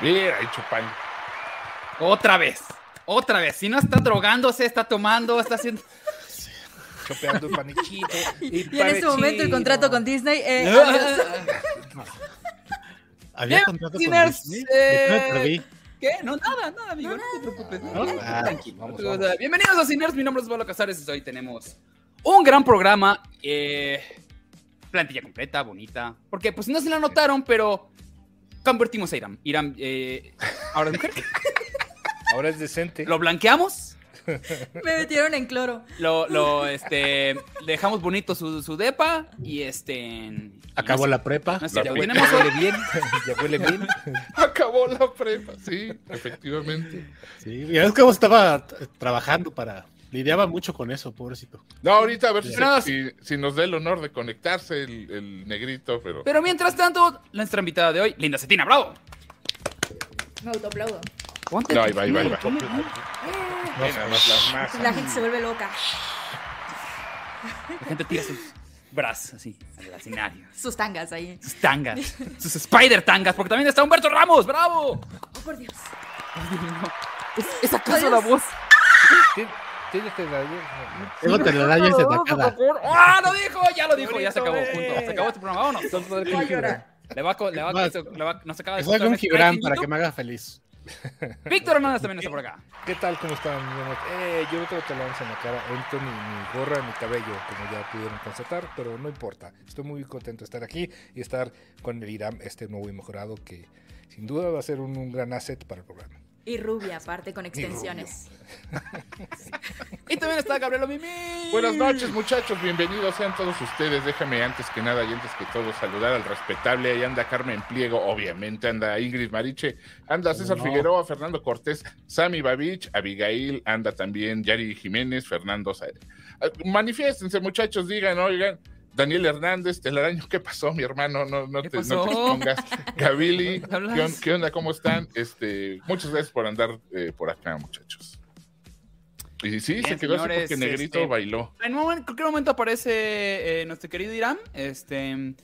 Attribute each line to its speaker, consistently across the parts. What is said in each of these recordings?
Speaker 1: Mira, ahí Chupán.
Speaker 2: Otra vez. Otra vez. Si no está drogándose, está tomando, está haciendo.
Speaker 1: Chopeando el panichito.
Speaker 3: Y en ese momento el contrato con Disney. eh,
Speaker 4: Había
Speaker 2: Bien,
Speaker 4: contrato con
Speaker 2: Sinners,
Speaker 4: Disney. ¿De qué me
Speaker 2: eh,
Speaker 4: perdí?
Speaker 2: ¿Qué? No, nada, nada, amigo. No, te preocupes. no, no,
Speaker 4: Ah,
Speaker 2: tranquilo.
Speaker 1: vamos,
Speaker 2: O sea,
Speaker 1: vamos.
Speaker 2: Bienvenidos a Ciners. Mi nombre es Pablo Casares y hoy tenemos un gran programa. eh, plantilla completa, bonita. Porque, pues no se la notaron, pero convertimos a Irán. Irán, eh, ahora es mujer.
Speaker 1: Ahora es decente.
Speaker 2: Lo blanqueamos.
Speaker 3: me metieron en cloro.
Speaker 2: Lo, lo, este, le dejamos bonito su, su depa y este.
Speaker 4: Acabó la prepa.
Speaker 2: No es cierto,
Speaker 1: La
Speaker 2: tenemos hoy-
Speaker 1: bien. Ya huele bien.
Speaker 5: Acabó la prepa, sí, efectivamente.
Speaker 4: Sí, ya ves cómo estaba t- trabajando para. Lidiaba mucho con eso, pobrecito.
Speaker 5: No, ahorita a ver si, se-
Speaker 2: Nada.
Speaker 5: si, si nos da el honor de conectarse el, el negrito, pero...
Speaker 2: Pero mientras tanto, nuestra invitada de hoy, Linda Cetina, bravo.
Speaker 3: Me autoaplaudo.
Speaker 2: Ponte
Speaker 5: No,
Speaker 2: tu-
Speaker 5: ahí va, ahí va, ahí va.
Speaker 1: No,
Speaker 5: Nada más las masas.
Speaker 3: La gente se vuelve loca.
Speaker 2: La gente tira sus brazos así al escenario.
Speaker 3: Sus tangas ahí.
Speaker 2: Sus tangas, sus spider tangas, porque también está Humberto Ramos, bravo.
Speaker 3: Oh, por Dios.
Speaker 2: ¿Es, es acaso la
Speaker 3: Adiós.
Speaker 2: voz?
Speaker 1: Tien- Tienes que dar-
Speaker 4: Luego te la da ya se te acaba.
Speaker 2: ¡Ah, lo dijo! Ya lo dijo, ya se acabó. Punto. Se acabó este programa, vámonos.
Speaker 3: Voy a llorar.
Speaker 2: Le va, a co- le va, a-
Speaker 4: Más.
Speaker 2: eso- le va, nos acaba de
Speaker 4: Que salga
Speaker 2: soltar
Speaker 4: un
Speaker 2: una
Speaker 4: Gibran para
Speaker 2: crack
Speaker 4: que
Speaker 2: en
Speaker 4: me haga feliz.
Speaker 2: YouTube. Víctor Hernández también está por acá.
Speaker 1: ¿Qué tal? ¿Cómo están? mi amor? Eh, yo tengo lanza en la cara, Anthony, mi gorra, mi cabello, como ya pudieron constatar, pero no importa. Estoy muy contento de estar aquí y estar con el IRAM, este nuevo y mejorado, que sin duda va a ser un, un gran asset para el programa.
Speaker 3: Y rubia, aparte, con extensiones.
Speaker 2: Y también está Gabriel Mimi.
Speaker 5: Buenas noches muchachos, bienvenidos sean todos ustedes. Déjame antes que nada y antes que todo saludar al respetable. Ahí anda Carmen Pliego, obviamente, anda Ingrid Mariche, anda César
Speaker 4: no.
Speaker 5: Figueroa, Fernando Cortés, Sami Babich, Abigail, anda también Yari Jiménez, Fernando Sa- Ah, Manifiéstense muchachos, digan, oigan. Daniel Hernández, Telaraño, ¿qué pasó, mi hermano? No, no,
Speaker 2: ¿Qué
Speaker 5: te, no te
Speaker 2: pasó?
Speaker 5: pongas. Gabili, ¿qué,
Speaker 2: Hablas.
Speaker 5: on- qué onda? ¿Cómo están? Este, muchas gracias por andar eh, por acá, muchachos. Y sí,
Speaker 2: Bien,
Speaker 5: se quedó así
Speaker 2: señores,
Speaker 5: porque Negrito
Speaker 2: este,
Speaker 5: bailó.
Speaker 2: En un momento- cualquier momento aparece eh, nuestro querido Irán. Este.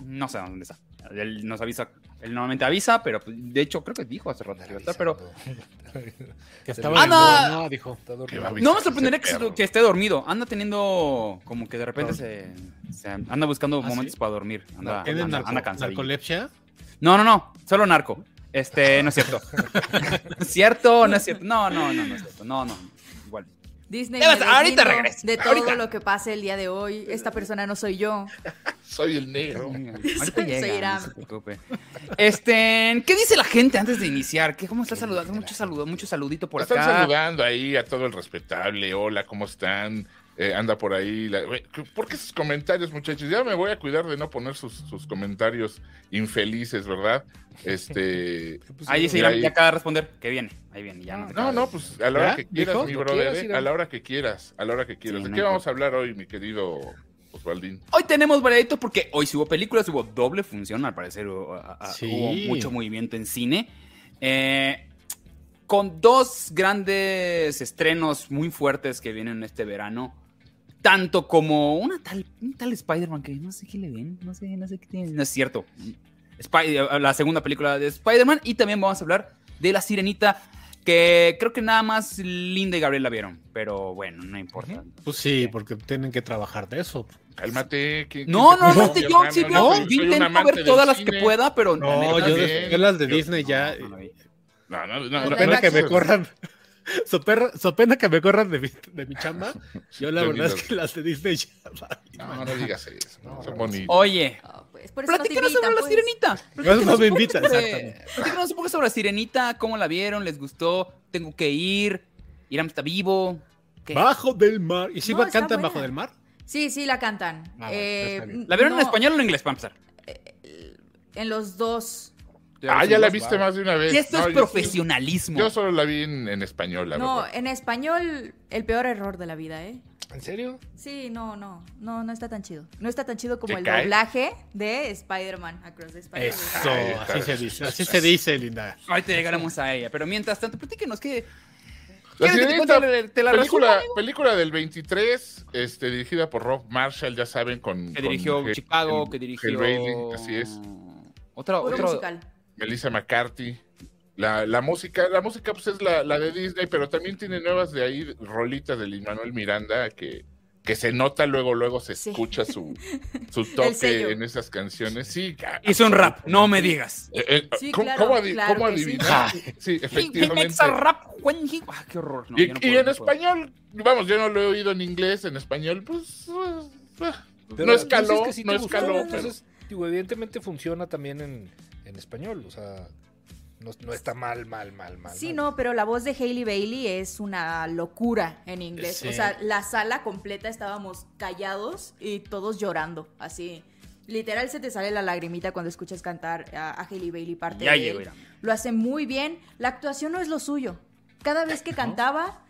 Speaker 2: No sé dónde está. Él nos avisa. Él normalmente avisa, pero pues, de hecho creo que dijo hace rato que iba a estar, pero
Speaker 4: Que
Speaker 1: Se
Speaker 2: Ah,
Speaker 4: estaba
Speaker 1: ve.
Speaker 2: Anda.
Speaker 4: no, dijo.
Speaker 1: Está dormido.
Speaker 5: Que va a
Speaker 2: no me
Speaker 5: ese
Speaker 2: sorprendería que,
Speaker 5: perro.
Speaker 2: que esté dormido. Anda teniendo como que de repente se, se anda buscando
Speaker 4: ¿Ah,
Speaker 2: momentos
Speaker 4: sí?
Speaker 2: para dormir. Anda,
Speaker 4: ¿Tiene
Speaker 2: anda,
Speaker 4: narco-
Speaker 2: anda cansadillo.
Speaker 4: narcolepsia?
Speaker 2: No, no, no, solo narco. Este, no es cierto. no es cierto, no es cierto. No, no, no, no es cierto. No, no. Igual.
Speaker 3: Disney.
Speaker 2: Ya
Speaker 3: me
Speaker 2: vas, ahorita
Speaker 3: deslindo
Speaker 2: regreso,
Speaker 3: De todo
Speaker 2: ahorita.
Speaker 3: lo que pase el día de hoy. Esta persona no soy yo.
Speaker 5: Soy el negro.
Speaker 2: Ahorita
Speaker 3: Soy- soy
Speaker 2: llega, no
Speaker 3: Irán.
Speaker 2: se preocupe. Este, ¿qué dice la gente antes de iniciar? ¿Qué, ¿Cómo está saludando? Mucho saludo, mucho saludito por
Speaker 5: están
Speaker 2: acá.
Speaker 5: saludando ahí a todo el respetable. Hola, ¿cómo están? Eh, anda por ahí. la- güey, ¿Por qué sus comentarios, muchachos? Ya me voy a cuidar de no poner sus, sus comentarios infelices, ¿verdad? Este.
Speaker 2: Ahí sí,
Speaker 5: Y
Speaker 2: Irán,
Speaker 5: ahí-
Speaker 2: ya acaba de responder. Que viene, ahí viene, ya no te
Speaker 5: No,
Speaker 2: acaba de-
Speaker 5: no, pues a la hora
Speaker 4: ¿Ya?
Speaker 5: que quieras,
Speaker 1: ¿Dijo?
Speaker 5: mi
Speaker 1: Lo
Speaker 5: brother.
Speaker 1: quieras,
Speaker 5: eh,
Speaker 1: Irán.
Speaker 5: a la hora que quieras, a la hora que quieras.
Speaker 2: Sí,
Speaker 5: ¿De
Speaker 2: no
Speaker 5: qué vamos
Speaker 2: importa.
Speaker 5: a hablar hoy, mi querido Osvaldín?
Speaker 2: Hoy tenemos variadito porque hoy sí hubo películas, hubo doble función, al parecer hubo, a- a-
Speaker 4: Sí.
Speaker 2: hubo mucho movimiento en cine. Eh, con dos grandes estrenos muy fuertes que vienen este verano. Tanto como una tal, un tal Spider-Man que no sé qué le ven, no sé, no sé qué tiene. No es cierto. Spy- la segunda película de Spider-Man y también vamos a hablar de La Sirenita, que creo que nada más Linda y Gabriel la vieron, pero bueno, no importa.
Speaker 4: Pues sí, porque tienen que trabajar de eso.
Speaker 5: Cálmate. ¿qué- qué
Speaker 2: No,
Speaker 5: te
Speaker 2: no, no,
Speaker 5: pasa,
Speaker 2: este,
Speaker 5: mi
Speaker 2: yo
Speaker 5: hermano?
Speaker 2: sí
Speaker 5: No,
Speaker 2: veo-
Speaker 5: soy un
Speaker 2: yo intento
Speaker 5: amante
Speaker 2: ver
Speaker 5: del
Speaker 2: todas las
Speaker 5: cine.
Speaker 2: que pueda, pero
Speaker 4: No,
Speaker 2: la neta,
Speaker 4: yo,
Speaker 2: sí,
Speaker 5: bien.
Speaker 4: yo las de
Speaker 5: Yo-
Speaker 4: Disney ya.
Speaker 2: no la vi.
Speaker 5: No, no, no.
Speaker 4: So
Speaker 5: no,
Speaker 4: pena
Speaker 5: no,
Speaker 4: que me
Speaker 5: no,
Speaker 4: corran. So, perra- so pena que me corran de mi, de mi chamba. Yo la
Speaker 5: Yo ni
Speaker 4: verdad es
Speaker 5: las-
Speaker 4: que las de Disney ya. valen.
Speaker 5: No, no digas eso. No, son bonitas.
Speaker 2: Oye,
Speaker 3: Ah, pues, por eso no te
Speaker 2: platícanos sobre
Speaker 3: invitan,
Speaker 2: la
Speaker 3: pues.
Speaker 2: sirenita.
Speaker 4: No, no me invitan,
Speaker 2: Sobre-
Speaker 4: exactamente.
Speaker 2: Platícanos un poco sobre la sirenita, cómo la vieron, les gustó, tengo que ir, Irán está vivo. ¿Qué?
Speaker 4: Bajo del mar. ¿Y si
Speaker 3: No,
Speaker 4: va-
Speaker 3: está
Speaker 4: cantan
Speaker 3: buena.
Speaker 4: bajo del mar?
Speaker 3: Sí, sí, la cantan.
Speaker 4: Ah, bueno,
Speaker 3: Eh,
Speaker 4: está bien.
Speaker 2: ¿La vieron en
Speaker 3: no,
Speaker 2: español o en inglés, para empezar?
Speaker 3: En los dos.
Speaker 5: Ah, ya la
Speaker 1: Wow.
Speaker 5: viste más de una vez.
Speaker 2: Y esto
Speaker 5: No,
Speaker 2: es
Speaker 5: yo-
Speaker 2: profesionalismo.
Speaker 5: Yo solo la vi en, en español, la
Speaker 3: no,
Speaker 5: verdad.
Speaker 3: en español, el peor error de la vida, ¿eh?
Speaker 1: ¿En serio?
Speaker 3: Sí, no, no, no, no está tan chido. No está tan chido como
Speaker 5: ¿Te
Speaker 3: el
Speaker 5: cae?
Speaker 3: doblaje de Spider-Man Across the Spider-Man.
Speaker 4: Eso,
Speaker 5: Ahí está.
Speaker 4: así se dice. Así se dice, linda.
Speaker 2: Ahorita llegaremos a ella, pero mientras tanto, platíquenos que...
Speaker 5: La
Speaker 2: ¿Quieres que te
Speaker 5: Sirenita,
Speaker 2: cuente la- te la
Speaker 5: película,
Speaker 2: resumo,
Speaker 5: película del 23, este, dirigida por Rob Marshall, ya saben, con...
Speaker 2: Que
Speaker 5: con
Speaker 2: dirigió
Speaker 5: Hel-
Speaker 2: Chicago,
Speaker 5: Hel-
Speaker 2: que dirigió...
Speaker 5: Hellraising, así es.
Speaker 2: Otra,
Speaker 3: Puro
Speaker 2: otro,
Speaker 3: musical.
Speaker 5: Melissa McCarthy. La, la música, la música pues es la, la de Disney, pero también tiene nuevas de ahí, rolitas de Lin Manuel Miranda, que, que se nota luego, luego se
Speaker 3: Sí.
Speaker 5: escucha su, su
Speaker 3: sello.
Speaker 5: toque en esas canciones. Sí, ca-
Speaker 2: Hizo un rap, no me digas.
Speaker 5: eh, eh,
Speaker 3: Sí,
Speaker 5: ¿Cómo,
Speaker 3: claro,
Speaker 5: cómo adi-
Speaker 3: claro
Speaker 5: cómo
Speaker 3: que sí.
Speaker 5: adivinar? Sí,
Speaker 2: He
Speaker 5: efectivamente.
Speaker 2: makes a rap when he- Ah, qué horror. No,
Speaker 5: Y,
Speaker 2: yo no
Speaker 5: y
Speaker 2: puedo,
Speaker 5: en
Speaker 2: no puedo.
Speaker 5: español, vamos, yo no lo he oído en inglés, en español, pues. pues, ah,
Speaker 1: Pero
Speaker 5: no
Speaker 1: tú dices
Speaker 5: escaló,
Speaker 1: que sí te
Speaker 5: no
Speaker 1: gustó,
Speaker 5: escaló. pero-
Speaker 1: Entonces, digo, evidentemente funciona también en, en español. O sea, no, no está mal, mal, mal, mal.
Speaker 3: Sí,
Speaker 1: mal.
Speaker 3: no, pero la voz de Hailey Bailey es una locura en inglés.
Speaker 4: Sí.
Speaker 3: O sea, la sala completa estábamos callados y todos llorando, así. Literal se te sale la lagrimita cuando escuchas cantar a, a Hailey Bailey parte
Speaker 2: Ya
Speaker 3: de
Speaker 2: llegó,
Speaker 3: él.
Speaker 2: Irán.
Speaker 3: Lo hace muy bien. La actuación no es lo suyo. Cada vez que cantaba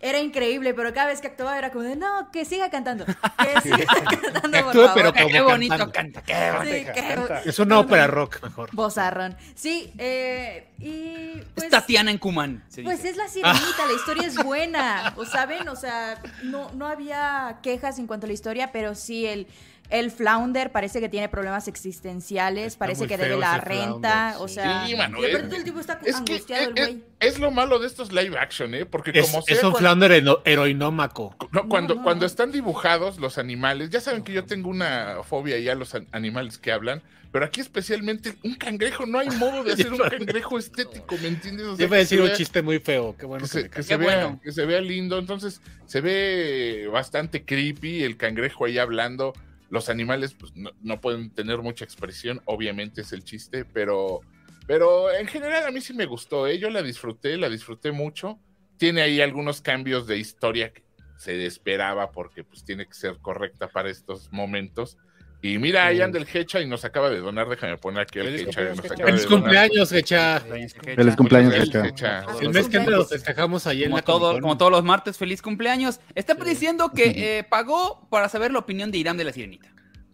Speaker 3: era increíble, pero cada vez que actuaba era como de, no, que siga cantando. Que siga cantando, por
Speaker 4: Actúa, pero
Speaker 3: favor".
Speaker 4: como
Speaker 2: Qué bonito
Speaker 4: cantante.
Speaker 2: canta, qué bonito.
Speaker 3: Sí,
Speaker 1: Canta,
Speaker 3: que-
Speaker 1: canta.
Speaker 4: Es una ópera rock mejor.
Speaker 3: Bozarrón. Sí, eh, y pues...
Speaker 2: es Tatiana en Cumán. se
Speaker 3: Pues
Speaker 2: dice.
Speaker 3: es la sirenita, la historia es buena, ¿o saben? O sea, no, no había quejas en cuanto a la historia, pero sí el, el flounder parece que tiene problemas existenciales,
Speaker 4: Está
Speaker 3: parece
Speaker 4: muy
Speaker 3: que debe
Speaker 4: feo
Speaker 3: la
Speaker 4: ese
Speaker 3: renta,
Speaker 4: Flounder,
Speaker 3: o
Speaker 4: sí.
Speaker 3: sea,
Speaker 5: Sí, mano,
Speaker 3: y de
Speaker 5: es-
Speaker 3: pronto el tipo está
Speaker 5: Es que eh,
Speaker 3: angustiado el
Speaker 5: es,
Speaker 3: güey.
Speaker 5: es lo malo de estos live action, ¿eh? Porque
Speaker 4: Es,
Speaker 5: como sea,
Speaker 4: es un
Speaker 5: cuando,
Speaker 4: flounder hero- heroinómaco.
Speaker 5: no, cuando,
Speaker 3: No, no,
Speaker 5: cuando
Speaker 3: no.
Speaker 5: están dibujados los animales, ya saben que yo tengo una fobia ya a los an- animales que hablan, pero aquí especialmente un cangrejo, no hay modo de hacer un cangrejo estético, ¿me entiendes? O sea,
Speaker 4: Yo iba a
Speaker 5: que
Speaker 4: decir
Speaker 5: se
Speaker 4: un
Speaker 5: vea-
Speaker 4: chiste muy feo. Qué bueno
Speaker 5: que
Speaker 4: que
Speaker 5: se,
Speaker 4: me
Speaker 5: que
Speaker 4: cae.
Speaker 5: se
Speaker 2: Qué
Speaker 5: vea,
Speaker 2: bueno.
Speaker 5: que se vea lindo. Entonces, se ve bastante creepy el cangrejo ahí hablando. Los animales pues, no, no pueden tener mucha expresión, obviamente es el chiste, pero, pero en general a mí sí me gustó. ¿eh? Yo la disfruté, la disfruté mucho. Tiene ahí algunos cambios de historia que se esperaba porque pues tiene que ser correcta para estos momentos. Y mira, ahí
Speaker 1: Mm.
Speaker 5: anda el Hecha y nos acaba de donar. Déjame poner aquí el
Speaker 1: Feliz
Speaker 5: Hecha.
Speaker 1: cumpleaños,
Speaker 5: nos
Speaker 1: Hecha.
Speaker 5: acaba de
Speaker 4: Feliz
Speaker 5: donar.
Speaker 4: cumpleaños, Gecha.
Speaker 1: Feliz cumpleaños.
Speaker 6: Feliz cumpleaños,
Speaker 5: Feliz
Speaker 6: Gecha.
Speaker 5: Gecha.
Speaker 4: El mes que entra lo festejamos ahí en
Speaker 2: Como,
Speaker 4: la
Speaker 2: todo,
Speaker 4: Comic-Con.
Speaker 2: como todos los martes, feliz cumpleaños. Está
Speaker 4: Sí.
Speaker 2: diciendo que eh, pagó para saber la opinión de Irán de la Sirenita.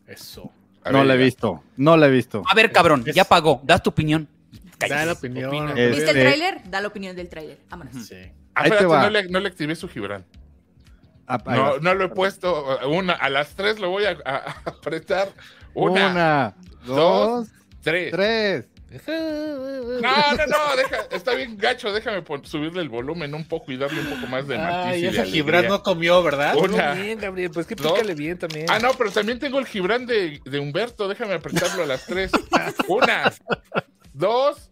Speaker 4: Eso.
Speaker 5: A
Speaker 6: No
Speaker 5: ver,
Speaker 6: la he
Speaker 5: ya.
Speaker 6: visto, no la he visto.
Speaker 2: A ver, cabrón,
Speaker 4: Es-
Speaker 2: ya pagó. Das tu opinión.
Speaker 4: Da la
Speaker 2: Cállate.
Speaker 4: opinión.
Speaker 2: Opina.
Speaker 5: eh,
Speaker 4: hombre.
Speaker 3: ¿Viste el
Speaker 6: Este-
Speaker 3: tráiler? Da la opinión del tráiler, vámonos.
Speaker 4: Sí.
Speaker 5: Ah,
Speaker 6: Ahí te
Speaker 5: espérate,
Speaker 6: va.
Speaker 5: no, le, no le activé su Gibran.
Speaker 6: Ah, ahí
Speaker 5: No,
Speaker 6: va.
Speaker 5: no lo he puesto. eh, Una, a las tres lo voy a, a- a apretar. Una, eh.
Speaker 6: Una, dos,
Speaker 5: tres.
Speaker 6: tres.
Speaker 5: No, no, no, deja, está bien gacho. Déjame pon- subirle el volumen un poco y darle un poco más de matiz. y
Speaker 4: Ay,
Speaker 5: de
Speaker 4: ese
Speaker 5: alegría.
Speaker 4: Gibran no comió, ¿verdad?
Speaker 5: Oh,
Speaker 1: Ponlo
Speaker 5: Una.
Speaker 1: bien, Gabriel, pues que
Speaker 5: Dos.
Speaker 1: pícale bien también.
Speaker 5: Ah, no, pero también tengo el Gibran de, de Humberto. Déjame apretarlo a las tres. Una, dos,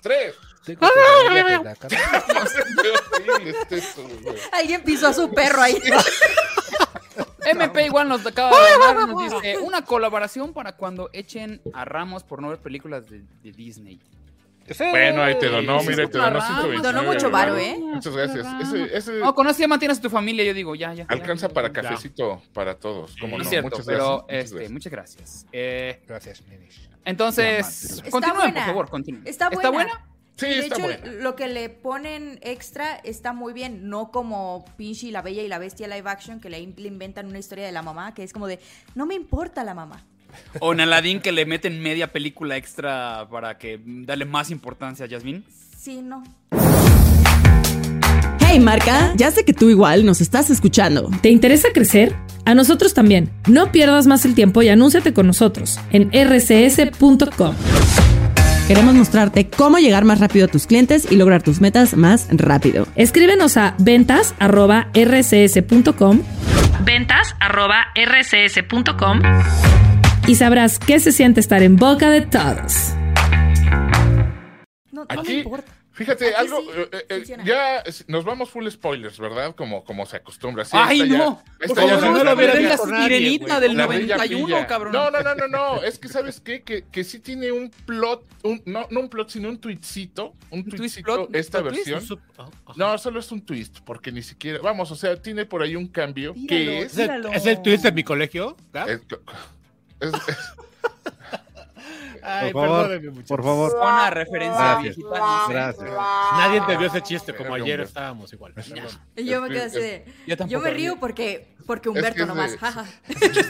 Speaker 5: tres.
Speaker 1: Tengo que ponerle la cara.
Speaker 5: Qué horrible es esto, güey.
Speaker 3: Alguien pisó a su perro ahí.
Speaker 2: MP igual nos acaba de donar. Nos dice una colaboración para cuando echen a Ramos por no ver películas de, de Disney.
Speaker 5: Bueno, ahí te donó,
Speaker 2: Sí,
Speaker 5: mira, ahí te donó
Speaker 2: Ramos.
Speaker 5: 129.
Speaker 3: Donó mucho varo, ¿eh?
Speaker 5: Muchas gracias. Ese, ese
Speaker 2: No, con eso ya mantienes a tu familia. Yo digo, ya, ya. ya.
Speaker 5: alcanza para cafecito para todos.
Speaker 2: No
Speaker 5: Como no,
Speaker 2: es cierto,
Speaker 5: muchas gracias.
Speaker 2: pero
Speaker 5: muchas
Speaker 2: este,
Speaker 5: gracias.
Speaker 2: muchas gracias. Eh,
Speaker 1: Gracias, Nenish.
Speaker 2: entonces,
Speaker 6: Está
Speaker 2: continúen, por
Speaker 3: buena.
Speaker 2: favor, continúen.
Speaker 3: Está buena.
Speaker 5: Sí,
Speaker 3: Y de
Speaker 5: está
Speaker 3: hecho,
Speaker 5: bueno.
Speaker 3: lo que le ponen extra está muy bien, no como Pinchy, la Bella y la Bestia live action, que le in- le inventan una historia de la mamá, que es como de, no me importa la mamá.
Speaker 2: O en Aladdin que le meten media película extra para que darle más importancia a Jasmine.
Speaker 3: Sí, no.
Speaker 7: Hey marca, ya sé que tú igual nos estás escuchando.
Speaker 8: ¿Te interesa crecer? A nosotros también. No pierdas más el tiempo y anúnciate con nosotros en rcs.com.
Speaker 7: Queremos mostrarte cómo llegar más rápido a tus clientes y lograr tus metas más rápido.
Speaker 8: Escríbenos a ventas@rcs.com. ventas@rcs.com y sabrás qué se siente estar en boca de todos.
Speaker 3: No, no me
Speaker 5: Aquí,
Speaker 3: importa.
Speaker 5: fíjate,
Speaker 3: Aquí
Speaker 5: algo,
Speaker 3: sí
Speaker 5: eh, eh, eh,
Speaker 3: funciona.
Speaker 5: ya es- nos vamos full spoilers, ¿verdad? Como, como se acostumbra. Sí,
Speaker 2: ¡Ay,
Speaker 5: esta ya-
Speaker 2: no!
Speaker 5: esta
Speaker 2: Por
Speaker 5: ya
Speaker 2: favor,
Speaker 5: se-
Speaker 2: no
Speaker 4: la
Speaker 2: lo
Speaker 5: la-
Speaker 2: vean
Speaker 4: veía
Speaker 2: la
Speaker 4: con nadie,
Speaker 2: sirenita
Speaker 4: güey.
Speaker 2: del
Speaker 5: la bella
Speaker 2: 91,
Speaker 5: pilla.
Speaker 2: cabrón.
Speaker 5: No, no, no, no, no. Es que, ¿sabes qué? Que, que sí tiene un plot, un, no, no un plot, sino un tuitcito. Un
Speaker 2: twist
Speaker 5: tuitcito,
Speaker 2: plot,
Speaker 5: esta
Speaker 2: plot twist,
Speaker 5: versión.
Speaker 4: Su- oh, oh.
Speaker 5: No, solo es un twist, porque ni siquiera. Vamos, o sea, tiene por ahí un cambio. eh,
Speaker 2: Tíralo,
Speaker 5: que es?
Speaker 4: ¿Es el,
Speaker 2: Míralo.
Speaker 4: ¿Es el twist de mi colegio? Gab?
Speaker 5: es- es-
Speaker 4: Ay,
Speaker 6: por favor,
Speaker 4: perdóneme, muchachos.
Speaker 6: por favor.
Speaker 2: Una referencia
Speaker 6: Gracias.
Speaker 2: viejita.
Speaker 6: Gracias.
Speaker 4: Nadie te vio ese chiste, como
Speaker 5: Verga,
Speaker 4: ayer
Speaker 5: hombre.
Speaker 4: estábamos igual. Perdón.
Speaker 3: Y yo me
Speaker 5: Es-
Speaker 3: quedo
Speaker 5: Este, es-
Speaker 3: así de,
Speaker 2: Yo
Speaker 3: yo,
Speaker 2: tampoco
Speaker 3: me
Speaker 2: río.
Speaker 3: río porque, porque Humberto
Speaker 5: es de-
Speaker 3: nomás, jaja.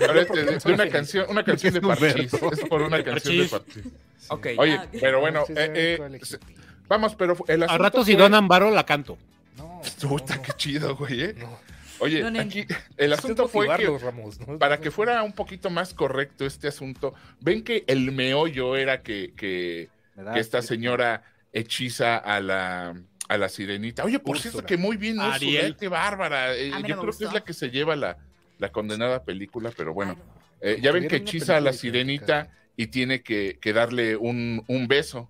Speaker 5: Ahora te- de, de una canción, una canción de Parchís. Es por una canción de
Speaker 4: Parchís.
Speaker 5: Parchís.
Speaker 2: Ok.
Speaker 5: Oye,
Speaker 3: Ah, ok.
Speaker 5: pero bueno,
Speaker 1: Sí,
Speaker 5: eh,
Speaker 1: sí,
Speaker 5: eh,
Speaker 1: cuál es
Speaker 5: se-
Speaker 1: el pi-
Speaker 5: vamos, pero el
Speaker 4: A
Speaker 5: asunto
Speaker 4: ratos si
Speaker 5: fue-
Speaker 4: donan varo la canto.
Speaker 1: No,
Speaker 5: Puta,
Speaker 1: no,
Speaker 5: qué chido, güey, eh.
Speaker 1: no.
Speaker 5: Oye,
Speaker 3: No, no.
Speaker 5: aquí el asunto
Speaker 1: Esto es
Speaker 5: fue que
Speaker 1: motivarlos, Ramos, ¿no?
Speaker 5: para que fuera un poquito más correcto este asunto, ven que el meollo era que, que
Speaker 6: Me da-
Speaker 9: que esta señora hechiza a la, a la sirenita. Oye, por cierto
Speaker 4: Úrsula.
Speaker 9: que muy bien, Úrsula,
Speaker 4: Ariel.
Speaker 9: ¿eh? qué bárbara. Eh,
Speaker 3: A
Speaker 9: yo
Speaker 3: mí no me
Speaker 9: creo
Speaker 3: gustó.
Speaker 9: que es la que se lleva la, la condenada película, pero bueno.
Speaker 3: Ay, no.
Speaker 9: Eh, ya ven que
Speaker 1: Tuvieron una
Speaker 9: hechiza a la
Speaker 1: película de
Speaker 9: sirenita y tiene que, que darle un, un beso.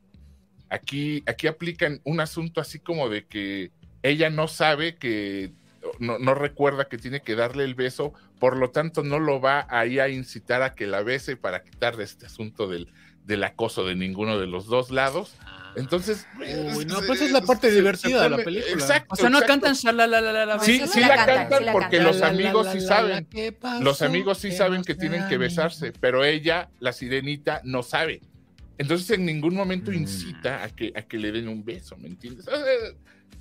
Speaker 9: Aquí, aquí aplican un asunto así como de que ella no sabe que, no, no recuerda que tiene que darle el beso, por lo tanto no lo va ahí a incitar a que la bese para quitarle este asunto del, del acoso de ninguno de los dos lados. Entonces, eh,
Speaker 4: Uy, no, pues es la parte divertida de la película.
Speaker 9: Exacto.
Speaker 2: O sea, no
Speaker 9: exacto.
Speaker 2: cantan shalalalalala.
Speaker 9: Sí,
Speaker 3: No,
Speaker 9: sí
Speaker 3: la
Speaker 9: la
Speaker 3: cantan,
Speaker 9: cantan
Speaker 3: sí la
Speaker 9: porque
Speaker 3: cantan.
Speaker 9: los
Speaker 4: La, la,
Speaker 9: amigos
Speaker 4: la,
Speaker 9: sí
Speaker 4: la,
Speaker 9: saben.
Speaker 4: la, ¿qué pasó?
Speaker 9: Los amigos sí
Speaker 4: Que
Speaker 9: saben
Speaker 4: no
Speaker 9: que tienen
Speaker 4: sea
Speaker 9: que
Speaker 4: mi-
Speaker 9: besarse, pero ella, la sirenita, no sabe. Entonces en ningún momento incita a que, a que le den un beso, ¿me entiendes? Eh,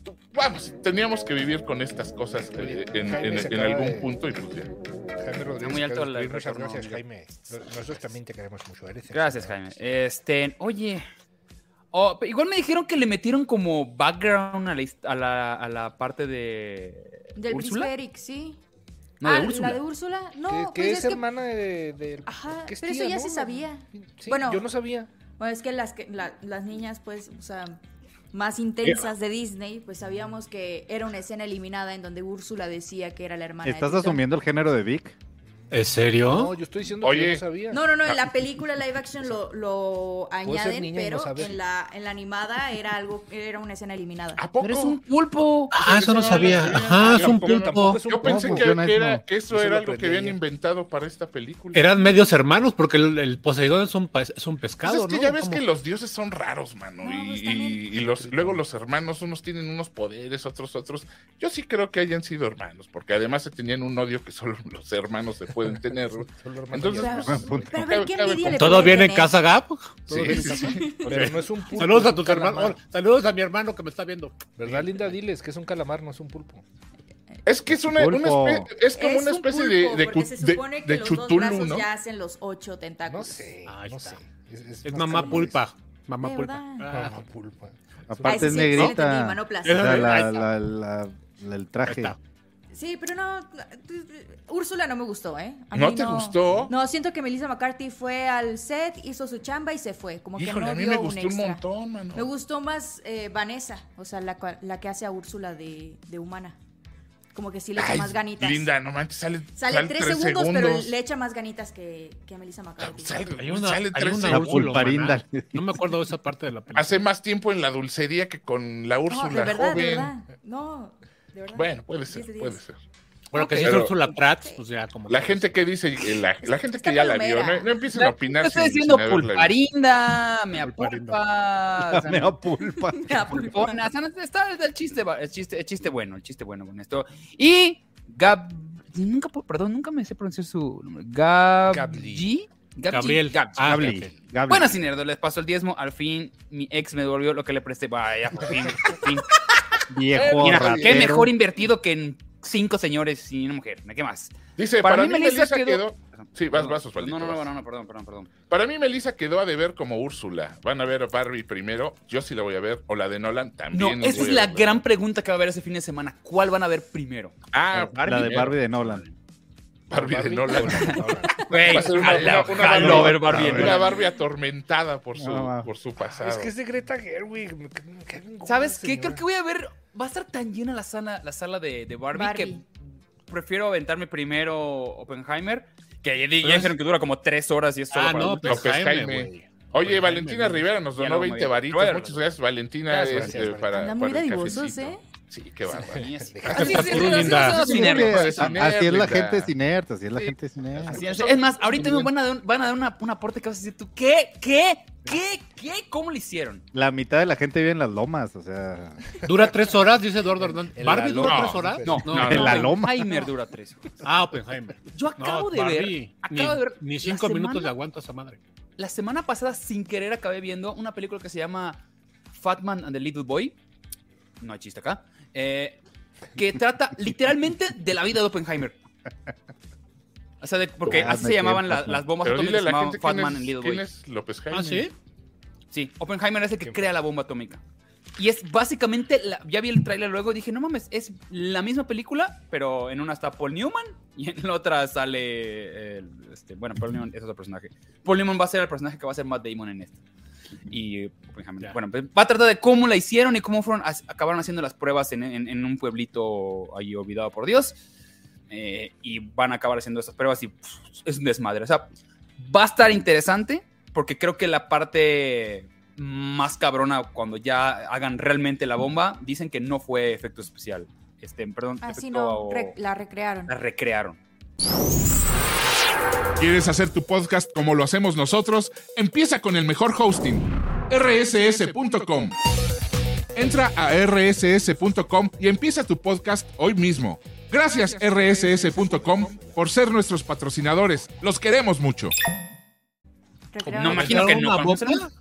Speaker 9: tú- Vamos, teníamos que vivir con estas cosas eh, en, en- en algún punto y pues ya.
Speaker 1: Jaime Rodríguez.
Speaker 2: muy alto
Speaker 1: Carlos
Speaker 2: la-
Speaker 1: Ruiz, Muchas
Speaker 2: retorno,
Speaker 1: gracias,
Speaker 2: ya.
Speaker 1: Jaime. Nos- Nosotros también te queremos mucho. eres
Speaker 2: Gracias, Jaime.
Speaker 1: excelente.
Speaker 2: Este, oye. Oh, pero igual me dijeron que le metieron como background a la, hist- a la, a la parte de.
Speaker 3: Del
Speaker 2: ¿Úrsula?
Speaker 3: príncipe Eric, sí.
Speaker 2: No, de
Speaker 3: Ah,
Speaker 2: Úrsula.
Speaker 3: ¿La de Úrsula? No,
Speaker 1: Que, que
Speaker 3: pues
Speaker 1: es,
Speaker 3: es que-
Speaker 1: hermana de, del-
Speaker 3: Ajá,
Speaker 1: que es
Speaker 3: pero eso
Speaker 1: tía,
Speaker 3: ya
Speaker 1: ¿no?
Speaker 3: se sabía.
Speaker 1: Sí,
Speaker 3: Bueno.
Speaker 1: yo no sabía.
Speaker 3: Bueno, es que las, que- la- las niñas, pues, o sea, más intensas de Disney, pues sabíamos que era una escena eliminada en donde Úrsula decía que era la hermana de
Speaker 6: ¿Estás
Speaker 3: Tritón.
Speaker 6: asumiendo el género de Vic?
Speaker 4: ¿Es
Speaker 1: No,
Speaker 4: serio?
Speaker 1: yo estoy diciendo que
Speaker 9: Oye.
Speaker 1: yo no sabía.
Speaker 3: No, no, no, en
Speaker 5: Ah.
Speaker 3: la película live action lo, lo añaden,
Speaker 1: niña y no
Speaker 3: pero
Speaker 1: saber.
Speaker 3: en la, en la animada era algo, era una escena eliminada.
Speaker 9: ¿A poco?
Speaker 2: Eres un pulpo.
Speaker 4: Ah, eso no sabía. Ajá, es un
Speaker 1: Tampoco
Speaker 4: pulpo.
Speaker 1: es un
Speaker 9: Yo pensé
Speaker 1: poco.
Speaker 9: que,
Speaker 6: funciona
Speaker 9: que
Speaker 6: eso,
Speaker 9: era,
Speaker 6: no.
Speaker 9: que eso
Speaker 1: Eso lo
Speaker 9: era algo que
Speaker 1: aprendí
Speaker 9: habían
Speaker 1: ayer.
Speaker 9: inventado para esta película.
Speaker 4: Eran medios hermanos porque el, el Poseidón es un, pa- es un
Speaker 9: Pues
Speaker 4: pescado,
Speaker 9: es que
Speaker 4: ¿no?
Speaker 9: ya ves
Speaker 4: ¿Cómo?
Speaker 9: que los dioses son raros, mano.
Speaker 3: No,
Speaker 9: y
Speaker 3: pues también.
Speaker 9: y los, luego los hermanos, unos tienen unos poderes, otros otros. Yo sí creo que hayan sido hermanos, porque además se tenían un odio que solo los hermanos se pueden tener.
Speaker 1: Solo hermana
Speaker 9: Entonces,
Speaker 1: mía.
Speaker 9: pues,
Speaker 6: punto.
Speaker 3: Pero a ver, ¿qué
Speaker 9: Cabe-
Speaker 3: envidia le
Speaker 4: ¿Todo
Speaker 3: pueden
Speaker 4: viene en
Speaker 3: tener?
Speaker 4: casa Gap?
Speaker 1: Todo
Speaker 5: pues,
Speaker 9: Sí,
Speaker 1: bien.
Speaker 9: sí, sí.
Speaker 1: Pero no es un pulpo.
Speaker 4: Saludos
Speaker 1: es
Speaker 4: a
Speaker 1: un
Speaker 4: tus
Speaker 1: calamar.
Speaker 4: hermanos. Saludos a mi hermano que me está viendo.
Speaker 1: ¿Verdad, Linda? Diles que es un calamar, no es un pulpo.
Speaker 9: Es que es una, una
Speaker 6: Pulpo.
Speaker 9: espe- es como
Speaker 3: Es
Speaker 9: una
Speaker 3: un
Speaker 9: especie
Speaker 3: pulpo,
Speaker 9: de, de,
Speaker 3: porque
Speaker 9: cu-
Speaker 3: se
Speaker 9: de-
Speaker 3: supone que
Speaker 9: de
Speaker 3: los dos
Speaker 9: chutulu,
Speaker 3: brazos
Speaker 9: ¿no?
Speaker 3: ya hacen los ocho
Speaker 1: No
Speaker 3: tentáculos.
Speaker 1: sé,
Speaker 4: Ahí
Speaker 1: no
Speaker 4: está.
Speaker 1: sé. Es,
Speaker 4: Es
Speaker 1: más
Speaker 4: mamá
Speaker 1: calamar.
Speaker 4: pulpa. Mamá
Speaker 3: De
Speaker 4: pulpa.
Speaker 3: verdad.
Speaker 4: Ah,
Speaker 1: Mamá pulpa.
Speaker 3: Ah,
Speaker 6: Aparte
Speaker 3: ese
Speaker 6: es
Speaker 3: sí, sí le entendí,
Speaker 6: negrita.
Speaker 3: mano
Speaker 6: O sea,
Speaker 3: plástica.
Speaker 4: Ahí
Speaker 6: la,
Speaker 4: está.
Speaker 6: la, la- la- el traje.
Speaker 4: Ahí está.
Speaker 3: Sí, pero no, Úrsula no me gustó, ¿eh? A
Speaker 9: ¿No
Speaker 3: mí
Speaker 9: te gustó?
Speaker 3: No, siento que Melissa McCarthy fue al set, hizo su chamba y se fue. Como que
Speaker 9: Híjole,
Speaker 3: no
Speaker 9: a mí
Speaker 3: dio
Speaker 9: me
Speaker 3: un,
Speaker 9: gustó un,
Speaker 3: extra.
Speaker 9: montón, mano.
Speaker 3: Me gustó más eh, Vanessa, o sea, la, cua- la que hace a Úrsula de, de humana. Como que sí le echa
Speaker 9: Ay,
Speaker 3: más ganitas.
Speaker 9: Linda, no manches, sale,
Speaker 3: Sale
Speaker 9: sale
Speaker 3: tres, segundos, pero le echa más ganitas que, que a Melissa McCarthy.
Speaker 9: Sale,
Speaker 4: Hay una,
Speaker 9: sale
Speaker 4: hay
Speaker 9: tres
Speaker 4: una
Speaker 6: La
Speaker 9: segundos.
Speaker 4: Úrsula
Speaker 6: pulparinda.
Speaker 4: humana. No me acuerdo de esa parte de la película.
Speaker 9: Hace más tiempo en la dulcería que con la
Speaker 3: No,
Speaker 9: Úrsula
Speaker 3: de verdad,
Speaker 9: joven.
Speaker 3: de verdad. No, de verdad.
Speaker 9: Bueno, puede
Speaker 3: Diez de
Speaker 9: ser,
Speaker 3: diez.
Speaker 9: puede ser.
Speaker 4: Bueno, que si
Speaker 9: Pero-
Speaker 4: es Úrsula Prats, pues ya como.
Speaker 9: La
Speaker 4: que-
Speaker 9: gente que dice, eh, la, la gente
Speaker 3: Está
Speaker 9: que ya la vio,
Speaker 3: palomera.
Speaker 9: no, no empiecen a
Speaker 2: Yo
Speaker 9: opinar
Speaker 2: estoy
Speaker 9: sin-
Speaker 2: diciendo
Speaker 9: sin haberla visto.
Speaker 2: pulparinda, me
Speaker 4: Pulparinda.
Speaker 2: apulpa. o sea,
Speaker 6: Me da pulpa.
Speaker 3: Ya, por favor.
Speaker 2: pulpona. O sea, no, está está el chiste, va- el chiste, el chiste bueno, el chiste bueno con esto. Y Gab. Nunca, pu- perdón, nunca me sé pronunciar su nombre. Gab.
Speaker 1: Gabli.
Speaker 2: Gabji-
Speaker 4: Gabriel.
Speaker 2: Gabji.
Speaker 4: Ah,
Speaker 6: Gabli,
Speaker 4: ok,
Speaker 6: Gabli.
Speaker 2: Bueno, Cinerdo, les pasó el diezmo. Al fin, mi ex me devolvió lo que le presté. Vaya, por fin, por fin.
Speaker 6: viejo
Speaker 2: Mira,
Speaker 6: ratero.
Speaker 2: qué mejor invertido que en cinco señores y una mujer. ¿Qué más?
Speaker 9: Dice, para, mí Melissa, quedó... Sí, vas,
Speaker 2: Perdón.
Speaker 9: vas, Osvaldito,
Speaker 2: No, no,
Speaker 9: vas.
Speaker 2: no, no, no, perdón, perdón, perdón.
Speaker 9: Para mí Melissa quedó a deber como Úrsula. Van a ver a Barbie primero, yo sí la voy a ver, o la de Nolan
Speaker 2: No,
Speaker 9: también.
Speaker 2: esa
Speaker 9: voy
Speaker 2: es
Speaker 9: a
Speaker 2: la
Speaker 9: ver.
Speaker 2: gran pregunta que va a haber ese fin de semana. ¿Cuál van a ver primero?
Speaker 9: Ah, Barbie,
Speaker 6: La de Barbie de Nolan.
Speaker 9: Barbie de Nolan.
Speaker 2: Güey,
Speaker 9: Va a ser una-
Speaker 2: ojalá,
Speaker 9: una- una
Speaker 2: ojalá
Speaker 9: Barbie-
Speaker 2: ver Barbie en
Speaker 9: Una
Speaker 2: Nolan.
Speaker 9: Barbie atormentada por su,
Speaker 6: No, va.
Speaker 9: por su pasado.
Speaker 1: Es que es de Greta Gerwig. me ca- me cae bien gorda,
Speaker 2: ¿Sabes qué? Creo
Speaker 1: señora.
Speaker 2: que voy a ver. Va a estar tan llena la sala, la sala de, de Barbie,
Speaker 3: Barbie.
Speaker 2: que prefiero aventarme primero Oppenheimer. Que ya, di- ya
Speaker 4: Pero es-
Speaker 2: dijeron que dura como tres horas y es solo
Speaker 4: Ah,
Speaker 2: para
Speaker 4: no,
Speaker 2: adultos.
Speaker 4: pues
Speaker 9: López
Speaker 4: Jaime,
Speaker 9: Jaime.
Speaker 4: güey.
Speaker 9: Oye,
Speaker 4: Jaime,
Speaker 9: Valentina
Speaker 4: ¿no?
Speaker 9: Rivera nos
Speaker 2: Ya
Speaker 9: donó
Speaker 2: lo
Speaker 9: 20
Speaker 2: moví.
Speaker 9: varitos.
Speaker 2: Bueno.
Speaker 9: Muchas gracias, Valentina.
Speaker 1: Gracias,
Speaker 9: este,
Speaker 1: gracias,
Speaker 9: para,
Speaker 3: Andan muy
Speaker 9: para el
Speaker 3: dadivosos,
Speaker 9: cafecito.
Speaker 3: ¿eh?
Speaker 9: Sí, qué bárbaro.
Speaker 2: Así es.
Speaker 1: Dejaste
Speaker 2: Así es, así es,
Speaker 4: pasar tú,
Speaker 2: así es,
Speaker 4: linda.
Speaker 2: así es,
Speaker 6: Sí,
Speaker 2: dinero.
Speaker 6: porque
Speaker 9: Pues,
Speaker 6: a- Así es la
Speaker 9: Nerda.
Speaker 6: gente cinerta, así es la gente
Speaker 2: Así
Speaker 6: cinerta.
Speaker 2: es. Es más, ahorita me van a dar, un- van a dar una, un aporte que vas a decir tú, ¿qué? ¿Qué? ¿Qué? ¿Qué? ¿Cómo lo hicieron?
Speaker 6: La mitad de la gente vive en las lomas, o sea,
Speaker 4: Dura tres horas, dice Eduardo Hernández.
Speaker 1: El
Speaker 4: ¿Barbie dura
Speaker 1: balón.
Speaker 4: tres horas?
Speaker 1: No,
Speaker 6: no, En la
Speaker 2: el
Speaker 6: loma.
Speaker 2: Timer dura tres horas.
Speaker 4: Ah, Oppenheimer.
Speaker 2: Yo acabo
Speaker 4: No,
Speaker 2: de ver,
Speaker 4: Barbie,
Speaker 2: acabo
Speaker 4: ni,
Speaker 2: de ver
Speaker 4: Ni
Speaker 2: la
Speaker 4: cinco minutos le
Speaker 2: semana-
Speaker 4: aguanto a esa madre.
Speaker 2: La semana pasada, sin querer, acabé viendo una película que se llama Fat Man and the Little Boy. No hay chiste acá. eh, que trata literalmente de la vida de Oppenheimer. O sea, de- porque
Speaker 6: Ah,
Speaker 2: así
Speaker 6: me
Speaker 2: se llamaban
Speaker 6: quedé
Speaker 2: la-
Speaker 6: Fatman.
Speaker 2: las bombas
Speaker 9: Pero dile
Speaker 2: atómicas.
Speaker 9: a
Speaker 2: Se
Speaker 9: la
Speaker 2: llamaban
Speaker 9: gente
Speaker 2: Fat
Speaker 9: quién
Speaker 2: Man and Little
Speaker 9: es, quién
Speaker 2: Boy.
Speaker 9: es López Jaime.
Speaker 4: ¿Ah, sí?
Speaker 2: Sí, Oppenheimer es el que crea la bomba atómica. Y es básicamente, la- ya vi el tráiler luego y dije, no mames, es la misma película, pero en una está Paul Newman y en la otra sale, el- este, bueno, Paul Newman es otro personaje. Paul Newman va a ser el personaje que va a ser Matt Damon en esta. Y, por ejemplo,
Speaker 4: Ya.
Speaker 2: bueno, pues, va a tratar de cómo la hicieron y cómo fueron, as- acabaron haciendo las pruebas en, en- en un pueblito ahí olvidado por Dios. Eh, y van a acabar haciendo estas pruebas y pff, es un desmadre. O sea, va a estar interesante porque creo que la parte más cabrona cuando ya hagan realmente la bomba, dicen que no fue efecto especial. Este, perdón,
Speaker 3: Así Ah, no,
Speaker 2: efecto-
Speaker 3: re- la recrearon.
Speaker 2: la recrearon.
Speaker 5: ¿Quieres hacer tu podcast como lo hacemos nosotros? Empieza con el mejor hosting, rss.com. Entra a rss.com y empieza tu podcast hoy mismo. Gracias rss.com por ser nuestros patrocinadores. Los queremos mucho.
Speaker 3: recrearon.
Speaker 2: No imagino que no.
Speaker 4: ¿Una
Speaker 2: cuando-
Speaker 4: bomba?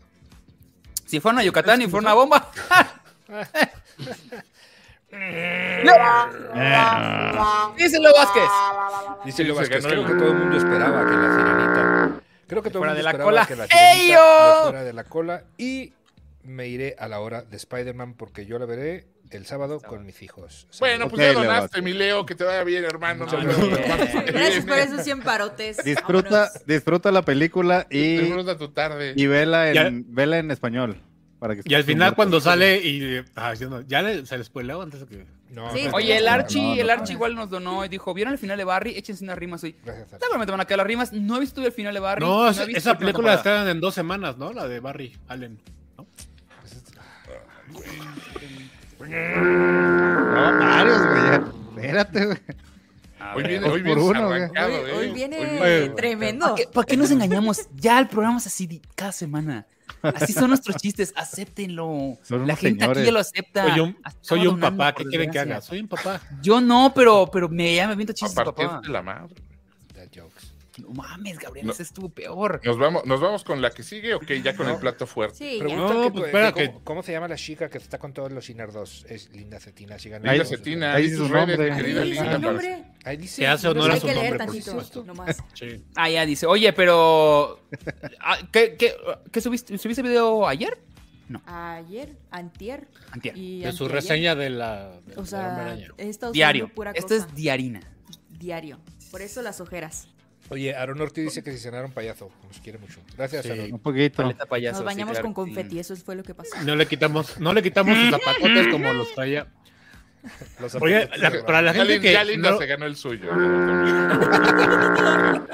Speaker 2: Si fueron a Yucatán y fueron a bomba. Díselo, Vázquez.
Speaker 9: Dice
Speaker 1: Dice Leo Vázquez,
Speaker 9: que no
Speaker 1: creo
Speaker 9: le-
Speaker 1: que todo el mundo esperaba que la sirenita. Creo que todo el
Speaker 2: fuera
Speaker 1: mundo
Speaker 2: de la
Speaker 1: esperaba
Speaker 2: cola.
Speaker 1: que la sirenita
Speaker 2: ¡Eyo!
Speaker 1: le fuera de la cola. Y me iré a la hora de Spider-Man porque yo la veré el sábado con mis hijos.
Speaker 9: Bueno, pues
Speaker 6: Ok,
Speaker 9: ya
Speaker 6: Leo.
Speaker 9: donaste, mi Leo, que te vaya bien, hermano.
Speaker 2: No,
Speaker 9: Nos vemos el martes que
Speaker 3: Gracias por
Speaker 9: viene.
Speaker 3: esos 100 parotes.
Speaker 6: Disfruta,
Speaker 3: Vámonos.
Speaker 6: disfruta la película y,
Speaker 9: Disfruta tu tarde.
Speaker 6: y vela,
Speaker 4: Y
Speaker 6: en, vela en español. Para que
Speaker 4: Y al
Speaker 6: escuches
Speaker 4: final
Speaker 6: un
Speaker 4: cuando
Speaker 6: rato.
Speaker 4: sale y... ah, yo no- ya le- se les spoileó antes de que...
Speaker 1: No,
Speaker 3: Sí.
Speaker 1: no, no,
Speaker 2: Oye, el
Speaker 1: no,
Speaker 2: Archie,
Speaker 1: no, no,
Speaker 2: el
Speaker 1: no.
Speaker 2: Archie igual nos donó y dijo: ¿Vieron el final de Barry? Échense unas rimas hoy.
Speaker 1: Gracias, Archie.
Speaker 2: Seguramente van a quedar las rimas. No he visto el final de Barry.
Speaker 4: No,
Speaker 2: he
Speaker 4: esa,
Speaker 2: visto
Speaker 4: esa
Speaker 2: la última
Speaker 4: película la
Speaker 2: temporada.
Speaker 4: estrenan en dos semanas, ¿no? La de Barry Allen.
Speaker 6: No, varios, güey. ya. Espérate, güey.
Speaker 9: Hoy viene,
Speaker 6: dos
Speaker 9: hoy
Speaker 6: por
Speaker 9: viene
Speaker 6: uno, güey.
Speaker 9: arrancado,
Speaker 3: Hoy,
Speaker 9: ¿eh?
Speaker 3: hoy viene
Speaker 9: Hoy-
Speaker 3: tremendo.
Speaker 2: ¿Qué- ¿Para qué nos engañamos? Ya el programa es así di- cada semana. Así son nuestros chistes, acéptenlo.
Speaker 6: Son unos
Speaker 2: la gente aquí
Speaker 6: señores.
Speaker 2: ya lo acepta.
Speaker 4: Soy un,
Speaker 2: Hasta
Speaker 4: soy un
Speaker 2: donando,
Speaker 4: papá,
Speaker 2: por
Speaker 4: ¿qué quieren que haga?
Speaker 2: desgracia.
Speaker 4: Soy un papá.
Speaker 2: Yo no, pero, pero me, ya me aviento
Speaker 9: A
Speaker 2: chistes,
Speaker 9: partir
Speaker 2: papá.
Speaker 9: de la madre.
Speaker 1: That jokes.
Speaker 2: No mames, Gabriel,
Speaker 9: No.
Speaker 2: ese estuvo peor.
Speaker 9: ¿Nos vamos, ¿Nos vamos con la que sigue o qué? Ya con el plato fuerte.
Speaker 3: Sí, ya.
Speaker 1: Pregunta
Speaker 4: No,
Speaker 1: que-
Speaker 4: pues,
Speaker 1: que-
Speaker 4: espera,
Speaker 1: ¿cómo,
Speaker 4: que-
Speaker 1: cómo se llama la chica que está con todos los Inardos? Es Linda Cetina. sigan
Speaker 9: Linda
Speaker 1: ahí.
Speaker 9: Cetina,
Speaker 6: ahí
Speaker 9: ahí
Speaker 6: dice
Speaker 9: sus
Speaker 6: su
Speaker 9: redes,
Speaker 6: nombre.
Speaker 9: mi
Speaker 3: Ahí
Speaker 9: querida
Speaker 3: dice
Speaker 9: Linda.
Speaker 3: el
Speaker 9: para-
Speaker 3: nombre.
Speaker 1: Ahí dice.
Speaker 4: Que hace honor a
Speaker 3: Hay
Speaker 4: su
Speaker 3: que leer
Speaker 4: nombre, por
Speaker 3: tantito,
Speaker 4: supuesto.
Speaker 3: nomás.
Speaker 4: Sí.
Speaker 2: Ah, ya dice, oye, pero. ah, ¿Qué, qué- qué subiste? ¿Subiste video ayer?
Speaker 3: Ayer, antier
Speaker 2: Antier.
Speaker 3: y
Speaker 4: De su
Speaker 3: anteayer.
Speaker 4: reseña de la... de
Speaker 3: O
Speaker 4: la Gran
Speaker 3: sea,
Speaker 4: Maraña.
Speaker 3: he estado usando
Speaker 2: Diario.
Speaker 3: pura
Speaker 2: Esto
Speaker 3: cosa.
Speaker 2: es diarina.
Speaker 3: diario. Por eso las ojeras.
Speaker 1: Oye, Aaron Ortiz dice que se cenaron payaso. Nos quiere mucho. Gracias,
Speaker 4: Sí.
Speaker 1: Aaron.
Speaker 6: Un poquito.
Speaker 2: Paleta payaso,
Speaker 3: Nos
Speaker 2: sí,
Speaker 3: bañamos
Speaker 2: claro
Speaker 3: con
Speaker 2: que sí.
Speaker 3: confeti, eso fue lo que pasó.
Speaker 4: No le quitamos, no le quitamos sus zapatotes como los traía.
Speaker 1: Los
Speaker 4: Oye,
Speaker 1: zapatos
Speaker 4: la-
Speaker 1: de
Speaker 4: para la
Speaker 9: Ya,
Speaker 4: gente
Speaker 9: Lin- ya
Speaker 4: que
Speaker 9: Linda
Speaker 4: no, Ah.
Speaker 9: se ganó el suyo. ¿no?
Speaker 2: Ah,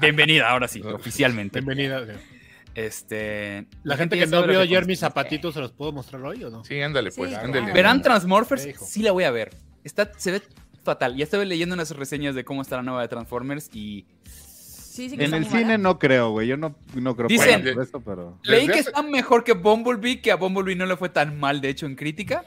Speaker 2: Bienvenida, ahora sí, oficialmente.
Speaker 4: bienvenida.
Speaker 2: Este.
Speaker 4: La gente que
Speaker 2: ya
Speaker 4: no
Speaker 2: sabe lo
Speaker 4: vio
Speaker 2: que
Speaker 4: ayer mis
Speaker 2: consiste.
Speaker 4: zapatitos, ¿se los puedo mostrar hoy o no?
Speaker 9: Sí, ándale, pues.
Speaker 3: Sí,
Speaker 9: ándale.
Speaker 3: claro.
Speaker 2: Verán Transmorphers,
Speaker 1: Me dijo.
Speaker 2: sí la voy a ver. Está, se ve fatal. Ya estaba leyendo unas reseñas de cómo está la nueva de Transformers y.
Speaker 3: Sí, sí que
Speaker 6: En
Speaker 3: está
Speaker 6: el
Speaker 3: animada.
Speaker 6: cine no creo, güey. Yo no, no creo
Speaker 2: Dicen-
Speaker 6: pagar por eso, pero.
Speaker 9: Desde
Speaker 2: Leí que
Speaker 9: hace-
Speaker 2: está mejor que Bumblebee, que a Bumblebee no le fue tan mal, de hecho, en crítica.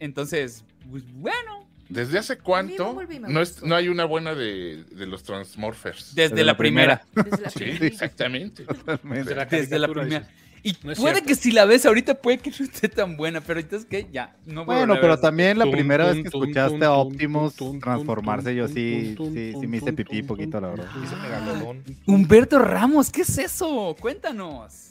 Speaker 2: Entonces, pues, bueno,
Speaker 9: ¿Desde hace
Speaker 3: Volví,
Speaker 9: cuánto
Speaker 3: volví, me
Speaker 9: no, es-
Speaker 3: gustó.
Speaker 9: no hay una buena de, de los Transmorphers?
Speaker 2: desde, la, primera.
Speaker 3: Desde la
Speaker 9: Sí,
Speaker 3: primera.
Speaker 9: exactamente.
Speaker 6: Totalmente.
Speaker 4: Pues Será
Speaker 2: Desde la
Speaker 4: caricatura,
Speaker 2: primera.
Speaker 4: dice.
Speaker 2: Y
Speaker 4: No es
Speaker 2: puede
Speaker 4: cierto.
Speaker 2: que si la ves ahorita, puede que no esté tan buena, pero entonces que ya, no voy a
Speaker 6: Bueno,
Speaker 2: volver a
Speaker 6: pero
Speaker 2: ver.
Speaker 6: también la
Speaker 4: Tum,
Speaker 6: primera
Speaker 4: tum,
Speaker 6: vez que
Speaker 4: tum,
Speaker 6: escuchaste
Speaker 4: tum,
Speaker 6: a
Speaker 4: tum,
Speaker 6: Optimus
Speaker 4: tum, tum,
Speaker 6: transformarse,
Speaker 4: tum,
Speaker 6: yo
Speaker 4: tum,
Speaker 6: sí,
Speaker 4: tum,
Speaker 6: sí,
Speaker 4: tum,
Speaker 6: sí me hice
Speaker 4: tum,
Speaker 6: pipí
Speaker 4: tum,
Speaker 6: poquito, la
Speaker 4: tum,
Speaker 6: verdad.
Speaker 1: Dice Megalodón.
Speaker 2: Humberto Ramos, ¿qué es eso? Cuéntanos.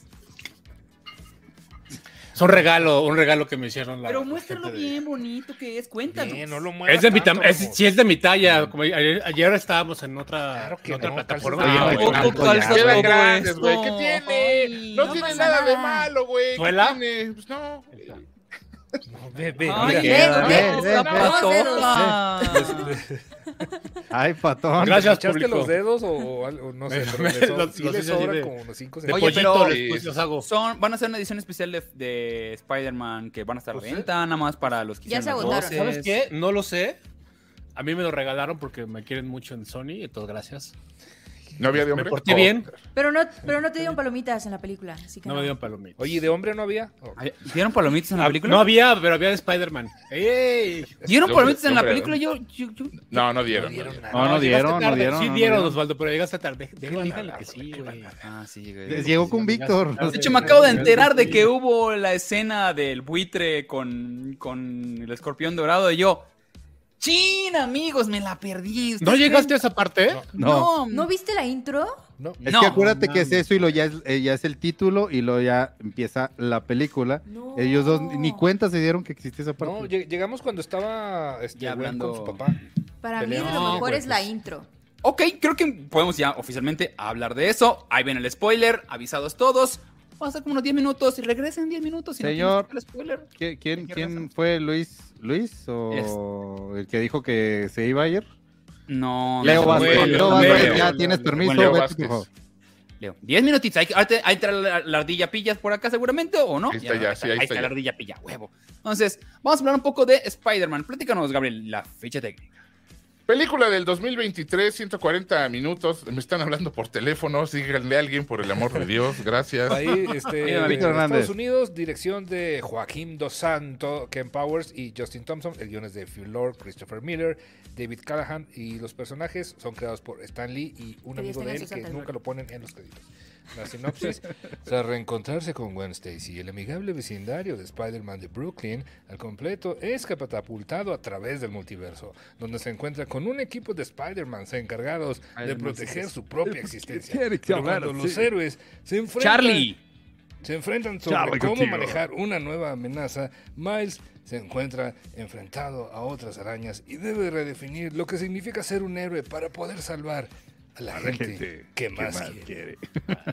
Speaker 4: Es un regalo, un regalo que me hicieron la
Speaker 2: pero
Speaker 4: la
Speaker 2: muéstralo
Speaker 4: gente de-
Speaker 2: bien bonito que es, cuéntanos.
Speaker 1: Bien, no lo muevas
Speaker 4: Es de mi
Speaker 1: tanto,
Speaker 4: tam- es-
Speaker 1: Ramos.
Speaker 4: sí, es de mi talla. Como ayer, ayer estábamos en otra,
Speaker 1: Claro que
Speaker 4: en otra
Speaker 1: no,
Speaker 4: plataforma.
Speaker 1: calzas-
Speaker 4: Ah,
Speaker 6: Oye,
Speaker 4: güey,
Speaker 6: no,
Speaker 4: alto,
Speaker 6: calzas-
Speaker 4: ya.
Speaker 2: Todo
Speaker 9: Quedan
Speaker 2: esto.
Speaker 9: grandes, güey. ¿Qué tiene?
Speaker 2: Ay,
Speaker 9: No,
Speaker 3: no
Speaker 9: tiene
Speaker 3: pasa
Speaker 9: nada de
Speaker 3: nada.
Speaker 9: malo, güey. ¿Qué
Speaker 4: ¿Suela?
Speaker 9: tiene? Pues no.
Speaker 1: No, ve, ve,
Speaker 2: Ay,
Speaker 1: mira.
Speaker 6: Ve,
Speaker 3: dedos,
Speaker 6: ve,
Speaker 3: dedos,
Speaker 6: ve,
Speaker 2: Una
Speaker 3: no,
Speaker 6: ve.
Speaker 3: dedos.
Speaker 2: patota.
Speaker 6: Ay, patón.
Speaker 4: Gracias,
Speaker 1: ¿Echaste
Speaker 4: público.
Speaker 1: los dedos o, o algo? no sé?
Speaker 4: Me-
Speaker 1: pero
Speaker 4: me-
Speaker 1: le so-
Speaker 4: los-
Speaker 1: sí
Speaker 4: los
Speaker 1: le
Speaker 4: hice así
Speaker 1: sobra
Speaker 4: de-
Speaker 1: como unos 5
Speaker 4: De
Speaker 2: Oye,
Speaker 4: pollito
Speaker 2: pero-
Speaker 4: les puse, los hago.
Speaker 2: Son, van a hacer una edición especial de, de Spider-Man que van a estar a la
Speaker 1: Pues sí.
Speaker 2: venta, nada más para los que
Speaker 3: Ya
Speaker 2: hicieron
Speaker 3: se
Speaker 2: las
Speaker 3: agotaron.
Speaker 2: voces.
Speaker 4: ¿Sabes qué? No lo sé. A mí me lo regalaron porque me quieren mucho en Sony, entonces gracias.
Speaker 9: No había de
Speaker 4: Me
Speaker 9: hombre.
Speaker 4: porté bien,
Speaker 3: Pero no, pero no te dieron palomitas en la película, así que
Speaker 4: no
Speaker 3: no.
Speaker 4: me dieron palomitas.
Speaker 1: Oye, ¿y ¿de hombre no había? Oh,
Speaker 2: Ay, ¿Dieron palomitas en la
Speaker 4: Ah,
Speaker 2: película?
Speaker 4: No había, pero había de Spider-Man. ¡Ey!
Speaker 2: ¿Dieron
Speaker 9: Yo
Speaker 2: palomitas
Speaker 9: creo- yo
Speaker 2: en la
Speaker 9: creo.
Speaker 2: película? Yo, yo, yo-
Speaker 9: No, no dieron.
Speaker 1: no dieron nada.
Speaker 6: No, no
Speaker 4: llegaste
Speaker 6: dieron, no
Speaker 4: tarde.
Speaker 6: dieron.
Speaker 4: Sí
Speaker 6: no
Speaker 4: dieron,
Speaker 6: dieron.
Speaker 4: Osvaldo, pero llegaste tarde. Déjale,
Speaker 1: van a
Speaker 4: déjale
Speaker 1: hablar,
Speaker 4: que sí, güey.
Speaker 2: Ah, sí, llegué.
Speaker 6: Les Llegó con Víctor.
Speaker 2: De hecho, me acabo de enterar de que hubo la escena del buitre con, con el escorpión dorado y yo. ¡Chin, amigos! Me la perdí. ¿Ustedes
Speaker 4: ¿No llegaste
Speaker 2: creen?
Speaker 4: a esa parte?
Speaker 1: No.
Speaker 6: No.
Speaker 2: No,
Speaker 3: ¿No viste la intro?
Speaker 1: No.
Speaker 6: Es
Speaker 2: No.
Speaker 6: que acuérdate
Speaker 4: No
Speaker 6: que es
Speaker 4: mames.
Speaker 6: eso y lo ya es, eh, ya es el título y luego ya empieza la película.
Speaker 3: No.
Speaker 6: Ellos dos ni cuenta se dieron que existía esa parte.
Speaker 1: No, lleg- llegamos cuando estaba este,
Speaker 2: Ya
Speaker 1: Gwen con
Speaker 2: hablando.
Speaker 1: su papá.
Speaker 3: Para mí
Speaker 1: Pelearon.
Speaker 3: lo
Speaker 2: No,
Speaker 3: mejor
Speaker 1: güey,
Speaker 3: es la
Speaker 1: pues.
Speaker 3: intro.
Speaker 2: Ok, creo que podemos ya oficialmente hablar de eso. Ahí ven el spoiler, avisados todos. pasa como unos 10 minutos y regresa en 10 minutos. Y no
Speaker 6: Señor.
Speaker 2: tienes que ver el spoiler.
Speaker 6: ¿Qui-
Speaker 2: ¿De
Speaker 6: ¿Quién,
Speaker 2: qué
Speaker 6: quién
Speaker 2: raza?
Speaker 6: fue Luis? ¿Luis o el que dijo que se iba ayer?
Speaker 2: No,
Speaker 6: Leo
Speaker 2: no,
Speaker 6: Vázquez.
Speaker 9: Leo,
Speaker 6: Leo
Speaker 9: Leo,
Speaker 6: Vázquez, ya
Speaker 4: Leo,
Speaker 6: tienes
Speaker 4: Leo,
Speaker 6: permiso.
Speaker 2: Leo
Speaker 6: vete,
Speaker 9: Vázquez.
Speaker 6: por favor.
Speaker 2: Leo, 10 minutitos. Ahí, ahí te- ahí entra la, la ardilla pillas por acá seguramente, ¿o no?
Speaker 9: Ahí está ya, sí, ahí está
Speaker 2: la
Speaker 9: ya.
Speaker 2: ardilla pilla, huevo. Entonces, vamos a hablar un poco de Spider-Man. Platícanos, Gabriel, la ficha técnica.
Speaker 9: Película del 2023, 140 minutos. Me están hablando por teléfono. Síganle a alguien, por el amor de Dios. Gracias.
Speaker 1: Ahí, este,
Speaker 6: Mira,
Speaker 1: de
Speaker 6: Víctor
Speaker 1: Estados
Speaker 6: Hernández.
Speaker 1: Unidos, dirección de Joaquín Dos Santos, Ken Powers y Justin Thompson. El guion es de Phil Lord, Christopher Miller, David Callahan y los personajes son creados por Stan Lee y un
Speaker 3: Que Dios
Speaker 1: amigo de
Speaker 3: tenga
Speaker 1: él
Speaker 3: su
Speaker 1: que
Speaker 3: santa
Speaker 1: nunca
Speaker 3: gloria.
Speaker 1: lo ponen en los créditos. La sinopsis, tras reencontrarse con Gwen Stacy, el amigable vecindario de Spider-Man de Brooklyn, al completo es catapultado a través del multiverso, donde se encuentra con un equipo de Spider-Man encargados de
Speaker 6: Spider-Man,
Speaker 1: proteger su propia existencia.
Speaker 5: tiene que
Speaker 1: Pero
Speaker 5: hablar
Speaker 1: cuando
Speaker 5: así.
Speaker 1: los héroes se enfrentan
Speaker 2: Charlie.
Speaker 1: se enfrentan sobre
Speaker 5: Charlie
Speaker 1: cómo
Speaker 5: contigo.
Speaker 1: manejar una nueva amenaza. Miles se encuentra enfrentado a otras arañas y debe redefinir lo que significa ser un héroe para poder salvar a la, gente, que más quiere.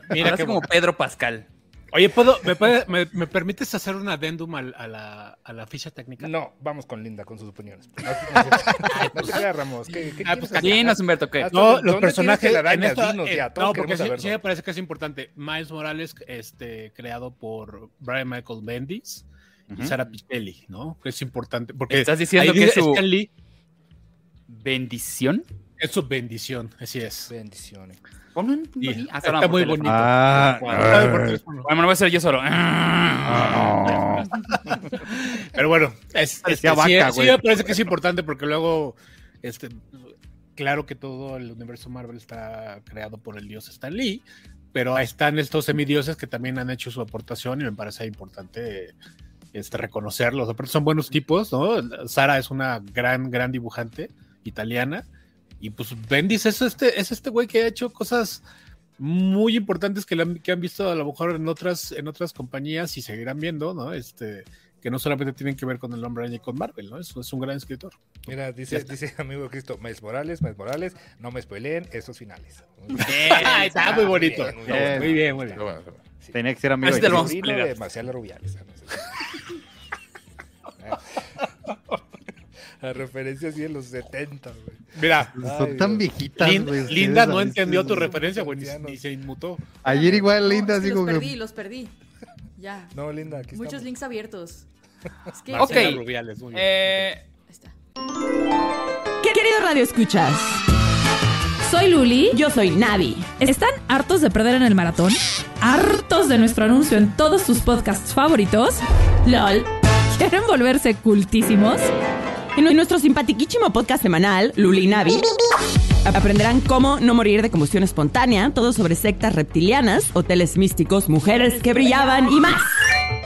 Speaker 4: Mira
Speaker 2: Hablas
Speaker 4: qué
Speaker 2: como
Speaker 4: bueno.
Speaker 2: Pedro Pascal.
Speaker 4: Oye, ¿puedo, me, puede- me- me permites hacer un adendum al- a, la, a la ficha técnica?
Speaker 1: No, vamos con Linda con sus opiniones. No te hagas, Ramos. ¿Qué, qué
Speaker 4: Ah,
Speaker 1: quieres
Speaker 4: pues,
Speaker 1: hacer?
Speaker 2: Dinos, Humberto, ¿qué?
Speaker 1: Haz-
Speaker 4: No,
Speaker 1: ¿Dónde
Speaker 4: los
Speaker 1: tienes
Speaker 4: personajes.
Speaker 1: telarañas?
Speaker 4: en esta-
Speaker 1: Dinos
Speaker 4: eh,
Speaker 1: ya, todos
Speaker 4: no, porque
Speaker 1: queremos
Speaker 4: sí,
Speaker 1: saberlo.
Speaker 4: sí me parece que es importante. Miles Morales, este, creado por Brian Michael Bendis y Sara Pichelli, ¿no? Que es importante. Porque
Speaker 2: ¿Estás diciendo
Speaker 4: ahí
Speaker 2: que
Speaker 4: dice
Speaker 2: su-
Speaker 4: Stan Lee,
Speaker 2: Bendición.
Speaker 4: es su bendición, así es.
Speaker 1: Bendiciones.
Speaker 2: Ponlo en-
Speaker 4: Sí,
Speaker 2: ahí, hasta ahora
Speaker 4: está muy
Speaker 2: por teléfono.
Speaker 4: bonito.
Speaker 6: Ah,
Speaker 4: Está por
Speaker 6: ah,
Speaker 4: teléfono.
Speaker 2: Bueno, no voy a ser yo solo.
Speaker 6: ah, no.
Speaker 4: Pero bueno, es, este,
Speaker 6: Parecía
Speaker 4: sí,
Speaker 6: vaca,
Speaker 4: sí
Speaker 6: güey.
Speaker 4: me parece que es importante porque luego, este, claro que todo el universo Marvel está creado por el dios Stan Lee, pero ahí están estos semidioses que también han hecho su aportación y me parece importante este, reconocerlos. Aparte son buenos tipos, ¿no? Sara es una gran, gran dibujante italiana y pues Bendis es este, es este güey que ha hecho cosas muy importantes que, le han, que han visto a lo mejor en otras, en otras compañías y seguirán viendo, ¿no? Este, que no solamente tienen que ver con el hombre araña y con Marvel, ¿no? Es, es un gran escritor.
Speaker 1: Mira, dice, dice amigo Cristo, Miles Morales, Miles Morales, no me spoileen esos finales.
Speaker 2: Ahí
Speaker 4: Está Ah, muy bonito.
Speaker 1: Bien, muy
Speaker 6: bien.
Speaker 4: Muy bien, muy bien.
Speaker 9: Lo bueno, lo bueno.
Speaker 1: Sí.
Speaker 6: Tenía que ser amigo.
Speaker 2: Así te lo
Speaker 6: de-
Speaker 2: vamos a
Speaker 1: Sobrino
Speaker 2: explicar.
Speaker 1: de Marcial Rubiales. Ah, no sé. A referencias bien los 70, güey.
Speaker 4: Mira,
Speaker 1: Ay,
Speaker 6: Son tan
Speaker 1: Dios.
Speaker 6: viejitas.
Speaker 4: Lin-
Speaker 6: güey, ustedes,
Speaker 4: Linda no
Speaker 6: ¿sabes?
Speaker 4: entendió tu
Speaker 1: sí,
Speaker 4: referencia, güey, ni,
Speaker 1: ancianos.
Speaker 4: ni se inmutó.
Speaker 6: Ayer igual Linda,
Speaker 3: es que
Speaker 6: digo
Speaker 3: los perdí,
Speaker 6: que.
Speaker 3: los perdí. Ya.
Speaker 1: No, Linda, aquí
Speaker 3: Muchos
Speaker 1: estamos.
Speaker 3: links abiertos. Es que
Speaker 9: Ah,
Speaker 2: Ok.
Speaker 4: Marcela Rubiales, muy bien.
Speaker 2: Eh,
Speaker 3: Ahí está.
Speaker 10: Querido Radio Escuchas,
Speaker 8: Soy Luli.
Speaker 10: yo soy Navi.
Speaker 8: ¿Están hartos de perder en el maratón? ¿Hartos de nuestro anuncio en todos sus podcasts favoritos?
Speaker 10: LOL.
Speaker 8: ¿Quieren volverse cultísimos?
Speaker 10: En nuestro simpatiquísimo podcast semanal, Luli y Navi, aprenderán cómo no morir de combustión espontánea, todo sobre sectas reptilianas, hoteles místicos, mujeres que brillaban y más.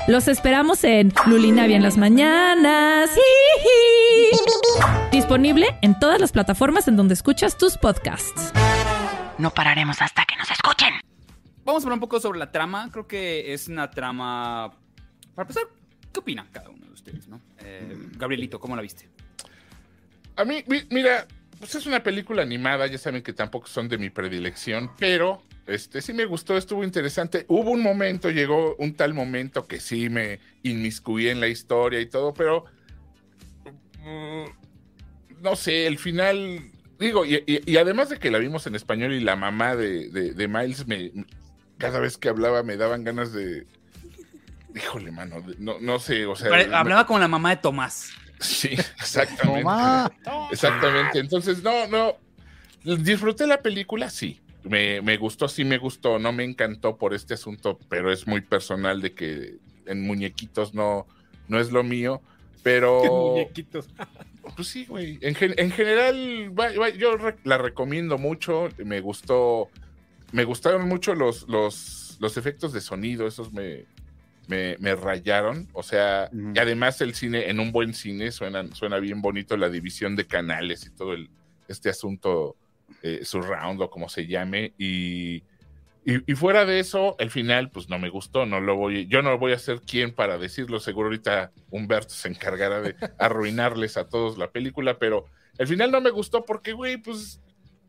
Speaker 8: Los esperamos en Lulinavia en las mañanas. Disponible en todas las plataformas en donde escuchas tus podcasts.
Speaker 10: No pararemos hasta que nos escuchen.
Speaker 2: vamos a hablar un poco sobre la trama. Creo que es una trama. Para empezar, ¿qué opina cada uno de ustedes, no? Eh, Gabrielito, ¿cómo la viste?
Speaker 9: A mí, mi- mira, pues es una película animada, ya saben que tampoco son de mi predilección, pero este sí me gustó, estuvo interesante. Hubo un momento, llegó un tal momento que sí me inmiscuí en la historia y todo, pero mm, no sé, el final, digo, y, y- y además de que la vimos en español y la mamá de, de- de Miles me cada vez que hablaba me daban ganas de híjole, mano, de- no, no sé, o sea,
Speaker 2: Pare- Hablaba con la mamá de Tomás.
Speaker 9: sí, exactamente.
Speaker 6: Tomá.
Speaker 9: Exactamente. Entonces, no, no. Disfruté la película, sí. Me, me gustó, sí me gustó. No me encantó por este asunto, pero es muy personal de que en muñequitos no, no es lo mío. Pero.
Speaker 4: Qué muñequitos.
Speaker 9: Pues sí, güey. En, gen- en general, va- va- yo re- la recomiendo mucho. Me gustó. Me gustaron mucho los, los, los efectos de sonido. Esos me, me, me rayaron. O sea,
Speaker 6: Ujú.
Speaker 9: y además el cine, en un buen cine, suena, suena bien bonito la división de canales y todo el, este asunto eh, surround o como se llame. Y, y, y fuera de eso, el final, pues no me gustó, no lo voy, yo no voy a ser quien para decirlo, seguro ahorita Humberto se encargará de arruinarles a todos la película, pero el final no me gustó porque, güey, pues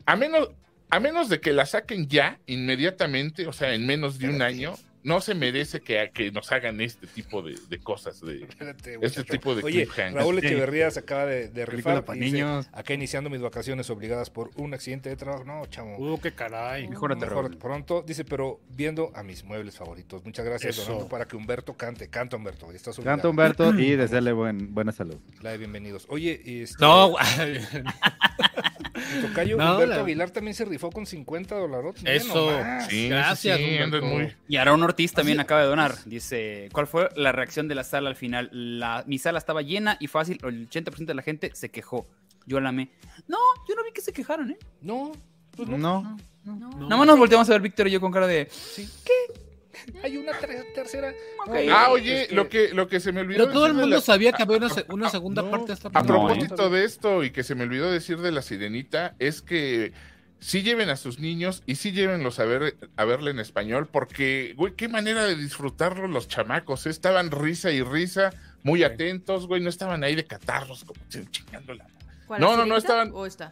Speaker 9: a menos, a menos de que la saquen ya, inmediatamente, o sea, en menos de un año, no se merece que, que nos hagan este tipo de, de cosas, de
Speaker 1: Espérate,
Speaker 9: este
Speaker 1: muchacho.
Speaker 9: tipo de
Speaker 1: Oye,
Speaker 9: cliffhangers.
Speaker 1: Raúl Echeverría se acaba de, de
Speaker 6: Película
Speaker 1: rifar.
Speaker 6: para
Speaker 1: y dice,
Speaker 6: niños.
Speaker 1: Acá iniciando mis vacaciones obligadas por un accidente de trabajo. No, chamo.
Speaker 4: Uh, qué caray.
Speaker 6: Mejórate,
Speaker 1: Mejor
Speaker 6: Raúl.
Speaker 1: pronto, dice, pero viendo a mis muebles favoritos. Muchas gracias,
Speaker 4: Eso.
Speaker 1: Donando, para que Humberto cante. Canta, Humberto. Estás obligado.
Speaker 6: Canta Humberto y desearle buen, buena salud.
Speaker 1: La de bienvenidos. Oye, este,
Speaker 4: No,
Speaker 1: mi
Speaker 4: güey.
Speaker 1: tocayo
Speaker 4: No,
Speaker 1: Humberto
Speaker 4: la-
Speaker 1: Aguilar también se rifó con 50 dolarotes. Mira
Speaker 4: Eso.
Speaker 1: nomás.
Speaker 9: Sí,
Speaker 4: Gracias,
Speaker 9: sí, sí, andan
Speaker 4: Humberto.
Speaker 9: muy-
Speaker 2: Y Aarón Ortiz también acaba de donar. Dice, ¿cuál fue la reacción de la sala al final? La, mi sala estaba llena y fácil, el 80% de la gente se quejó. Yo la amé. No, yo no vi que se quejaron, ¿eh?
Speaker 1: No, pues no.
Speaker 6: No,
Speaker 3: No.
Speaker 2: Nada más nos volteamos a ver Víctor y yo con cara de...
Speaker 1: Hay una ter- tercera. No,
Speaker 9: Ah, oye,
Speaker 1: este,
Speaker 9: lo que, lo que se me olvidó.
Speaker 4: Pero todo el
Speaker 9: decir de
Speaker 4: mundo
Speaker 9: la-
Speaker 4: sabía que
Speaker 9: a-
Speaker 4: había una,
Speaker 9: a-
Speaker 4: se- una segunda parte de esta
Speaker 9: A
Speaker 2: No,
Speaker 4: película.
Speaker 2: ¿eh?
Speaker 9: propósito de esto y que se me olvidó decir de la sirenita, es que sí lleven a sus niños y sí llévenlos a, ver, a verla en español, porque, güey, qué manera de disfrutarlo los chamacos. eh, Estaban risa y risa, muy atentos, güey, no estaban ahí de catarros, como ch- chingando la.
Speaker 3: ¿Cuál,
Speaker 9: No, no, no
Speaker 3: la sirenita
Speaker 9: estaban-
Speaker 3: ¿O esta?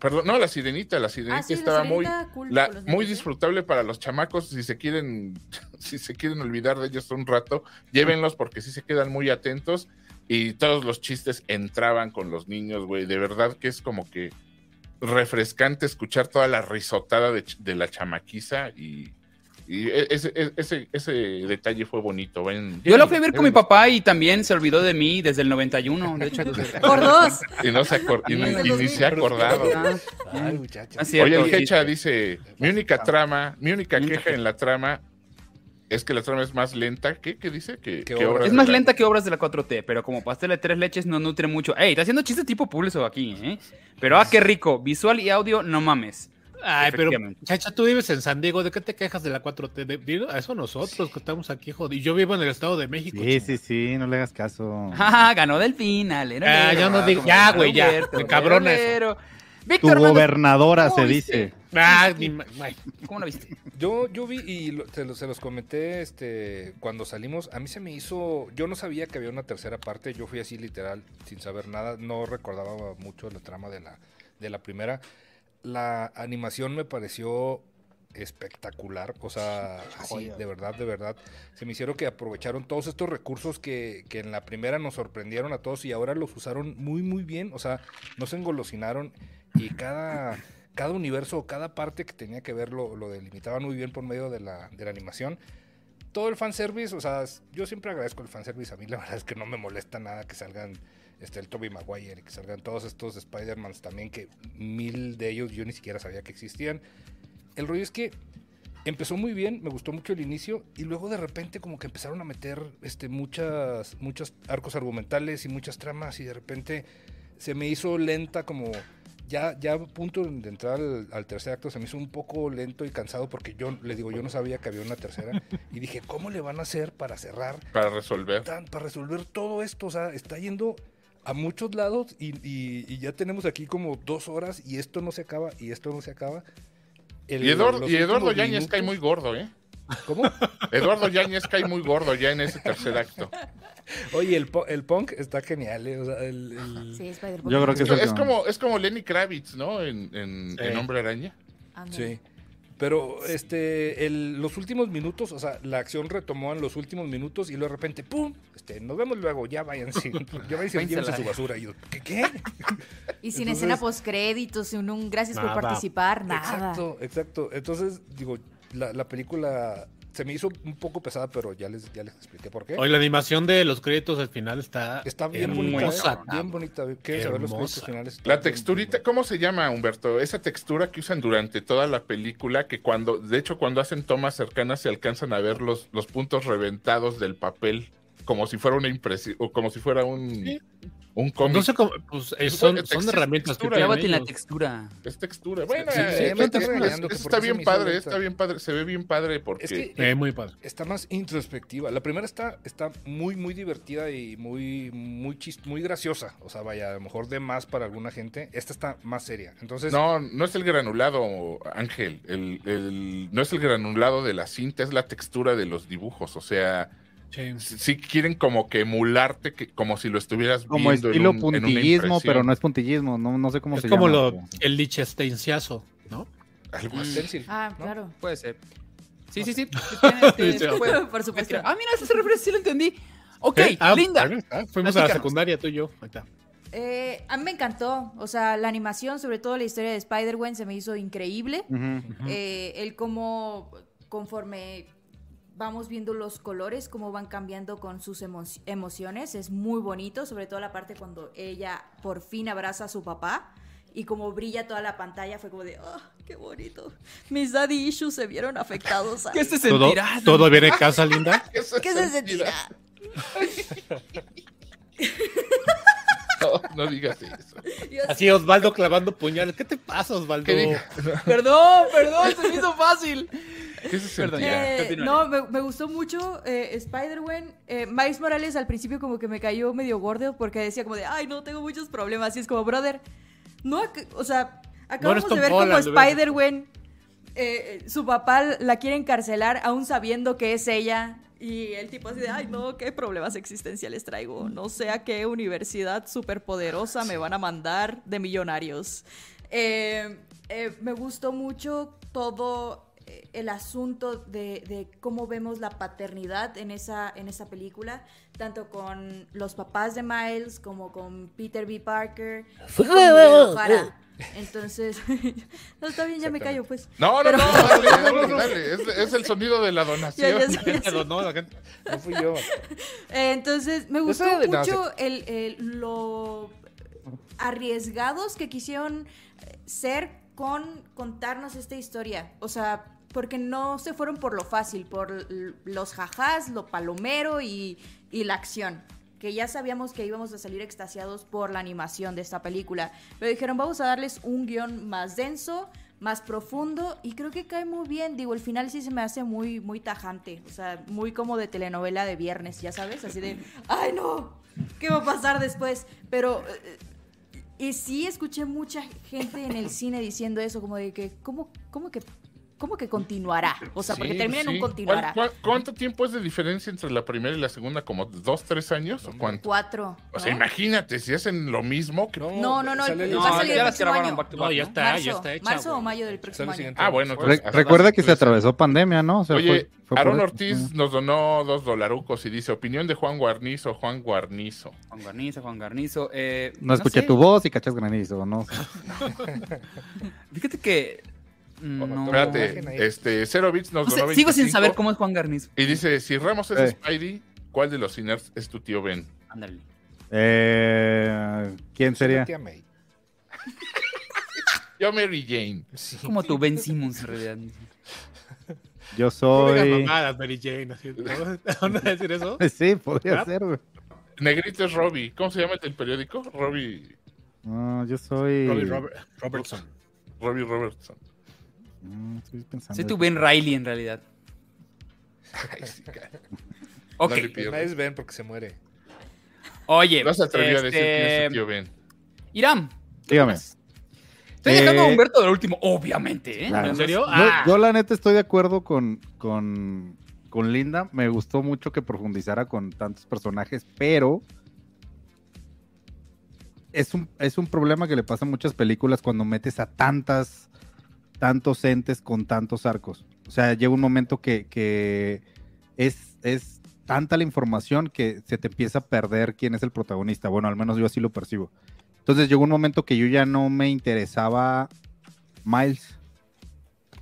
Speaker 9: Perdón, no, la sirenita, la sirenita
Speaker 3: Ah, sí, la
Speaker 9: estaba muy.
Speaker 3: sirenita, cool,
Speaker 9: la-
Speaker 3: con los
Speaker 9: muy
Speaker 3: niños, ¿eh?
Speaker 9: disfrutable para los chamacos si se quieren si se quieren olvidar de ellos un rato llévenlos porque sí se quedan muy atentos y todos los chistes entraban con los niños güey de verdad que es como que refrescante escuchar toda la risotada de, ch- de la chamaquiza y, y e- ese, e- ese, ese detalle fue bonito ven,
Speaker 2: Yo
Speaker 9: llévenlo,
Speaker 2: la fui a ver con mi
Speaker 9: llévenlo.
Speaker 2: papá y también se olvidó de mí desde el 91. De hecho,
Speaker 3: Por dos.
Speaker 9: y no se, acor- y no-
Speaker 2: Desde
Speaker 9: y ni se ha
Speaker 1: Pero-
Speaker 9: acordado
Speaker 1: Ay, muchacho.
Speaker 2: Ah, sí. ah, Cierto,
Speaker 9: Oye, el Hecha
Speaker 2: sí.
Speaker 9: dice, mi única trama, mi única
Speaker 2: Mi única
Speaker 9: queja en la trama es que la trama es más lenta. ¿Qué, qué dice? Que
Speaker 1: Que
Speaker 9: que
Speaker 1: obra.
Speaker 9: obra
Speaker 2: Es
Speaker 9: de
Speaker 2: más
Speaker 9: la-
Speaker 2: lenta que obras de la 4T, pero como pastel de tres leches no nutre mucho. Ey, está haciendo chistes tipo pulso aquí, ¿eh? Pero ah, qué rico. Visual y audio, no mames.
Speaker 4: Ay, pero
Speaker 2: Efectivamente.
Speaker 4: chacha, tú vives en San Diego, ¿de qué te quejas de la 4T? De- dilo a eso nosotros que estamos aquí, jodidos. Yo vivo en el Estado de México.
Speaker 6: Sí,
Speaker 4: chingada.
Speaker 6: sí, sí, no le hagas caso.
Speaker 2: Jaja, Ah, ganó Delfín, alero,
Speaker 4: Ah,
Speaker 2: alero.
Speaker 4: ya no digo-
Speaker 2: como
Speaker 4: ya,
Speaker 2: ganó
Speaker 4: güey, ya.
Speaker 2: Humberto,
Speaker 4: Me cabrona
Speaker 2: alero, alero.
Speaker 6: Tu
Speaker 2: Víctor Hernández,
Speaker 6: gobernadora se
Speaker 2: ¿cómo
Speaker 6: dice.
Speaker 4: Ah, ni ma- ay.
Speaker 2: ¿cómo lo viste?
Speaker 1: Yo, yo vi y lo- se, lo- se los comenté este, cuando salimos. A mí se me hizo. Yo no sabía que había una tercera parte. Yo fui así literal, sin saber nada. No recordaba mucho la trama de la, de la primera. La animación me pareció espectacular. O sea, así, de verdad, de verdad. Se me hicieron que aprovecharon todos estos recursos que, que en la primera nos sorprendieron a todos y ahora los usaron muy, muy bien. O sea, no se engolosinaron y cada, cada universo o cada parte que tenía que ver lo, lo delimitaban muy bien por medio de la, de la animación. Todo el fanservice, o sea, s- yo siempre agradezco el fanservice. A mí la verdad es que no me molesta nada que salgan este, el Tobey Maguire, que salgan todos estos Spider-Mans también, que mil de ellos yo ni siquiera sabía que existían. El rollo es que empezó muy bien, me gustó mucho el inicio y luego de repente como que empezaron a meter este, muchas, muchos arcos argumentales y muchas tramas y de repente se me hizo lenta como ya, ya a punto de entrar al, al tercer acto se me hizo un poco lento y cansado porque yo les digo, yo no sabía que había una tercera y dije, ¿cómo le van a hacer para cerrar
Speaker 9: Para resolver.
Speaker 1: tan- para resolver todo esto. O sea, está yendo a muchos lados y, y- y ya tenemos aquí como dos horas y esto no se acaba y esto no se acaba. El-
Speaker 9: Y Eduardo,
Speaker 1: los
Speaker 9: y Eduardo
Speaker 1: últimos
Speaker 9: Yáñez cae muy
Speaker 1: minutos-
Speaker 9: gordo, ¿eh?
Speaker 1: ¿Cómo?
Speaker 9: Eduardo Yáñez cae muy gordo ya en ese tercer acto.
Speaker 1: Oye, el, po- el punk está genial. eh, O sea, el- el-
Speaker 3: Sí, spider
Speaker 6: Yo creo que
Speaker 9: Es,
Speaker 6: es el que-
Speaker 9: como, es como Lenny Kravitz, ¿no? En, en, en Hombre Araña.
Speaker 1: Sí. Pero este, el- los últimos minutos, o sea, la acción retomó en los últimos minutos y luego de repente, ¡pum! Este, nos vemos luego, ya váyanse. Ya váyanse,
Speaker 2: Váyanse
Speaker 1: llévense
Speaker 2: a la-
Speaker 1: su basura. Y yo, ¿qué? qué?
Speaker 3: Y sin
Speaker 1: Entonces-
Speaker 3: escena postcréditos, sin un gracias
Speaker 4: Nada.
Speaker 3: por participar, nada.
Speaker 1: Exacto, exacto. Entonces, digo, la, la película se me hizo un poco pesada, pero ya les, ya les expliqué por qué.
Speaker 4: Oye, la animación de los créditos al final está.
Speaker 1: Está bien bonita,
Speaker 4: hermosa,
Speaker 1: ¿eh? bien
Speaker 4: cabrón.
Speaker 1: bonita. Quieren saber los créditos
Speaker 4: Hermosa.
Speaker 1: finales.
Speaker 9: La texturita, ¿cómo se llama, Humberto? Esa textura que usan durante toda la película, que cuando, de hecho, cuando hacen tomas cercanas se alcanzan a ver los, los puntos reventados del papel, como si fuera una impresión, o como si fuera un, un cómic.
Speaker 4: No sé cómo. Pues, eh,
Speaker 9: Bueno,
Speaker 4: son, son
Speaker 9: textura,
Speaker 4: herramientas que
Speaker 9: textura.
Speaker 4: tienen
Speaker 2: Lávate la
Speaker 4: ellos.
Speaker 2: textura.
Speaker 9: Es textura. Bueno,
Speaker 1: sí,
Speaker 9: eh,
Speaker 1: sí,
Speaker 9: es-
Speaker 1: me
Speaker 9: es-
Speaker 1: estás regañando que
Speaker 9: es-
Speaker 1: por
Speaker 9: está
Speaker 1: eso
Speaker 9: bien
Speaker 1: me hizo
Speaker 9: padre,
Speaker 1: lenta.
Speaker 9: está bien padre, se ve bien padre porque
Speaker 1: Es que
Speaker 4: Eh, muy padre.
Speaker 1: está más introspectiva. La primera está, está muy, muy divertida y muy, muy, chis- muy graciosa. O sea, vaya, a lo mejor de más para alguna gente. Esta está más seria. Entonces,
Speaker 9: no, no es el granulado, Ángel, el, el- no es el granulado de la cinta, es la textura de los dibujos, o sea,
Speaker 4: Sí.
Speaker 9: si quieren como que emularte, que, como si lo estuvieras
Speaker 6: Como
Speaker 9: viendo en
Speaker 6: estilo
Speaker 9: un- en una
Speaker 6: puntillismo,
Speaker 9: impresión.
Speaker 6: pero no es puntillismo, no, no sé cómo
Speaker 4: Es
Speaker 6: se
Speaker 4: como
Speaker 6: llama.
Speaker 4: lo, el lichestenciazo, ¿no?
Speaker 9: Algo así.
Speaker 1: Stencil,
Speaker 3: Ah,
Speaker 1: ¿no?
Speaker 3: claro.
Speaker 2: Puede ser. Sí, sí, sí. Tiene- tiene-
Speaker 4: Sí, sí.
Speaker 2: puede-
Speaker 3: Por supuesto.
Speaker 2: Ah, mira, esa referencia sí la entendí. Ok,
Speaker 4: ¿Eh? Ah,
Speaker 2: linda.
Speaker 4: ahí está. Fuimos a la
Speaker 2: Platícanos.
Speaker 4: secundaria tú y yo. Ahí está.
Speaker 3: Eh, a mí me encantó, o sea, la animación, sobre todo la historia de Spider-Man, se me hizo increíble. Eh, el cómo, conforme vamos viendo los colores, cómo van cambiando con sus emo- emociones, es muy bonito, sobre todo la parte cuando ella por fin abraza a su papá y como brilla toda la pantalla, fue como de, ¡ah, qué bonito! Mis daddy issues se vieron afectados.
Speaker 2: ¿Qué este se
Speaker 4: ¿Todo,
Speaker 2: sentirá?
Speaker 4: ¿Todo bien en casa, linda?
Speaker 3: ¿Qué se sentirá?
Speaker 9: No, no digas eso.
Speaker 3: Yo
Speaker 4: Así Osvaldo clavando puñales. ¿Qué te pasa, Osvaldo?
Speaker 9: ¿Qué diga?
Speaker 2: Perdón, perdón, se me hizo fácil.
Speaker 9: ¿Qué se sentirá?
Speaker 2: Perdón, ya.
Speaker 3: Eh,
Speaker 2: continúa,
Speaker 3: no, me, me gustó mucho eh, Spider-Man. Eh, Miles Morales al principio como que me cayó medio gordo porque decía como de, ay, no, tengo muchos problemas. Y es como, brother, no, ac- o sea, acabamos
Speaker 4: Tom
Speaker 3: de ver como
Speaker 4: Holland, lo hubieras
Speaker 3: Spider-Man, eh, eh, su papá la quiere encarcelar aún sabiendo que es ella. Y el tipo así de, ay, no, qué problemas existenciales traigo. No sé a qué universidad superpoderosa me van a mandar de millonarios. Eh, eh, me gustó mucho todo eh, el asunto de, de cómo vemos la paternidad en esa, en esa película, tanto con los papás de Miles como con Peter B. Parker. y con Miguel O'Hara. Entonces, no está bien, ya me callo, pues.
Speaker 9: No, no, no,
Speaker 3: Pero-
Speaker 9: dale, dale, dale. Es, es el sonido de la
Speaker 3: Ya, ya
Speaker 9: donación.
Speaker 3: sé, ya sé.
Speaker 4: Pero no, la gente-
Speaker 1: No fui yo.
Speaker 3: Eh, Entonces, me gustó
Speaker 1: sé, no,
Speaker 3: mucho el, el- lo arriesgados que quisieron eh, ser con contarnos esta historia. O sea, porque no se fueron por lo fácil, por l- los jajás, lo palomero y, y la acción. Que ya sabíamos que íbamos a salir extasiados por la animación de esta película. Pero dijeron, vamos a darles un guión más denso, más profundo y creo que cae muy bien. Digo, el final sí se me hace muy, muy tajante. O sea, muy como de telenovela de viernes, ya sabes, así de, ay no, ¿qué va a pasar después? Pero... eh, y sí escuché mucha gente en el cine diciendo eso, como de que, ¿cómo, cómo que... ¿Cómo que continuará? O sea, porque
Speaker 9: Sí,
Speaker 3: termina en
Speaker 9: sí.
Speaker 3: un continuará.
Speaker 9: ¿Cuál- cuál- cuánto tiempo es de diferencia entre la primera y la segunda? ¿Como dos, tres años o cuánto?
Speaker 3: Cuatro.
Speaker 9: O sea,
Speaker 3: ¿no?
Speaker 9: imagínate, si hacen lo mismo. que-
Speaker 3: No, no, no,
Speaker 1: sale
Speaker 3: el-
Speaker 1: el-
Speaker 3: va a salir
Speaker 2: ya
Speaker 3: el
Speaker 2: las
Speaker 3: próximo
Speaker 2: grabaron
Speaker 3: año.
Speaker 2: back to
Speaker 4: No,
Speaker 2: back,
Speaker 4: ya
Speaker 2: ¿no?
Speaker 4: está, ya
Speaker 3: marzo,
Speaker 4: está hecha.
Speaker 3: marzo o
Speaker 4: güey.
Speaker 3: mayo del
Speaker 1: Sale
Speaker 3: próximo
Speaker 1: el
Speaker 3: año.
Speaker 1: siguiente.
Speaker 9: Ah, bueno.
Speaker 1: Pues,
Speaker 9: entonces,
Speaker 6: Re- recuerda que se
Speaker 9: atrás
Speaker 6: atravesó pandemia, ¿no? O sea,
Speaker 9: Oye,
Speaker 6: fue- fue por
Speaker 9: Aaron
Speaker 6: eso.
Speaker 9: Ortiz
Speaker 6: Ujú.
Speaker 9: nos donó dos dolarucos y dice, opinión de Juan Guarnizo, Juan Guarnizo.
Speaker 2: Juan Garnizo, Juan Garnizo. eh,
Speaker 6: No escuché
Speaker 2: sé,
Speaker 6: tu voz y cachas granizo, ¿no?
Speaker 2: Fíjate que. mm, No.
Speaker 9: Espérate,
Speaker 1: Imagen ahí.
Speaker 9: este, Cero Bits nos
Speaker 2: No sé,
Speaker 9: donó
Speaker 2: sigo sin
Speaker 9: 25
Speaker 2: saber cómo es Juan Garnizo.
Speaker 9: Y dice, si Ramos es
Speaker 6: Eh.
Speaker 9: Spidey, ¿cuál de los Sinners es tu tío Ben?
Speaker 2: Ándale.
Speaker 6: Eh, ¿Quién sería?
Speaker 1: Tía May.
Speaker 9: Yo Mary Jane.
Speaker 2: Es como tu Ben Simmons en realidad.
Speaker 6: Yo
Speaker 4: No digas
Speaker 6: soy.
Speaker 4: mamadas, Mary Jane. Así, ¿no? ¿No vas a decir eso?
Speaker 6: Sí, podría ser, güey.
Speaker 9: Negrito es Robbie. ¿Cómo se llama el periódico? Robbie,
Speaker 6: No, yo soy.
Speaker 4: Robbie Robert- Robertson.
Speaker 9: Robbie Robertson.
Speaker 6: Mm, estoy pensando.
Speaker 2: Soy tu Ben Riley en realidad.
Speaker 9: Ay, sí, cara.
Speaker 2: Ok.
Speaker 9: No le pierdas.
Speaker 1: Nadie es Ben porque se muere.
Speaker 2: Oye.
Speaker 9: No se atrevió a decir quién es
Speaker 2: Eh, este,
Speaker 9: su tío Ben.
Speaker 2: Iram.
Speaker 6: Dígame.
Speaker 2: Estoy dejando a
Speaker 6: Eh,
Speaker 2: Humberto del último, obviamente. ¿eh?
Speaker 6: Claro.
Speaker 4: ¿En serio?
Speaker 6: Yo,
Speaker 4: Ah.
Speaker 6: yo la neta estoy de acuerdo con, con, con Linda. Me gustó mucho que profundizara con tantos personajes, pero es un, es un problema que le pasa a muchas películas cuando metes a tantas, tantos entes con tantos arcos. O sea, llega un momento que, que es, es tanta la información que se te empieza a perder quién es el protagonista. Bueno, al menos yo así lo percibo. Entonces llegó un momento que yo ya no me interesaba Miles.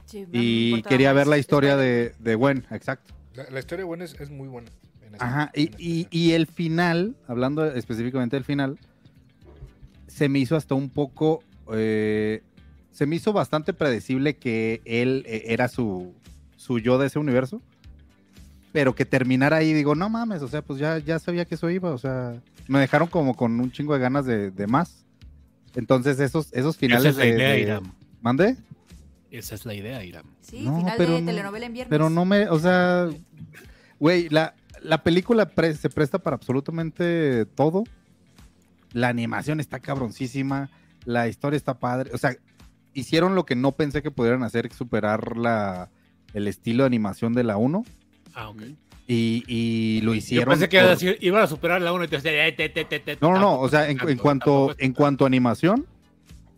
Speaker 3: Sí, me
Speaker 6: Y
Speaker 3: importaba
Speaker 6: quería
Speaker 3: más
Speaker 6: ver la historia
Speaker 3: Spider-Man.
Speaker 6: de, de Gwen, exacto.
Speaker 1: La, la historia buena es, es muy buena. en esta-
Speaker 6: Ajá,
Speaker 1: en
Speaker 6: y,
Speaker 1: esta
Speaker 6: y-
Speaker 1: película.
Speaker 6: y el final, hablando específicamente del final, se me hizo hasta un poco, eh, se me hizo bastante predecible que él eh, era su, su yo de ese universo, pero que terminara ahí, digo, no mames, o sea, pues ya, ya sabía que eso iba, o sea, me dejaron como con un chingo de ganas de, de más. Entonces esos, esos finales...
Speaker 4: Esa es la
Speaker 6: de-
Speaker 4: idea,
Speaker 6: de-
Speaker 4: Iram.
Speaker 6: ¿Mandé?
Speaker 4: Esa es la idea, Iram.
Speaker 3: Sí,
Speaker 6: No,
Speaker 3: final
Speaker 6: pero
Speaker 3: de
Speaker 6: no-
Speaker 3: telenovela en viernes.
Speaker 6: Pero no me, o sea, güey, la, la película pre- se presta para absolutamente todo. La animación está cabroncísima, la historia está padre. O sea, hicieron lo que no pensé que pudieran hacer, superar la, el estilo de animación de la 1
Speaker 4: Ah, ok.
Speaker 6: y, y lo
Speaker 4: Yo
Speaker 6: hicieron.
Speaker 4: pensé que iba a
Speaker 6: por-
Speaker 4: decir- iban a superar la 1 y te decía, eh, te, te, te, te,
Speaker 6: No, no, no,
Speaker 4: tampoco
Speaker 6: o sea, en,
Speaker 4: tanto,
Speaker 6: en cuanto,
Speaker 4: tampoco es
Speaker 6: en
Speaker 4: tanto.
Speaker 6: cuanto a animación,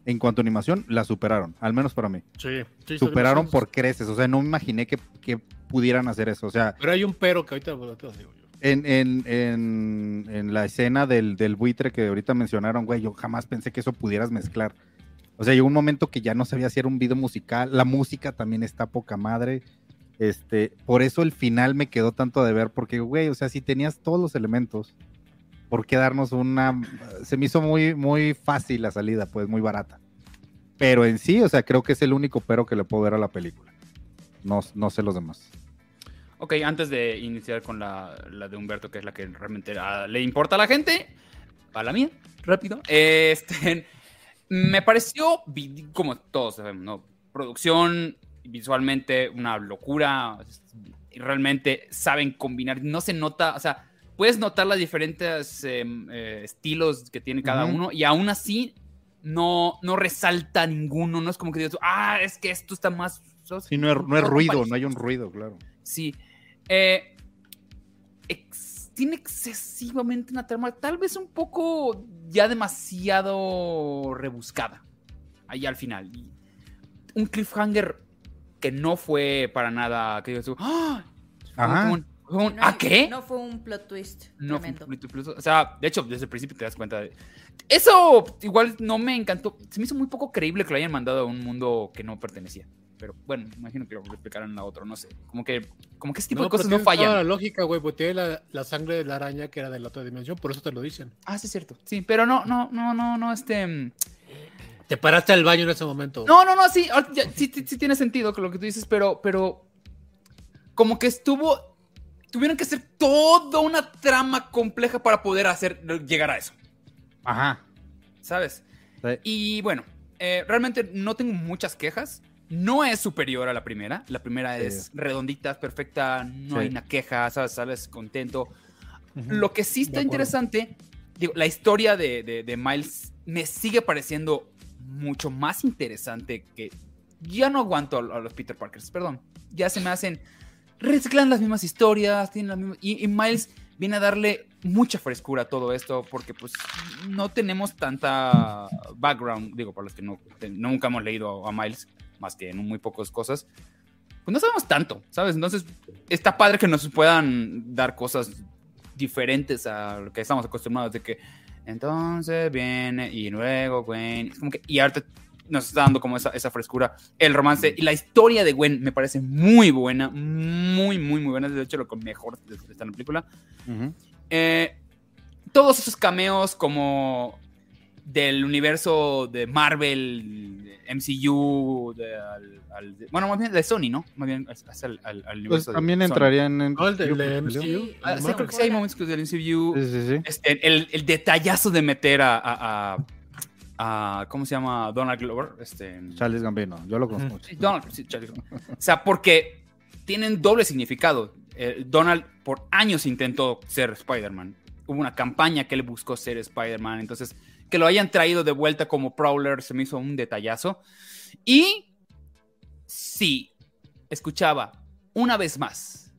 Speaker 6: en cuanto a animación, la superaron, al menos para mí.
Speaker 4: Sí, sí,
Speaker 6: superaron
Speaker 4: sí.
Speaker 6: por creces, o sea, no me imaginé que, que pudieran hacer eso, o sea,
Speaker 4: Pero hay un pero que ahorita te lo digo yo.
Speaker 6: en, en- en- en la escena del, del buitre que ahorita mencionaron, güey, yo jamás pensé que eso pudieras mezclar. O sea, llegó un momento que ya no sabía si era un video musical, la música también está poca madre. Este, por eso el final me quedó tanto de ver, porque, güey, o sea, si tenías todos los elementos, ¿por qué darnos una... Se me hizo muy, muy fácil la salida, pues muy barata. Pero en sí, o sea, creo que es el único pero que le puedo ver a la película. No, no sé los demás.
Speaker 2: Ok, antes de iniciar con la, la de Humberto, que es la que realmente ah, le importa a la gente, a la mía, rápido. Este, me pareció, vi- como todos sabemos, ¿no? Producción, visualmente, una locura. Realmente saben combinar, no se nota, o sea, puedes notar los diferentes eh, eh, estilos que tiene cada
Speaker 6: Ujú.
Speaker 2: uno y aún así no, no resalta ninguno, no es como que digas, ah, es que esto está más...
Speaker 6: Sí, no es, no es ruido, no hay un ruido, claro.
Speaker 2: Sí. Eh, ex- tiene excesivamente una trama, tal vez un poco ya demasiado rebuscada. Ahí al final. Y un cliffhanger que no fue para nada. Que yo digo, ¡Ah! Fue
Speaker 6: Ajá.
Speaker 2: un- fue un-
Speaker 3: No,
Speaker 2: ¿Ah, qué?
Speaker 3: No fue un plot twist.
Speaker 2: No, fue un
Speaker 3: tremendo.
Speaker 2: conflicto, incluso- o sea, de hecho, desde el principio te das cuenta de... Eso igual no me encantó. Se me hizo muy poco creíble que lo hayan mandado a un mundo que no pertenecía. Pero bueno, me imagino que lo explicaron a otro, no sé. Como que, como que ese tipo de
Speaker 4: pero
Speaker 2: cosas no
Speaker 4: tiene pues, toda
Speaker 2: fallan.
Speaker 4: la lógica, güey, porque tiene la, la sangre de la araña que era de la otra dimensión, por eso te lo dicen.
Speaker 2: Ah, sí, es cierto. Sí, pero no, no, no, no, no, este... mm,
Speaker 4: Te paraste al baño en ese momento.
Speaker 2: No, no, no, sí, ahorita ya- sí, sí, sí tiene sentido con lo que tú dices, pero, pero como que estuvo, tuvieron que hacer toda una trama compleja para poder hacer, llegar a eso,
Speaker 6: Ajá.
Speaker 2: ¿sabes?
Speaker 6: Sí.
Speaker 2: Y bueno, eh, realmente no tengo muchas quejas, no es superior a la primera, la primera
Speaker 6: Sí.
Speaker 2: es redondita, es perfecta, no
Speaker 6: Sí.
Speaker 2: hay una queja, ¿sabes? Sales contento,
Speaker 4: Ujú.
Speaker 2: Lo que sí
Speaker 4: De
Speaker 2: está
Speaker 4: acuerdo.
Speaker 2: interesante, digo, la historia de, de- de Miles me sigue pareciendo mucho más interesante que. Ya no aguanto a, a los Peter Parkers, perdón. Ya se me hacen. Reciclan las mismas historias, tienen las mismas. Y, y Miles viene a darle mucha frescura a todo esto, porque pues no tenemos tanta background, digo, para los que no, te- nunca hemos leído a, a Miles, más que en muy pocas cosas. Pues no sabemos tanto, ¿sabes? Entonces está padre que nos puedan dar cosas diferentes a lo que estamos acostumbrados de que entonces viene y luego Gwen es como que y ahorita nos está dando como esa, esa frescura el romance y la historia de Gwen me parece muy buena muy muy muy buena de hecho lo que mejor de- de- está en la película eh, todos esos cameos como del universo de Marvel de MCU de, al- al- de- bueno más bien de Sony no más bien es al, al- al
Speaker 6: Pues
Speaker 2: universo de
Speaker 6: también
Speaker 2: Sony.
Speaker 6: entrarían en...
Speaker 4: No, el de,
Speaker 6: yo-
Speaker 4: de MCU.
Speaker 3: Sí,
Speaker 2: Ah, sí,
Speaker 4: Bueno,
Speaker 2: creo que sí hay momentos que del MCU
Speaker 6: Sí, sí, sí.
Speaker 2: este, el, el detallazo de meter a, a, a- a- ¿Cómo se llama? Donald Glover. Este,
Speaker 6: Charles Gambino, yo lo conozco.
Speaker 2: sí, Donald, sí, Charlie Glover. O sea, porque tienen doble significado. Eh, Donald por años intentó ser Spider-Man. Hubo una campaña que le buscó ser Spider-Man. Entonces, que lo hayan traído de vuelta como Prowler se me hizo un detallazo. Y sí, escuchaba una vez más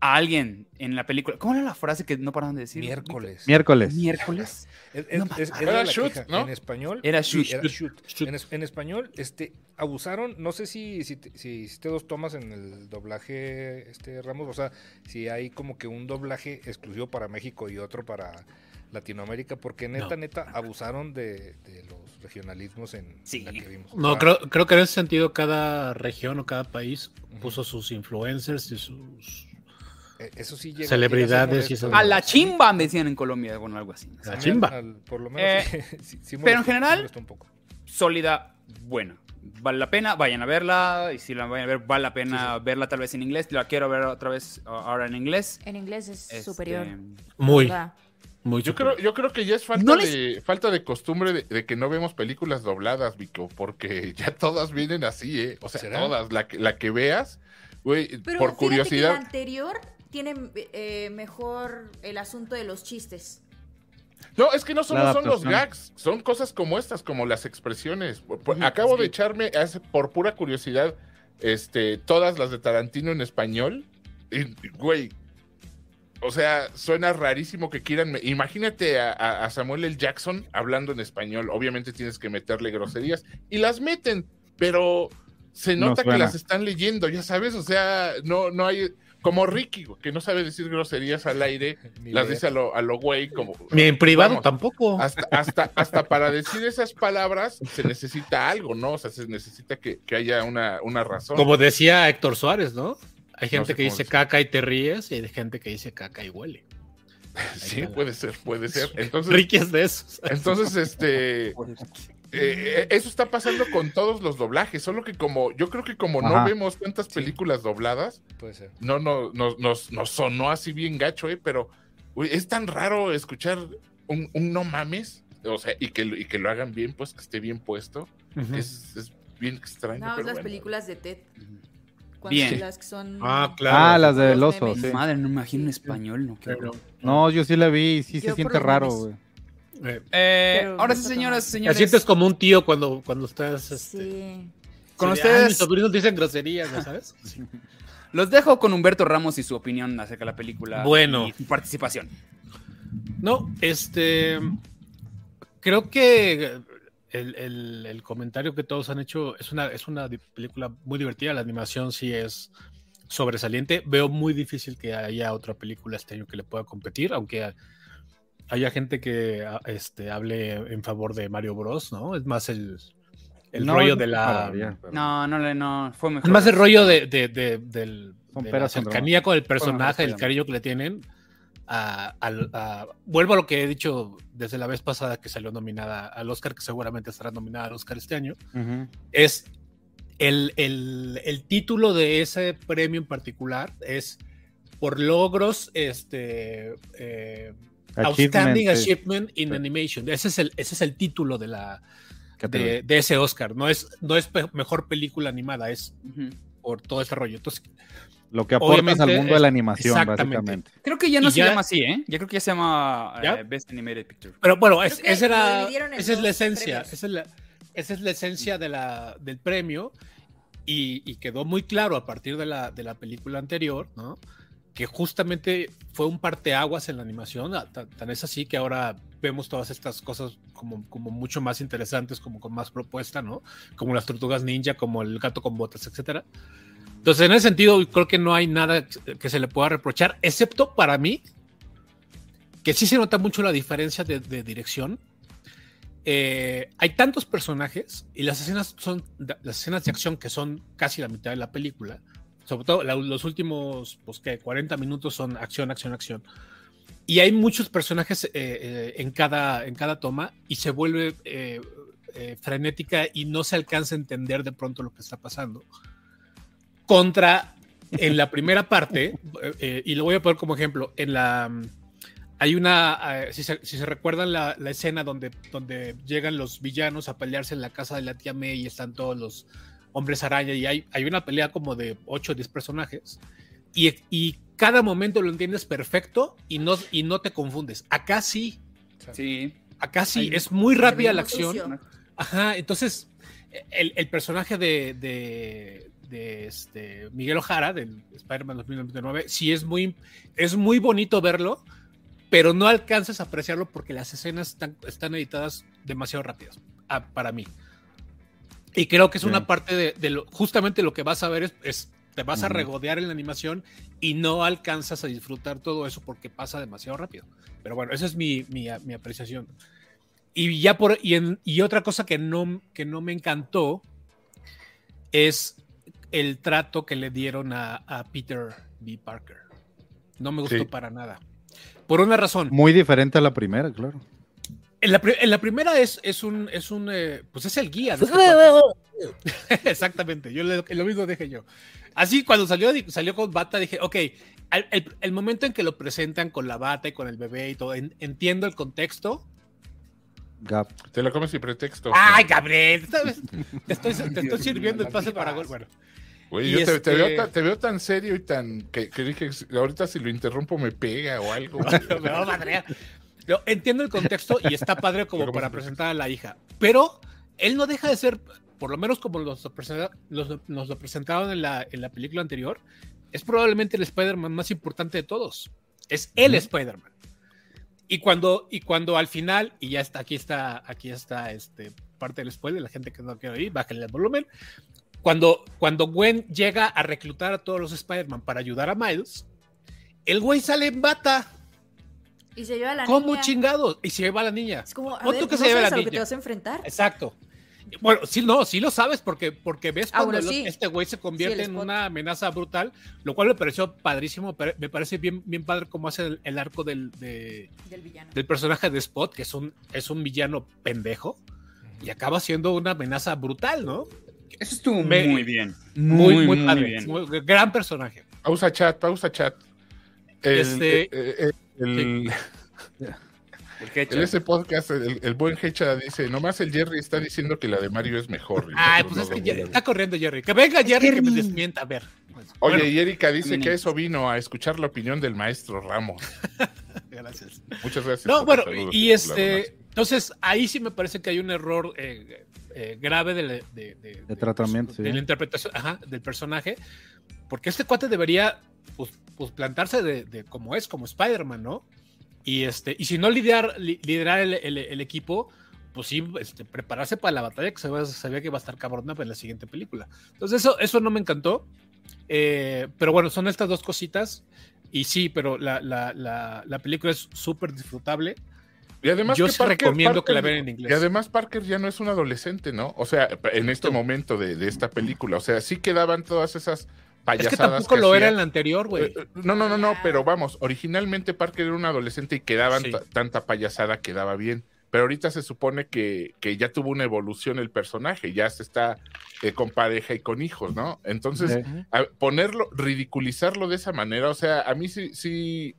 Speaker 2: a alguien en la película. ¿Cómo era la frase que no paraban de decir?
Speaker 1: Miércoles.
Speaker 6: Miércoles.
Speaker 2: Miércoles.
Speaker 1: Es- es-
Speaker 2: No
Speaker 1: es-
Speaker 2: mames.
Speaker 1: era
Speaker 9: Era
Speaker 1: la
Speaker 9: shoot,
Speaker 1: queja.
Speaker 9: ¿no?
Speaker 1: En español.
Speaker 2: Era shoot.
Speaker 1: era shoot.
Speaker 4: Shoot.
Speaker 1: En, es- en español, este, abusaron. No sé si, si, te- si hiciste dos tomas en el doblaje, este Ramos. O sea, si hay como que un doblaje exclusivo para México y otro para Latinoamérica, porque neta,
Speaker 4: No.
Speaker 1: neta, abusaron de, de los regionalismos en
Speaker 2: Sí.
Speaker 1: la que vimos.
Speaker 4: No,
Speaker 1: Ah,
Speaker 4: creo, creo que en ese sentido cada región o cada país puso sus influencers y sus...
Speaker 1: eh, Eso sí llega-
Speaker 4: Celebridades y
Speaker 1: llega a ser
Speaker 4: eso.
Speaker 1: molesto.
Speaker 2: A la chimba me decían en Colombia, bueno, algo así.
Speaker 4: La
Speaker 1: Al-
Speaker 4: chimba.
Speaker 1: al- por lo menos.
Speaker 2: Eh,
Speaker 1: sí- sí- sí
Speaker 2: pero en
Speaker 1: molestó, sí
Speaker 2: general-
Speaker 1: molestó un poco.
Speaker 2: Sólida, buena. Vale la pena, vayan a verla. Y si la vayan a ver, vale la pena verla tal vez en inglés. La quiero ver otra vez uh, ahora en inglés.
Speaker 3: En inglés es
Speaker 2: Este,
Speaker 3: superior.
Speaker 4: Muy,
Speaker 3: ¿verdad?
Speaker 4: muy
Speaker 9: Yo creo, yo creo que ya es falta,
Speaker 2: No les-
Speaker 9: de, falta de costumbre de, de que no vemos películas dobladas, Vico, porque ya todas vienen así, ¿eh? O sea,
Speaker 1: ¿Será?
Speaker 9: todas, la que, la que veas, güey,
Speaker 3: Pero
Speaker 9: por
Speaker 3: Que
Speaker 9: curiosidad.
Speaker 3: la anterior tiene eh, mejor el asunto de los chistes.
Speaker 9: No, es que no solo
Speaker 6: La
Speaker 9: son los
Speaker 6: adaptación.
Speaker 9: gags, son cosas como estas, como las expresiones. Por- por-
Speaker 1: Mm,
Speaker 9: Acabo de echarme, hace- por pura curiosidad, este, todas las de Tarantino en español. Y, güey, o sea, suena rarísimo que quieran. Imagínate a, a- a Samuel L. Jackson hablando en español. Obviamente tienes que meterle groserías y las meten, pero se
Speaker 6: No
Speaker 9: nota que
Speaker 6: suena.
Speaker 9: las están leyendo, ya sabes. O sea, no, no hay. Como Ricky, güey, que no sabe decir groserías al aire,
Speaker 1: Ni
Speaker 9: las
Speaker 1: idea.
Speaker 9: dice a lo, a lo güey, como.
Speaker 4: Ni en privado
Speaker 9: Vamos,
Speaker 4: tampoco.
Speaker 9: Hasta, hasta, hasta para decir esas palabras se necesita algo, ¿no? O sea, se necesita que, que haya una, una razón.
Speaker 4: Como decía Héctor Suárez, ¿no? Hay
Speaker 9: No
Speaker 4: gente
Speaker 9: sé
Speaker 4: que
Speaker 9: cómo
Speaker 4: dice
Speaker 9: decir.
Speaker 4: caca y te ríes, y hay gente que dice caca y huele.
Speaker 9: Sí, puede ser, puede ser. Entonces,
Speaker 4: Ricky es de esos.
Speaker 9: Entonces, este. eh, eh, eso está pasando con todos los doblajes, solo que como yo creo que como no
Speaker 6: Ajá.
Speaker 9: vemos tantas películas dobladas,
Speaker 1: Puede ser.
Speaker 9: no, no, nos, nos, nos sonó así bien gacho, eh, pero güey, es tan raro escuchar un, un no mames, o sea, y que, lo- y que lo hagan bien, pues que esté bien puesto, que es, es bien extraño.
Speaker 3: No,
Speaker 9: pero
Speaker 3: es las
Speaker 9: bueno.
Speaker 3: películas de Ted. Cuando
Speaker 2: Bien.
Speaker 3: las que son.
Speaker 4: Ah, claro.
Speaker 6: Ah, las del
Speaker 3: Los
Speaker 6: oso,
Speaker 3: memes.
Speaker 6: sí.
Speaker 2: Madre, no me imagino en español, no. qué horror.
Speaker 6: No, yo sí la vi y
Speaker 3: Yo
Speaker 6: sí se
Speaker 3: por
Speaker 6: siente
Speaker 3: los
Speaker 6: raro,
Speaker 3: memes.
Speaker 6: güey.
Speaker 4: Eh,
Speaker 2: Eh,
Speaker 3: Pero
Speaker 2: ahora
Speaker 3: no
Speaker 2: sí,
Speaker 3: está tan
Speaker 2: señoras y
Speaker 3: mal.
Speaker 4: Te
Speaker 2: señores.
Speaker 4: sientes como un tío cuando, cuando estás. este,
Speaker 3: Sí.
Speaker 2: Con
Speaker 4: así de, "Ay,
Speaker 2: ustedes-
Speaker 4: mis sobrinos dicen groserías, ¿ya sabes?
Speaker 2: Los dejo con Humberto Ramos y su opinión acerca de la película.
Speaker 4: Bueno.
Speaker 2: Y su participación.
Speaker 4: No, este. Creo que el, el- el comentario que todos han hecho es una, es una di- película muy divertida. La animación sí es sobresaliente. Veo muy difícil que haya otra película este año que le pueda competir, aunque haya gente que a- este, hable en favor de Mario Bros, ¿no? Es más el, el
Speaker 6: No,
Speaker 4: rollo
Speaker 6: no
Speaker 4: de
Speaker 6: es
Speaker 4: la.
Speaker 6: maravilla, pero-
Speaker 2: No, no, le- no, fue mejor.
Speaker 4: Es más el rollo de, de- de- del,
Speaker 6: Son
Speaker 4: de la
Speaker 6: peras con
Speaker 4: cercanía con el personaje, el
Speaker 2: Spider-Man.
Speaker 4: cariño que le tienen. a- al- a- vuelvo a lo que he dicho desde la vez pasada que salió nominada al Oscar, que seguramente estará nominada al Oscar este año.
Speaker 6: Ujú.
Speaker 4: Es el, el- el título de ese premio en particular es por logros este, eh, Outstanding
Speaker 6: Achievement, sí,
Speaker 4: Achievement in
Speaker 6: Sí.
Speaker 4: Animation. Ese es el, ese es el título de, la,
Speaker 6: categoría.
Speaker 4: de, de ese Oscar. No es, no es pe- mejor película animada, es
Speaker 2: Ujú.
Speaker 4: por todo este rollo. Entonces,
Speaker 6: Lo que aportas al
Speaker 4: Obviamente,
Speaker 6: mundo de la animación,
Speaker 4: exactamente.
Speaker 6: básicamente.
Speaker 2: Creo que ya no
Speaker 4: Y
Speaker 2: se
Speaker 4: ya-
Speaker 2: llama así, ¿eh? Ya creo que ya se llama eh,
Speaker 4: ¿Ya?
Speaker 2: Best Animated Picture.
Speaker 4: Pero bueno, es-
Speaker 3: Creo que
Speaker 4: esa,
Speaker 3: lo
Speaker 4: era-
Speaker 3: dividieron en
Speaker 4: esa es la
Speaker 3: dos
Speaker 4: esencia.
Speaker 3: premios.
Speaker 4: Esa es la, esa es la esencia de la, del premio. Y, y quedó muy claro a partir de la, de la película anterior, ¿no? Que justamente fue un parteaguas en la animación. a- Tan, tan es así que ahora vemos todas estas cosas como, como mucho más interesantes, como con más propuesta, ¿no? Como las tortugas ninja, como el gato con botas, etcétera. Entonces, en ese sentido, creo que no hay nada que se le pueda reprochar, excepto para mí, que sí se nota mucho la diferencia de, de dirección. Eh, hay tantos personajes y las escenas son las escenas de acción que son casi la mitad de la película. Sobre todo la- los últimos pues, ¿qué? 40 minutos son acción, acción, acción. Y hay muchos personajes eh, eh, en, cada, en cada toma y se vuelve eh, eh, frenética y no se alcanza a entender de pronto lo que está pasando. Contra en la primera parte, eh, eh, y lo voy a poner como ejemplo, en la, hay una, eh, si, se, si se recuerdan la, la escena donde, donde llegan los villanos a pelearse en la casa de la tía May y están todos los hombres araña y hay, hay una pelea como de 8 o 10 personajes y, y cada momento lo entiendes perfecto y no, y no te confundes. Acá sí,
Speaker 2: Sí.
Speaker 4: acá sí,
Speaker 2: Hay-
Speaker 4: es muy rápida
Speaker 3: hay
Speaker 4: la
Speaker 3: un
Speaker 4: acción.
Speaker 3: sucio.
Speaker 4: Ajá, entonces el, el personaje de, de- de, este, Miguel Ojara, del Spider-Man 2099, sí es muy, es muy bonito verlo, pero no alcanzas a apreciarlo porque las escenas están, están editadas demasiado rápidas ah, para mí. Y creo que es una
Speaker 6: Sí.
Speaker 4: parte de, de lo, justamente lo que vas a ver es, es- te vas a
Speaker 6: Ujú.
Speaker 4: regodear en la animación y no alcanzas a disfrutar todo eso porque pasa demasiado rápido. Pero bueno, esa es mi, mi, mi apreciación. Y ya por y, en- y otra cosa que no, que no me encantó es el trato que le dieron a, a Peter B. Parker. No me gustó
Speaker 9: Sí.
Speaker 4: para nada. Por una razón.
Speaker 6: Muy diferente a la primera, claro.
Speaker 4: En la, pri- en la primera es, es un, es un eh, pues es el guía. de este cuate. Exactamente, yo le- lo mismo dije yo. Así cuando salió, di- salió con bata, dije, ok, al- el, el momento en que lo presentan con la bata y con el bebé y todo, en- entiendo el contexto.
Speaker 6: Gap.
Speaker 9: Te lo comes sin pretexto.
Speaker 4: Ay, Gabriel, ¿sabes? te estoy, te estoy sirviendo el
Speaker 1: las
Speaker 4: pase para gol.
Speaker 1: vivas.
Speaker 4: Bueno,
Speaker 9: Güey,
Speaker 4: Y
Speaker 9: yo te, te
Speaker 4: este-
Speaker 9: veo tan, te veo tan serio y tan que, que dije, ahorita si lo interrumpo me pega o algo.
Speaker 4: me va a madrear. No, entiendo el contexto y está padre como
Speaker 9: Pero
Speaker 4: para
Speaker 9: ¿cómo se-
Speaker 4: presentar a la hija. Pero él no deja de ser, por lo menos como nos lo, presenta- los- nos lo presentaron en la, en la película anterior, es probablemente el Spider-Man más importante de todos. Es el Spider-Man. Y cuando, y cuando al final, y ya está, aquí está, aquí está este, parte del spoiler, la gente que no quiere oír, bájenle el volumen. Cuando, cuando Gwen llega a reclutar a todos los Spider-Man para ayudar a Miles, el güey sale en bata.
Speaker 3: Y se lleva a la
Speaker 4: ¿Cómo
Speaker 3: niña.
Speaker 4: chingados? Y se lleva a la niña.
Speaker 3: Es como, a
Speaker 4: Pon
Speaker 3: ver,
Speaker 4: tú que
Speaker 3: ¿no
Speaker 4: se lleve
Speaker 3: sabes
Speaker 4: la
Speaker 3: a lo que te
Speaker 4: niña.
Speaker 3: vas a enfrentar?
Speaker 4: Exacto. Bueno, sí, no, sí lo sabes porque, porque ves
Speaker 3: Ah,
Speaker 4: cuando
Speaker 3: bueno,
Speaker 4: el-
Speaker 3: sí.
Speaker 4: este güey se convierte
Speaker 3: Sí, el
Speaker 4: en
Speaker 3: spot.
Speaker 4: una amenaza brutal, lo cual me pareció padrísimo, pero me parece bien, bien padre cómo hace el, el arco del, de-
Speaker 3: Del villano.
Speaker 4: del personaje de Spot, que es un, es un villano pendejo, y acaba siendo una amenaza brutal, ¿no?
Speaker 2: Eso estuvo
Speaker 4: Me-
Speaker 2: muy bien.
Speaker 4: Muy, muy,
Speaker 2: muy
Speaker 4: padre.
Speaker 2: bien.
Speaker 4: Muy- gran personaje.
Speaker 9: Pausa chat, pausa chat. El,
Speaker 4: Este-
Speaker 9: eh, eh, el-
Speaker 2: El ketchup.
Speaker 9: en ese podcast, el, el buen Hecha dice: Nomás el Jerry está diciendo que la de Mario es mejor. Y
Speaker 4: Ay,
Speaker 9: nosotros no
Speaker 4: pues es que
Speaker 9: lo
Speaker 4: ya-
Speaker 9: volvemos.
Speaker 4: está corriendo Jerry. Que venga Jerry, que me desmienta. A ver.
Speaker 9: Oye,
Speaker 4: Bueno,
Speaker 9: y Erika dice
Speaker 2: también
Speaker 9: que
Speaker 2: el-
Speaker 9: eso vino a escuchar la opinión del maestro Ramos.
Speaker 4: gracias.
Speaker 9: Muchas gracias.
Speaker 4: No,
Speaker 9: por tus
Speaker 4: bueno,
Speaker 9: saludos,
Speaker 4: y
Speaker 9: la
Speaker 4: este,
Speaker 9: donación.
Speaker 4: entonces ahí sí me parece que hay un error eh, eh, grave de, la- de- de-
Speaker 6: De tratamiento, sí.
Speaker 4: de la interpretación ajá, del personaje, porque este cuate debería pues, pues, plantarse de, de como es, como Spider-Man, ¿no? Y, este, y si no liderar, li- liderar el, el- el equipo, pues sí, este, prepararse para la batalla que se, va, se ve que va a estar cabrona en la siguiente película. Entonces eso, eso no me encantó, eh, pero bueno, son estas dos cositas. Y sí, pero la, la- la- la película es súper disfrutable.
Speaker 9: Y además
Speaker 4: Yo
Speaker 9: que
Speaker 4: sí recomiendo que la vean en inglés.
Speaker 9: Y además Parker ya no es un adolescente, ¿no? O sea, en este momento de, de esta película. O sea, sí quedaban todas esas
Speaker 4: Es
Speaker 9: payasadas.
Speaker 4: que tampoco lo
Speaker 9: hacía.
Speaker 4: era en la anterior,
Speaker 2: Pues,
Speaker 4: güey.
Speaker 9: Eh, eh, No, no, no, no, pero vamos, originalmente Parker era un adolescente y quedaban
Speaker 4: Sí.
Speaker 9: ta- tanta payasada que daba bien. Pero ahorita se supone que, que ya tuvo una evolución el personaje, ya se está eh, con pareja y con hijos, ¿no? Entonces,
Speaker 6: Sí.
Speaker 9: a- ponerlo, ridiculizarlo de esa manera, o sea, a mí sí, sí,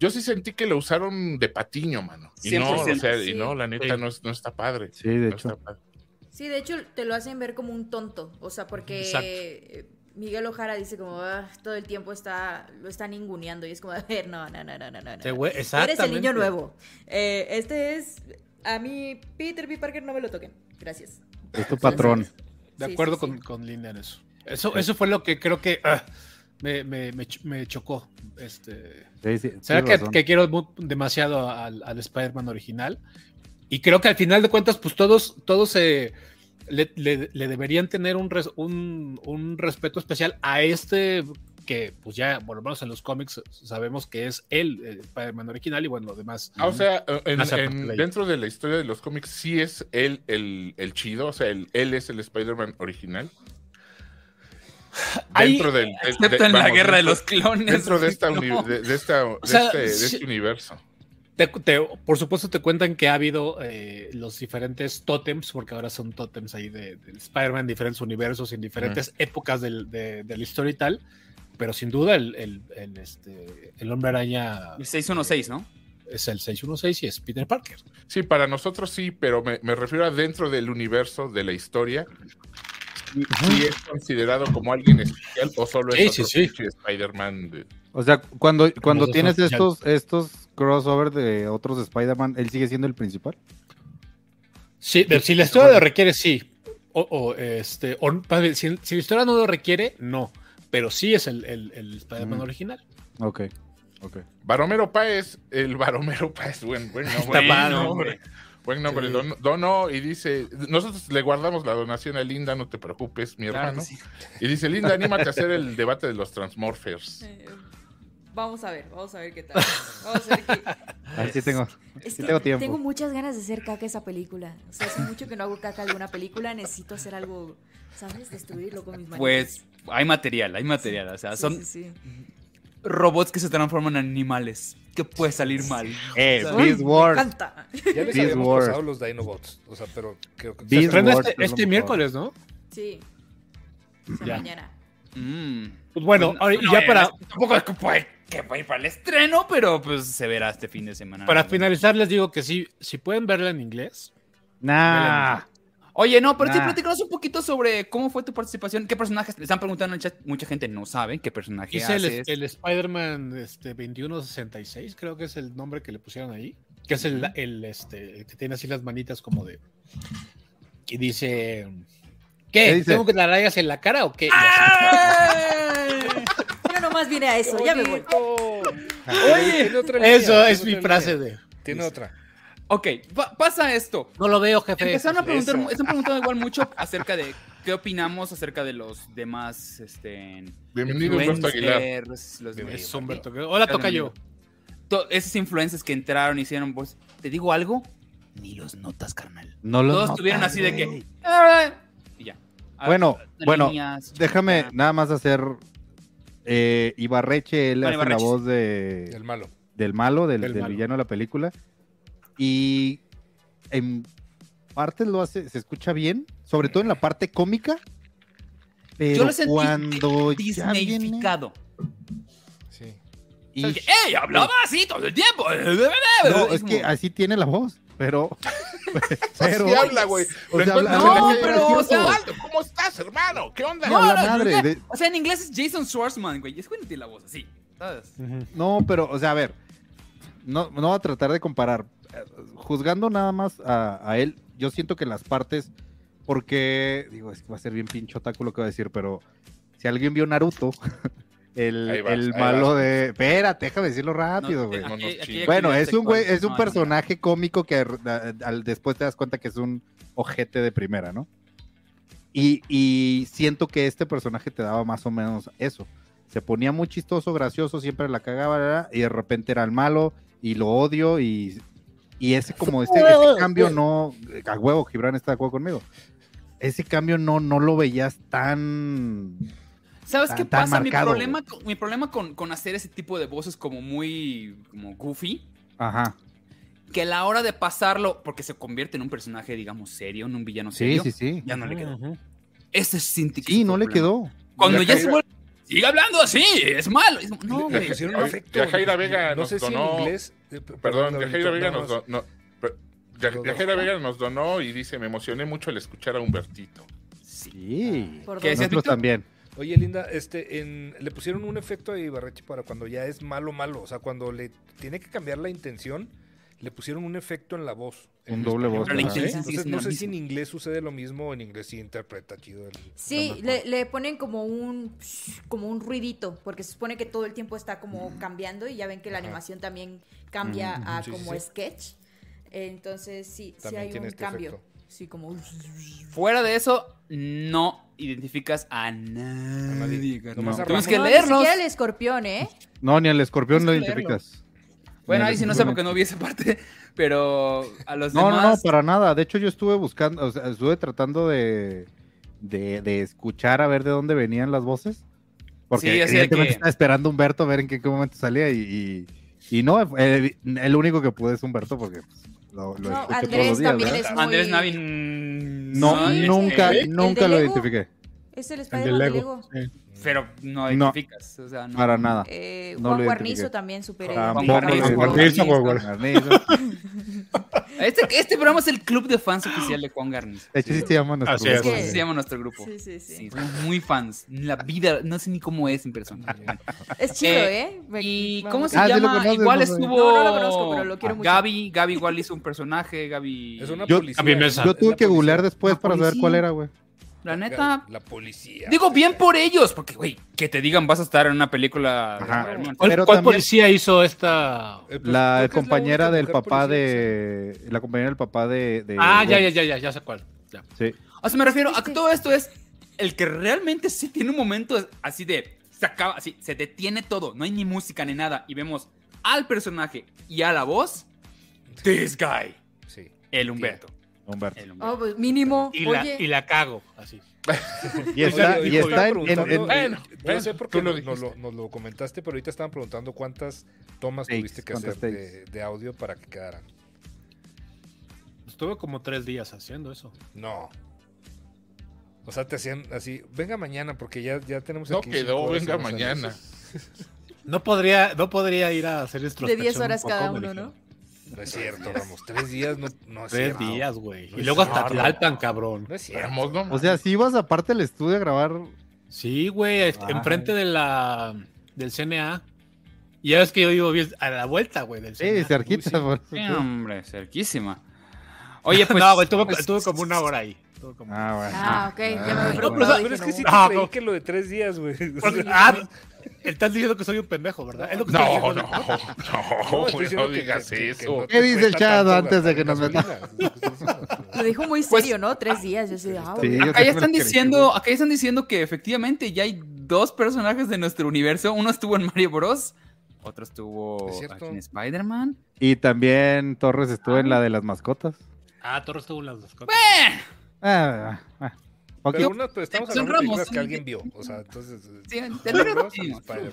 Speaker 9: yo sí sentí que lo usaron de patiño, mano. Y no, o
Speaker 2: 100%.
Speaker 9: sea, y
Speaker 3: Sí.
Speaker 9: no, la neta
Speaker 4: Sí.
Speaker 9: no, es- no está padre.
Speaker 6: Sí, de
Speaker 9: No está
Speaker 6: hecho.
Speaker 9: padre.
Speaker 3: Sí, de hecho te lo hacen ver como un tonto, o sea, porque
Speaker 4: Exacto.
Speaker 3: eh, Miguel Ojara dice como "Ah, todo el tiempo está lo están inguneando y es como, a ver, no, no, no, no, no, no.
Speaker 4: Este
Speaker 3: no.
Speaker 4: güey-
Speaker 3: Eres el niño
Speaker 4: exactamente.
Speaker 3: nuevo. Eh, este es a mí Peter B. Parker no me lo toquen. Gracias.
Speaker 6: Es tu
Speaker 4: De
Speaker 6: patrón.
Speaker 3: Sí, sí,
Speaker 4: acuerdo
Speaker 3: sí.
Speaker 4: con, con Linda en eso. Eso, eso fue lo que creo que ah, me, me- me ch- me chocó. Este,
Speaker 6: Sí, sí,
Speaker 4: ¿Será
Speaker 6: tienes
Speaker 4: que,
Speaker 6: razón.
Speaker 4: que quiero mu- demasiado al, al Spider-Man original? Y creo que al final de cuentas, pues todos, todos eh, le, le- le deberían tener un, res- un, un respeto especial a este que, pues ya, por lo menos en los cómics sabemos que es el eh, Spider-Man original y bueno, además.
Speaker 9: Ah, o sea, en-
Speaker 4: Hace
Speaker 9: en-
Speaker 4: parte de ella.
Speaker 9: dentro de la historia de los cómics, sí es él el, el chido, o sea, el- él es el Spider-Man original.
Speaker 4: Ahí-
Speaker 9: Dentro del. de-
Speaker 2: Excepto
Speaker 9: de-
Speaker 2: en la
Speaker 9: vamos,
Speaker 2: guerra de
Speaker 9: dentro-
Speaker 2: los clones.
Speaker 9: Dentro de,
Speaker 2: güey,
Speaker 9: esta
Speaker 2: no.
Speaker 9: uni- de, de esta, de
Speaker 4: sea,
Speaker 9: este, de
Speaker 4: sí.
Speaker 9: este universo.
Speaker 4: Te- te- por supuesto te cuentan que ha habido eh, los diferentes tótems, porque ahora son tótems ahí de, del Spider-Man en diferentes universos, en diferentes épocas del- de, de la historia y tal, pero sin duda el, el- el, este, el hombre araña
Speaker 2: El 616, ¿no?
Speaker 4: es el 616 y es Peter Parker.
Speaker 9: Sí, para nosotros sí, pero me, me refiero a dentro del universo de la historia. Sí, sí es considerado como alguien especial o solo
Speaker 4: Sí,
Speaker 9: es
Speaker 4: sí,
Speaker 9: otro
Speaker 4: sí.
Speaker 9: pinche Spider-Man. de-
Speaker 6: O sea, cuando, cuando
Speaker 4: dos
Speaker 6: tienes
Speaker 4: oficiales.
Speaker 6: estos, estos crossover de otros Spider-Man, ¿él sigue siendo el principal?
Speaker 4: Sí, pero si la historia lo requiere, sí. O, o, este, o- más bien, si, si la historia no lo requiere, no, pero sí es el, el- el Spider-Man
Speaker 6: Mm.
Speaker 4: original.
Speaker 6: Ok, ok.
Speaker 9: Baromero Páez, el Baromero Páez, buen, buen nombre.
Speaker 4: Está padre,
Speaker 9: Buen
Speaker 4: hombre.
Speaker 9: nombre. Buen nombre,
Speaker 4: Sí.
Speaker 9: don- donó y dice, nosotros le guardamos la donación a Linda, no te preocupes, mi
Speaker 2: Claro
Speaker 9: hermano.
Speaker 2: que sí.
Speaker 9: Y dice, Linda, anímate a hacer el debate de los Transmorphers.
Speaker 3: Eh, vamos a ver, vamos a ver qué tal. Vamos a ver qué.
Speaker 6: Ahí sí tengo.
Speaker 3: Es
Speaker 6: Sí
Speaker 3: que
Speaker 6: tengo tiempo.
Speaker 3: tengo muchas ganas de hacer caca esa película. O sea, hace mucho que no hago caca alguna película. Necesito hacer algo, ¿sabes? Destruirlo con mis manos.
Speaker 2: Pues hay material, hay material. O sea,
Speaker 3: Sí,
Speaker 2: son
Speaker 3: sí, sí.
Speaker 2: robots que se transforman en animales. ¿Qué puede salir mal?
Speaker 6: Eh,
Speaker 2: O sea,
Speaker 6: Beast Wars.
Speaker 3: Canta.
Speaker 1: Ya les
Speaker 6: Beast
Speaker 1: habíamos
Speaker 6: Wars.
Speaker 1: pasado los Dinobots. O sea, pero creo que.
Speaker 6: Beast
Speaker 1: o sea,
Speaker 4: Estrena
Speaker 6: Wars,
Speaker 4: este,
Speaker 6: que es lo
Speaker 4: este
Speaker 6: mejor.
Speaker 4: miércoles, ¿no?
Speaker 3: Sí. O sea,
Speaker 4: Ya.
Speaker 3: mañana.
Speaker 2: mm.
Speaker 4: Pues bueno,
Speaker 2: No,
Speaker 4: ahora-
Speaker 2: no,
Speaker 4: ya
Speaker 2: eh,
Speaker 4: para...
Speaker 2: Tampoco es que puede, que puede ir para el estreno, pero pues se verá este fin de semana.
Speaker 4: Para finalizar, les digo que sí, si pueden verla en inglés.
Speaker 6: Nah.
Speaker 2: Oye, no, pero sí,
Speaker 6: Nah.
Speaker 2: platícanos un poquito sobre cómo fue tu participación. ¿Qué personajes? Me están preguntando en el chat. Mucha gente no sabe qué personaje
Speaker 4: Hice el,
Speaker 2: haces.
Speaker 4: el Spider-Man este, 2166, creo que es el nombre que le pusieron ahí. Que es el, el, este, el que tiene así las manitas como de. Y dice. ¿Qué?
Speaker 6: ¿Qué dice?
Speaker 4: ¿Tengo que la rayas en la Ah, cara o qué? Y así.
Speaker 2: ¡Ay!
Speaker 3: Yo nomás vine a eso, ya me voy.
Speaker 1: Tiene otra línea,
Speaker 4: Eso
Speaker 1: tiene
Speaker 4: es mi
Speaker 1: otra
Speaker 4: frase
Speaker 1: línea.
Speaker 4: de.
Speaker 1: Tiene otra.
Speaker 2: Ok, pa- pasa esto.
Speaker 4: No lo veo, jefe.
Speaker 2: Empezaron a preguntar,
Speaker 4: Eso.
Speaker 2: están preguntando igual mucho acerca de qué opinamos acerca de los demás, este,
Speaker 9: Bienvenido, Humberto Aguilar.
Speaker 2: influencers, los demás-
Speaker 4: Es Humberto. Hola, toca yo.
Speaker 2: to- esos influencers que entraron y hicieron, pues, te digo algo, ni los notas, carnal.
Speaker 6: No lo
Speaker 2: Todos
Speaker 6: notas,
Speaker 2: estuvieron así de
Speaker 6: güey.
Speaker 2: que, "Ah", y ya. Ah,
Speaker 6: Bueno, bueno,
Speaker 2: líneas,
Speaker 6: Déjame
Speaker 2: ya.
Speaker 6: nada más hacer. eh, Ibarreche, él
Speaker 2: Bueno,
Speaker 6: hace
Speaker 2: Ibarreche.
Speaker 6: la voz de,
Speaker 1: El malo.
Speaker 6: del malo, del,
Speaker 4: Del
Speaker 6: del
Speaker 4: malo.
Speaker 6: villano de la película. Y en partes lo hace, se escucha bien, sobre todo en la parte cómica. Pero
Speaker 2: Yo lo sentí
Speaker 6: cuando ya viene-
Speaker 2: Disneyficado.
Speaker 1: Sí.
Speaker 6: y-
Speaker 2: ¿Sabes qué? ¡Ey! Hablaba así todo el tiempo.
Speaker 6: no, es
Speaker 2: como-
Speaker 6: que así tiene la voz, pero. pero
Speaker 9: Así habla, güey.
Speaker 6: o
Speaker 9: Lo
Speaker 6: sea, habla-
Speaker 9: encuentras en
Speaker 2: No,
Speaker 9: la calle,
Speaker 2: pero, o sea,
Speaker 9: Osvaldo, ¿Cómo estás, hermano? ¿Qué onda?
Speaker 6: ni a la madre,
Speaker 2: en
Speaker 6: de-
Speaker 2: inglés- O sea, en inglés es Jason Schwartzman, güey. Es tiene la voz así, ¿sabes?
Speaker 6: No, pero, o sea, a ver, no, no voy a tratar de comparar. Eh, Juzgando nada más a, a él, yo siento que las partes, porque, digo, es que va a ser bien pincho taco lo que voy a decir, pero si alguien vio Naruto, el,
Speaker 9: Ahí vas,
Speaker 6: el
Speaker 9: ahí
Speaker 6: malo
Speaker 9: vas.
Speaker 6: de... Espérate, déjame decirlo rápido,
Speaker 2: No,
Speaker 6: güey.
Speaker 2: eh, aquí- aquí- aquí
Speaker 6: bueno,
Speaker 2: ya
Speaker 6: es
Speaker 2: sé
Speaker 6: un, güey,
Speaker 2: cuál.
Speaker 6: es un
Speaker 2: No, no, no.
Speaker 6: personaje cómico que ar- a- al, después te das cuenta que es un ojete de primera, ¿no? Y, y siento que este personaje te daba más o menos eso. Se ponía muy chistoso, gracioso, siempre la cagaba, ¿verdad? y de repente era el malo, y lo odio, y, y ese como este, ese cambio no, a huevo, Gibran está de acuerdo conmigo. Ese cambio no, no lo veías tan...
Speaker 2: ¿Sabes
Speaker 6: tan-
Speaker 2: qué
Speaker 6: tan
Speaker 2: pasa? Mi
Speaker 6: marcado,
Speaker 2: problema, con- mi problema con, con hacer ese tipo de voces como muy como goofy,
Speaker 6: Ajá.
Speaker 2: que a la hora de pasarlo, porque se convierte en un personaje, digamos, serio, en un villano
Speaker 6: Sí,
Speaker 2: serio,
Speaker 6: sí, sí.
Speaker 2: ya no le quedó. Ese es Cinti.
Speaker 6: Sí, no le quedó.
Speaker 2: Cuando
Speaker 9: Ya
Speaker 2: ya se
Speaker 9: Jaira-
Speaker 2: vuelve. Sigue hablando así, es malo. Es- No,
Speaker 1: Le
Speaker 2: güey.
Speaker 1: pusieron
Speaker 9: Oye,
Speaker 1: efecto.
Speaker 9: Yajaira Vega
Speaker 1: no
Speaker 9: Ah, nos
Speaker 1: sé si
Speaker 9: donó-
Speaker 1: en inglés. eh, p-
Speaker 9: Perdón,
Speaker 1: Benito,
Speaker 9: Yajaira Vega nos
Speaker 1: nada más.
Speaker 9: donó. no, per- Ya-
Speaker 1: Los dos.
Speaker 9: Yajaira Vega nos donó y dice: Me emocioné mucho al escuchar a Humbertito.
Speaker 2: Sí.
Speaker 6: Sí.
Speaker 3: Por
Speaker 2: ¿Qué decías,
Speaker 3: dos.
Speaker 6: Nosotros
Speaker 2: Víctor?
Speaker 6: también.
Speaker 1: Oye, Linda, este, en, le pusieron un efecto a Ibarreche para cuando ya es malo, malo. O sea, cuando le tiene que cambiar la intención, le pusieron un efecto en la voz. en
Speaker 6: Un doble voz,
Speaker 2: Pero la
Speaker 6: Ajá.
Speaker 2: intención sigue
Speaker 1: Entonces,
Speaker 2: siendo
Speaker 1: no
Speaker 2: la
Speaker 1: sé si en
Speaker 2: misma.
Speaker 1: inglés sucede lo mismo o en inglés sí interpreta chido. el-
Speaker 3: Sí,
Speaker 1: la-
Speaker 3: le, le ponen como un como un ruidito, porque se supone que todo el tiempo está como cambiando y ya ven que la
Speaker 1: Ajá.
Speaker 3: animación también cambia a
Speaker 1: sí, sí,
Speaker 3: como
Speaker 1: sí.
Speaker 3: sketch. Entonces sí, sí
Speaker 1: También
Speaker 3: hay
Speaker 1: tiene
Speaker 3: un
Speaker 1: este
Speaker 3: cambio.
Speaker 1: efecto.
Speaker 3: Sí, como un-
Speaker 2: Fuera de eso, no identificas a nadie. carnal.
Speaker 1: Nomás a
Speaker 2: Tuvimos
Speaker 1: Ramón.
Speaker 2: que
Speaker 3: No, ni
Speaker 2: leerlos.
Speaker 3: siquiera el escorpión, ¿eh?
Speaker 6: No, ni al escorpión
Speaker 2: Tienes
Speaker 6: lo
Speaker 2: que leerlo.
Speaker 6: identificas.
Speaker 2: Bueno,
Speaker 6: Ni al
Speaker 2: ahí sí no sé por qué
Speaker 6: escorpión.
Speaker 2: no vi esa parte, pero a los
Speaker 6: No, no, no,
Speaker 2: demás.
Speaker 6: para nada. De hecho, yo estuve buscando, o sea, estuve tratando de, de, de escuchar a ver de dónde venían las voces. Porque
Speaker 2: Sí, así de
Speaker 6: evidentemente
Speaker 2: que-
Speaker 6: estaba esperando a Humberto a ver en qué, qué momento salía y, y, y no, el, el único que pude es Humberto porque pues, lo, lo
Speaker 3: No,
Speaker 6: escucho
Speaker 3: Andrés
Speaker 6: todos los días.
Speaker 3: también
Speaker 6: ¿verdad?
Speaker 3: es muy-
Speaker 2: Andrés Navi. mm,
Speaker 6: No,
Speaker 3: Sí,
Speaker 6: nunca,
Speaker 3: sí.
Speaker 2: este,
Speaker 6: nunca lo
Speaker 3: Lego?
Speaker 6: identifiqué.
Speaker 3: Es el
Speaker 4: El de
Speaker 3: Spider-Man de
Speaker 4: Lego.
Speaker 3: Lego.
Speaker 4: Sí.
Speaker 2: Pero no
Speaker 6: No.
Speaker 2: identificas. O sea, no.
Speaker 6: Para nada.
Speaker 3: Eh,
Speaker 6: Ah, No
Speaker 3: Juan
Speaker 6: lo
Speaker 3: Guarnizo
Speaker 6: identifiqué.
Speaker 3: también superé.
Speaker 2: Juan
Speaker 6: Tampoco lo
Speaker 2: Guarnizo,
Speaker 6: identifiqué.
Speaker 2: Juan
Speaker 4: Guarnizo.
Speaker 6: Guarnizo.
Speaker 2: Este, este programa es el club de fans oficial de Juan Garniz.
Speaker 6: De hecho, sí se llaman nuestros
Speaker 4: Así es.
Speaker 6: grupos.
Speaker 2: Así se llama nuestro grupo.
Speaker 3: Sí, sí, sí.
Speaker 2: Sí, somos muy fans. La vida, no sé ni cómo es en persona.
Speaker 3: Es chido,
Speaker 2: Eh,
Speaker 3: ¿eh? Me-
Speaker 2: ¿Y
Speaker 3: vamos.
Speaker 2: cómo se
Speaker 6: Ah, sí lo
Speaker 2: llama?
Speaker 6: conoces,
Speaker 2: igual
Speaker 6: no sabía.
Speaker 2: estuvo.
Speaker 3: No, no lo conozco, pero lo quiero mucho.
Speaker 2: Gaby, Gaby igual hizo un personaje, Gaby.
Speaker 1: Es una
Speaker 6: Yo-
Speaker 1: policía.
Speaker 4: también me sa-
Speaker 6: Yo tuve
Speaker 1: la
Speaker 6: que googlear
Speaker 1: policía.
Speaker 6: después
Speaker 2: La
Speaker 6: para saber
Speaker 2: policía.
Speaker 6: cuál era, güey.
Speaker 2: La neta.
Speaker 1: La policía.
Speaker 2: Digo bien por ellos, porque, güey, que te digan vas a estar en una película. de
Speaker 6: Ajá.
Speaker 2: Spider-Man.
Speaker 4: ¿Cuál,
Speaker 6: Pero
Speaker 4: cuál
Speaker 6: también-
Speaker 4: policía hizo esta?
Speaker 1: Eh, pues,
Speaker 6: La
Speaker 1: creo que es
Speaker 6: compañera
Speaker 1: única
Speaker 6: del
Speaker 1: mujer policía
Speaker 6: papá
Speaker 1: que
Speaker 6: de. La compañera del papá de. de-
Speaker 4: Ah, ya,
Speaker 6: Gwen.
Speaker 4: ya, ya, ya, ya sé cuál. Ya.
Speaker 6: Sí.
Speaker 2: O sea, me refiero a que todo esto es el que realmente sí tiene un momento así de. Se acaba, así, se detiene todo. No hay ni música ni nada. Y vemos al personaje y a la voz. This guy.
Speaker 1: sale. Sí.
Speaker 2: El Humberto.
Speaker 6: Humberto.
Speaker 2: El Humberto.
Speaker 3: Oh, pues mínimo.
Speaker 4: Y, la,
Speaker 3: Oye,
Speaker 4: y la cago, así.
Speaker 6: Y está,
Speaker 1: Oye,
Speaker 6: y
Speaker 1: oye, estaban
Speaker 6: está en, en- en-
Speaker 1: preguntando-
Speaker 9: Bueno,
Speaker 1: yo
Speaker 9: bueno,
Speaker 1: no sé por
Speaker 9: tú
Speaker 1: qué
Speaker 9: lo
Speaker 1: nos, nos lo,
Speaker 9: dijiste.
Speaker 1: nos lo comentaste, pero ahorita estaban preguntando cuántas tomas
Speaker 6: Takes,
Speaker 1: tuviste que
Speaker 6: cuántas
Speaker 1: hacer de, de audio para que quedaran.
Speaker 4: Estuve como tres días haciendo eso.
Speaker 1: No. O sea, te hacían así, venga mañana, porque ya, ya tenemos
Speaker 9: No
Speaker 1: aquí
Speaker 9: quedó,
Speaker 1: cinco horas,
Speaker 9: venga
Speaker 1: vamos a-
Speaker 9: mañana.
Speaker 4: No podría, no podría ir a hacer
Speaker 3: de
Speaker 4: introspección.
Speaker 3: 10 horas
Speaker 4: un poco,
Speaker 3: cada
Speaker 4: me
Speaker 3: uno,
Speaker 4: dijeron.
Speaker 3: ¿no?
Speaker 1: No es cierto, vamos, tres días no, no es
Speaker 4: Tres
Speaker 1: cierto.
Speaker 4: días, güey.
Speaker 1: No
Speaker 4: Y
Speaker 1: es
Speaker 4: luego hasta
Speaker 1: cierto.
Speaker 4: Tlalpan, cabrón.
Speaker 1: No es cierto.
Speaker 9: Vamos, Pues no
Speaker 6: o sea, si ibas aparte al estudio a grabar.
Speaker 4: Sí, güey, est- enfrente de la del CNA. Y ya ves que yo vivo bien a la vuelta, güey, del CNA.
Speaker 6: Sí, cerquita. por-
Speaker 2: Sí, hombre, cerquísima. Oye, pues.
Speaker 4: no, güey, tuve,
Speaker 2: pues,
Speaker 4: tuve como una hora ahí. todo como-
Speaker 6: Ah, bueno.
Speaker 3: Ah, ok. Ya me
Speaker 6: Ah,
Speaker 3: había
Speaker 1: No,
Speaker 4: pero,
Speaker 1: pero,
Speaker 4: o sea,
Speaker 3: preguntado,
Speaker 1: pero
Speaker 3: dije,
Speaker 1: es que
Speaker 3: no.
Speaker 1: sí te
Speaker 4: no.
Speaker 1: creí que lo de tres días, güey. O sea,
Speaker 4: Porque- ah, estás diciendo que soy un pendejo, ¿verdad? Es lo que estás
Speaker 9: No, no,
Speaker 4: diciendo.
Speaker 9: no,
Speaker 1: estoy
Speaker 9: güey,
Speaker 1: diciendo
Speaker 9: no
Speaker 1: que-
Speaker 9: digas
Speaker 1: que- que
Speaker 9: eso.
Speaker 1: no te
Speaker 6: ¿Qué dice el
Speaker 1: cuesta
Speaker 6: Chad
Speaker 1: tanto
Speaker 6: antes de que
Speaker 1: gastar
Speaker 6: nos
Speaker 1: gasolina?
Speaker 3: Lo dijo muy serio, ¿no? Tres días. Yo así de, ah,
Speaker 6: Sí,
Speaker 3: bueno.
Speaker 6: yo
Speaker 2: Acá ya
Speaker 6: sí me lo
Speaker 2: están
Speaker 6: creí,
Speaker 2: diciendo, acá ya están diciendo que efectivamente ya hay dos personajes de nuestro universo. Uno estuvo en Mario Bros. Otro estuvo
Speaker 1: Es cierto.
Speaker 2: aquí en Spider-Man.
Speaker 6: Y también Torres estuvo en la de las mascotas.
Speaker 4: Ah, Torres tuvo las dos cosas.
Speaker 2: Eh,
Speaker 6: Ah, ah, ah. Ok,
Speaker 1: Pero una, pues, estamos
Speaker 2: Son
Speaker 1: hablando de películas
Speaker 2: Ramos,
Speaker 1: que
Speaker 2: son-
Speaker 1: alguien vio. O sea, entonces. eh,
Speaker 2: sí,
Speaker 1: Mario
Speaker 2: de
Speaker 1: Bros y Spider-Man.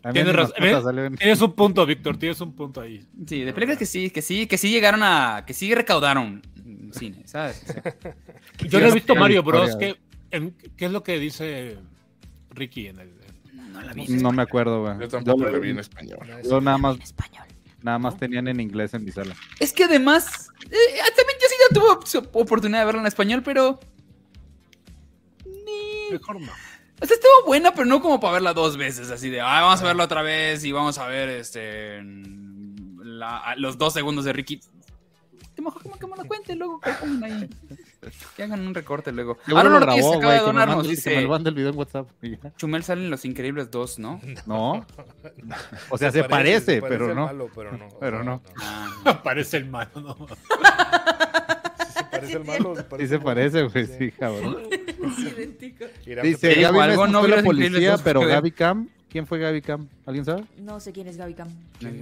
Speaker 6: también
Speaker 4: Tienes
Speaker 6: en
Speaker 4: razón,
Speaker 6: mascotas
Speaker 4: ¿eh?
Speaker 6: salió en-
Speaker 4: Tienes un punto, Víctor, tienes un punto ahí.
Speaker 2: sí, de películas que sí, que sí, que sí llegaron a, que sí recaudaron mm, cine, ¿sabes? O sea,
Speaker 4: Yo no he visto
Speaker 6: la
Speaker 4: Mario Bros.
Speaker 6: historia.
Speaker 4: ¿Qué, en- ¿Qué es lo que dice Ricky en el.
Speaker 2: no la vi.
Speaker 6: No me acuerdo, güey.
Speaker 9: Yo tampoco la vi en español.
Speaker 1: No, es-
Speaker 6: Yo nada más,
Speaker 3: En español.
Speaker 6: nada más tenían en inglés en mi sala.
Speaker 2: Es que además, eh, también yo sí ya tuve op- so- oportunidad de verla en español, pero. Ni-
Speaker 4: Mejor no.
Speaker 2: O sea, estuvo buena, pero no como para verla dos veces, así de, ah, vamos a verla otra vez y vamos a ver este mm, la- a- los dos segundos de Ricky. Te mejor como que me lo cuenten luego, que pongan ahí. Que hagan un recorte luego. Ahora
Speaker 6: Seguro
Speaker 2: no Ortiz acaba de
Speaker 6: que me
Speaker 2: donarnos,
Speaker 6: mande- que me
Speaker 2: dice,
Speaker 6: lo mande el video en WhatsApp. y ya.
Speaker 2: Chumel salen Los Increíbles 2, ¿no?
Speaker 6: No. O sea, se parece, pero
Speaker 1: al
Speaker 6: no.
Speaker 1: malo, pero no. o
Speaker 6: Pero
Speaker 1: sea,
Speaker 6: no.
Speaker 2: Ah,
Speaker 4: Aparece el malo, ¿no?
Speaker 1: Se parece al malo.
Speaker 6: Sí se parece, güey, sí, cabrón.
Speaker 1: Irán
Speaker 6: Dice,
Speaker 1: se
Speaker 2: Te digo
Speaker 6: Gaby
Speaker 2: algo,
Speaker 6: Mesa
Speaker 2: no
Speaker 6: fue
Speaker 2: vi
Speaker 6: la
Speaker 2: los Increíbles
Speaker 6: policía,
Speaker 2: dos,
Speaker 6: pero
Speaker 2: porque-
Speaker 6: Gaby Cam, ¿quién fue Gaby Cam? ¿Alguien sabe?
Speaker 3: No sé quién es Gaby Cam.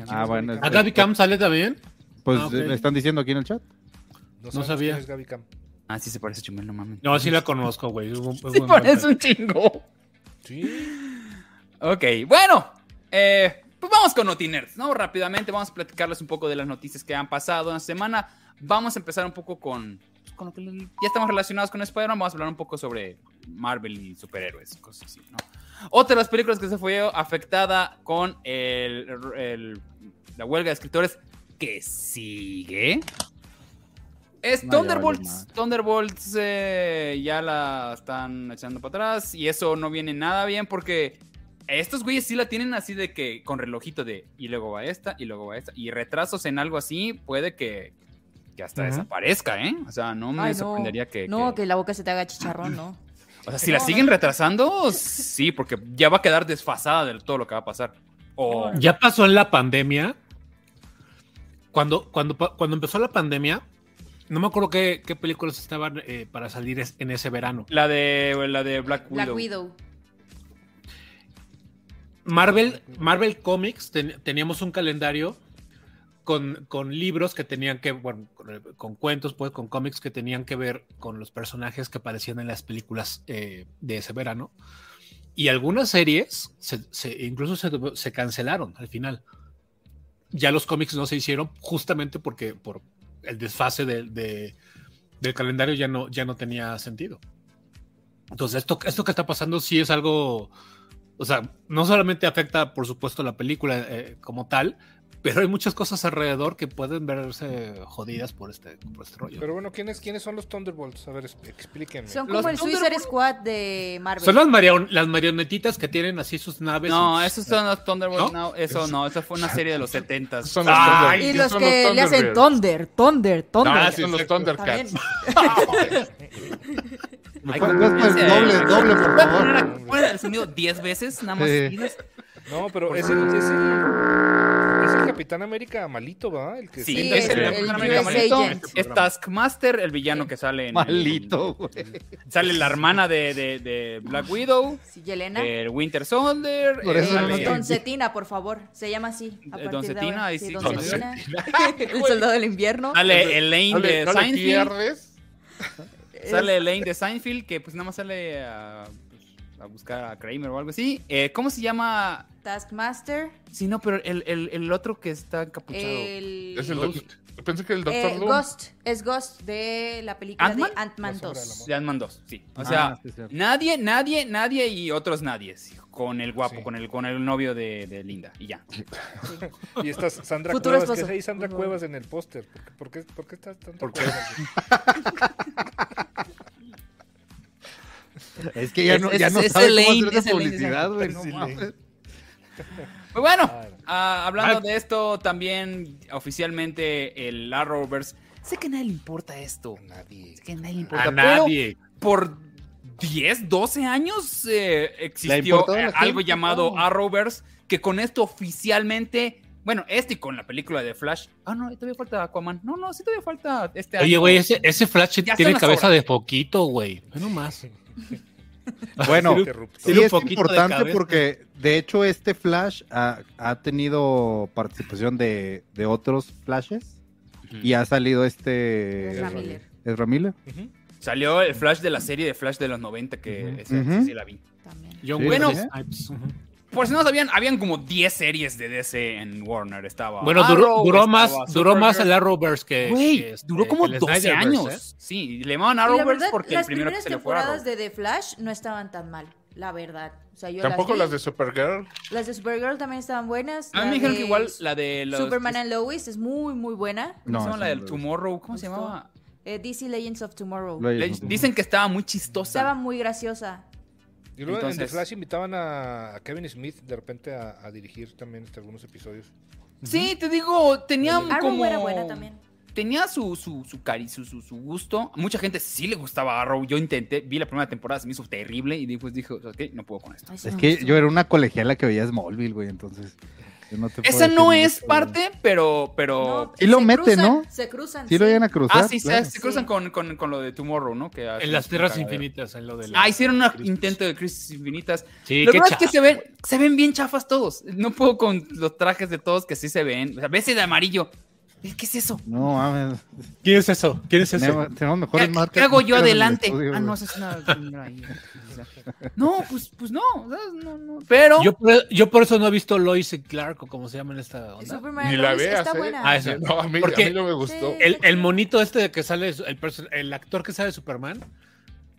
Speaker 6: Ah, bueno. es-
Speaker 4: ¿A Gaby Cam sale también?
Speaker 6: Pues
Speaker 4: Ah, ok.
Speaker 6: me están diciendo aquí en el chat.
Speaker 1: No,
Speaker 4: sabía.
Speaker 1: sabía. Es Gaby Cam.
Speaker 2: Ah, sí se parece a Chumel, no mames.
Speaker 4: No, sí la conozco, güey. Es un- es
Speaker 2: Sí
Speaker 4: un-
Speaker 2: parece un chingo.
Speaker 1: Sí.
Speaker 2: Ok, bueno, eh, pues vamos con Notinerds, ¿no? Rápidamente vamos a platicarles un poco de las noticias que han pasado en la semana. Vamos a empezar un poco con, pues, con lo que ya estamos relacionados con Spider-Man, vamos a hablar un poco sobre Marvel y superhéroes, cosas así, ¿no? Otra de las películas que se fue afectada con el- el- la huelga de escritores que sigue es
Speaker 6: No, ya valió
Speaker 2: Thunderbolts.
Speaker 6: madre.
Speaker 2: Thunderbolts eh, ya la están echando para atrás y eso no viene nada bien porque estos güeyes sí la tienen así de que con relojito de y luego va esta y luego va esta y retrasos en algo así puede que, que hasta
Speaker 4: Ujú.
Speaker 2: desaparezca, ¿eh? O sea, no me
Speaker 3: Ay, no.
Speaker 2: sorprendería que...
Speaker 3: No,
Speaker 2: que-
Speaker 3: que la boca se te haga chicharrón, ¿no?
Speaker 2: o sea, si la siguen retrasando, sí, porque ya va a quedar desfasada de todo lo que va a pasar. O...
Speaker 4: Ya pasó en la pandemia. Cuando, cuando, pa- cuando empezó la pandemia, no me acuerdo qué, qué películas estaban eh, para salir es- en ese verano.
Speaker 2: La de, la de Black Widow.
Speaker 3: Black Widow.
Speaker 4: Marvel, Marvel Comics ten- teníamos un calendario con, con libros que tenían que, bueno, con, con cuentos, pues, con cómics que tenían que ver con los personajes que aparecían en las películas eh, de ese verano. Y algunas series se- se- incluso se, tuvo- se cancelaron al final. Ya los cómics no se hicieron justamente porque por el desfase del- de- del calendario ya no, ya no tenía sentido. Entonces, esto, esto que está pasando sí es algo o sea, no solamente afecta, por supuesto, la película eh, como tal, pero hay muchas cosas alrededor que pueden verse jodidas por este, por este rollo.
Speaker 1: Pero bueno, ¿quiénes, ¿quiénes son los Thunderbolts? A ver, es- explíquenme.
Speaker 3: Son
Speaker 2: Los
Speaker 3: como el Suicide
Speaker 2: Thunderbolts-
Speaker 3: Squad de Marvel.
Speaker 4: son las, marion- las marionetitas que tienen así sus naves.
Speaker 2: No,
Speaker 4: y-
Speaker 2: esos son los Thunderbolts. No,
Speaker 4: ¿No?
Speaker 2: eso no, eso fue una serie de los 70
Speaker 9: Son los
Speaker 4: Ay,
Speaker 3: Y
Speaker 9: Thunderbirds,
Speaker 3: los
Speaker 9: son
Speaker 3: que le hacen
Speaker 9: Thunderbirds.
Speaker 3: Thunder, Thunder, Thunder.
Speaker 9: Ah, son los
Speaker 3: También.
Speaker 9: Thundercats.
Speaker 6: ¿Me
Speaker 2: Ay,
Speaker 6: puedes
Speaker 2: ¿cómo
Speaker 6: puedes-
Speaker 2: dice?
Speaker 6: Pues, doble, doble, por favor?
Speaker 2: Pon el sonido 10 veces, nada más.
Speaker 6: Sí.
Speaker 2: seguidas.
Speaker 1: No, pero es el, es el, es el Capitán América malito, ¿va? El que
Speaker 2: Sí,
Speaker 3: Sí,
Speaker 1: siempre
Speaker 2: es
Speaker 1: se
Speaker 2: el,
Speaker 9: el-
Speaker 1: le-
Speaker 9: el
Speaker 2: Capitán
Speaker 3: US
Speaker 2: América.
Speaker 3: Agent.
Speaker 2: Es Taskmaster, el villano que sale en.
Speaker 6: Malito, güey.
Speaker 2: en- sale la hermana de, de- de Black Widow,
Speaker 3: Sí, Yelena.
Speaker 2: el Winter Soldier.
Speaker 6: Por
Speaker 2: eh,
Speaker 6: eso no
Speaker 2: sale-
Speaker 6: te-
Speaker 3: Don Cetina, por favor. Se llama así. A
Speaker 2: Eh,
Speaker 3: partir
Speaker 2: Don
Speaker 3: de
Speaker 2: Cetina,
Speaker 3: ahora.
Speaker 2: ahí
Speaker 3: Sí,
Speaker 2: sí.
Speaker 3: Don
Speaker 9: Don
Speaker 3: Cetina. El soldado del invierno.
Speaker 2: Sale Elaine
Speaker 9: ¿No le-
Speaker 2: de
Speaker 9: no le
Speaker 2: Seinfeld.
Speaker 9: pierdes?
Speaker 2: Sale Elaine de Seinfeld, que pues nada más sale a, pues, a buscar a Kramer o algo así. Eh, ¿Cómo se llama?
Speaker 3: Taskmaster.
Speaker 2: Sí, no, pero el, el- el otro que está encapuchado.
Speaker 3: El.
Speaker 9: Es el doc- Pensé que era el
Speaker 3: eh,
Speaker 9: Doctor Doom.
Speaker 3: Ghost. Es Ghost de la película
Speaker 2: ¿Ant-Man?
Speaker 3: de Ant-Man
Speaker 1: La sombra del
Speaker 3: 2.
Speaker 1: amor.
Speaker 2: De Ant-Man 2, sí. O sea,
Speaker 6: Ah, sí, cierto.
Speaker 2: nadie, nadie, nadie y otros nadie. sí, Con el guapo,
Speaker 1: Sí.
Speaker 2: con el con el novio de, de Linda y ya.
Speaker 1: Y estás Sandra
Speaker 3: Futuro
Speaker 1: Cuevas,
Speaker 3: esposo.
Speaker 1: que es ahí Sandra
Speaker 3: Por favor.
Speaker 1: Cuevas en el póster. ¿Por qué, por qué, por qué estás tanto Cuevas?
Speaker 6: Es que ya
Speaker 2: Es-
Speaker 6: no,
Speaker 2: es-
Speaker 6: ya no
Speaker 2: es
Speaker 6: sabe
Speaker 2: Elaine,
Speaker 6: cómo hacer
Speaker 2: es
Speaker 6: esa
Speaker 2: Elaine,
Speaker 6: publicidad, güey.
Speaker 1: es
Speaker 6: no
Speaker 1: Elaine.
Speaker 6: mames.
Speaker 2: Pero Pues bueno,
Speaker 1: Ah,
Speaker 2: Ah, hablando de esto, también oficialmente el Arrowverse. Sé que a nadie le importa esto.
Speaker 1: Nadie.
Speaker 2: Sé que a nadie le importa. pero
Speaker 4: A nadie.
Speaker 2: por 10, 12 años eh,
Speaker 6: Le
Speaker 2: existió
Speaker 6: importó a la
Speaker 2: eh,
Speaker 6: gente,
Speaker 2: algo llamado
Speaker 6: no.
Speaker 2: Arrowverse, que con esto oficialmente, bueno, este y con la película de Flash. Ah, no, todavía falta Aquaman. No, no, sí todavía falta este
Speaker 4: Oye,
Speaker 2: año.
Speaker 4: güey, ese, ese Flash
Speaker 2: Ya son
Speaker 4: tiene
Speaker 2: las
Speaker 4: cabeza
Speaker 2: horas.
Speaker 4: de poquito, güey. Ve nomás.
Speaker 6: Bueno,
Speaker 1: Interruptor.
Speaker 4: Sí,
Speaker 6: Sí,
Speaker 4: un
Speaker 6: es
Speaker 4: poquito de
Speaker 6: importante
Speaker 4: cabeza.
Speaker 6: porque de hecho este Flash ha, ha tenido participación de, de otros Flashes y ha salido este
Speaker 3: Ezra Miller.
Speaker 6: Ezra Miller.
Speaker 1: Ujú.
Speaker 2: Salió el Flash de la serie de Flash de los 90, que
Speaker 1: Ujú.
Speaker 2: esa sí,
Speaker 6: Ujú.
Speaker 2: sí la vi.
Speaker 3: También.
Speaker 4: John
Speaker 6: Sí,
Speaker 4: Wilson
Speaker 6: sí.
Speaker 4: Snipes. Ujú.
Speaker 2: Por si no sabían, habían como 10 series de DC en Warner. Estaba.
Speaker 4: Bueno,
Speaker 2: Arrow,
Speaker 4: duró, duró más,
Speaker 2: estaba
Speaker 4: duró más el
Speaker 2: Supergirl.
Speaker 4: Arrowverse que.
Speaker 2: Güey,
Speaker 4: que este,
Speaker 2: duró como
Speaker 4: el
Speaker 2: 12
Speaker 4: Snyderverse,
Speaker 2: años.
Speaker 4: ¿eh?
Speaker 2: Sí, le llamaban
Speaker 3: Y la
Speaker 2: Arrowverse
Speaker 3: verdad,
Speaker 2: porque el
Speaker 3: las
Speaker 2: primero que
Speaker 3: primeras
Speaker 2: se le fue a Arrow.
Speaker 3: temporadas de The Flash no estaban tan mal, la verdad. O sea, yo
Speaker 9: Tampoco
Speaker 3: vi.
Speaker 9: las de Supergirl.
Speaker 3: Las de Supergirl también estaban buenas.
Speaker 2: A mí
Speaker 3: la
Speaker 2: me dijeron que
Speaker 3: de
Speaker 2: igual la de los, este,
Speaker 3: Superman and Lois es muy, muy buena.
Speaker 2: ¿Cómo se
Speaker 6: No,
Speaker 2: llama
Speaker 6: esa
Speaker 2: la
Speaker 6: no
Speaker 2: del
Speaker 6: lo he
Speaker 2: Tomorrow? ¿Cómo
Speaker 3: Me
Speaker 2: se
Speaker 3: gustó.
Speaker 2: llamaba?
Speaker 3: Eh, DC Legends of Tomorrow.
Speaker 6: Lo he
Speaker 2: Le-
Speaker 6: visto.
Speaker 2: dicen que estaba muy chistosa.
Speaker 3: Estaba muy graciosa.
Speaker 1: Y luego en The
Speaker 2: Entonces-
Speaker 1: Flash invitaban a a Kevin Smith de repente a, a dirigir también este, algunos episodios.
Speaker 2: Sí, te digo, tenía
Speaker 1: Arrow
Speaker 3: Arrow
Speaker 2: como...
Speaker 3: era buena también.
Speaker 2: Tenía su, su, su cari, su, su, su gusto. A mucha gente sí le gustaba Arrow. Yo intenté, vi la primera temporada, se me hizo terrible y después dije, ok, no puedo con esto.
Speaker 3: Ay, sí
Speaker 6: Es
Speaker 3: me
Speaker 6: que
Speaker 3: gustó.
Speaker 6: yo era una colegiala que veía Smallville, güey, entonces. yo no te puedo
Speaker 2: Esa
Speaker 6: decir
Speaker 2: no
Speaker 6: mucho,
Speaker 2: es
Speaker 6: güey.
Speaker 2: parte, pero... pero...
Speaker 3: No,
Speaker 6: Y lo
Speaker 3: se
Speaker 6: mete,
Speaker 3: cruzan,
Speaker 6: ¿no?
Speaker 3: Se cruzan.
Speaker 6: Sí lo llegan a cruzar.
Speaker 2: ah,
Speaker 3: pues,
Speaker 2: sí, se-
Speaker 6: claro.
Speaker 2: se cruzan con, con, con lo de Tomorrow, ¿no? Que hacen
Speaker 4: En las
Speaker 2: su
Speaker 4: Tierras
Speaker 2: cagadero.
Speaker 4: Infinitas, en lo de. la-
Speaker 2: Ah, hicieron un intento de crisis infinitas.
Speaker 4: Sí,
Speaker 2: La
Speaker 4: qué
Speaker 2: verdad es que
Speaker 4: chafa,
Speaker 2: se ven,
Speaker 4: güey.
Speaker 2: se ven bien chafas todos. No puedo con los trajes de todos que sí se ven. A veces de amarillo. ¿Qué es eso?
Speaker 6: No, mames.
Speaker 4: ¿Quién es eso? ¿Quién es eso?
Speaker 6: Tenemos, tenemos mejores
Speaker 2: ¿Qué,
Speaker 6: marcas.
Speaker 2: qué hago
Speaker 6: que
Speaker 2: yo
Speaker 6: eran en el
Speaker 2: adelante?
Speaker 6: estudio,
Speaker 2: ah,
Speaker 6: güey.
Speaker 2: no, eso es una. una ahí. No, pues, pues no, ¿sabes? No, no. Pero.
Speaker 4: Yo por, yo por eso no he visto Lois y Clark o como se llama en esta onda.
Speaker 3: Superman
Speaker 9: Ni
Speaker 3: and
Speaker 9: la
Speaker 3: Lois
Speaker 9: veas,
Speaker 3: está
Speaker 9: ¿eh?
Speaker 3: buena.
Speaker 4: Ah, esa.
Speaker 9: No, a mí,
Speaker 4: Porque-
Speaker 9: a mí no me gustó.
Speaker 3: Sí.
Speaker 4: El, el monito este de que sale, el, perso- el actor que sale de Superman,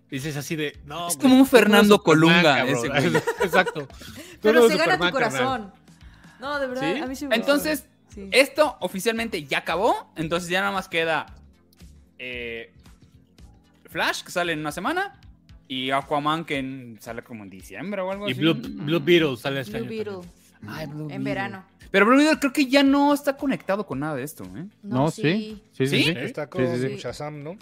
Speaker 4: dices así de. No,
Speaker 2: Es
Speaker 4: güey,
Speaker 2: como un
Speaker 4: tú no eres
Speaker 2: Fernando
Speaker 4: Superman,
Speaker 2: Colunga,
Speaker 4: cabrón.
Speaker 2: ese güey.
Speaker 4: Exacto.
Speaker 3: Pero
Speaker 4: Tú no
Speaker 3: se
Speaker 4: eres
Speaker 3: gana
Speaker 4: Superman,
Speaker 3: tu corazón. No, de verdad,
Speaker 4: ¿Sí?
Speaker 3: a mí sí me gustó.
Speaker 2: Entonces,
Speaker 3: Sí.
Speaker 2: esto oficialmente ya acabó. Entonces ya nada más queda. eh, Flash, que sale en una semana. Y Aquaman, que en- sale como en diciembre o algo
Speaker 4: Y
Speaker 2: así.
Speaker 4: Blue, Blue Beetle sale este
Speaker 3: Blue
Speaker 4: año.
Speaker 3: Beetle,
Speaker 4: también.
Speaker 2: Ay, Blue
Speaker 3: en
Speaker 2: Beetle.
Speaker 3: verano.
Speaker 2: Pero Blue Beetle creo que ya no está conectado con nada de esto, ¿eh?
Speaker 6: No, sí. Sí,
Speaker 2: ¿Sí?
Speaker 6: sí, sí.
Speaker 1: Está con
Speaker 6: Sí, sí,
Speaker 3: sí.
Speaker 1: Shazam, ¿no?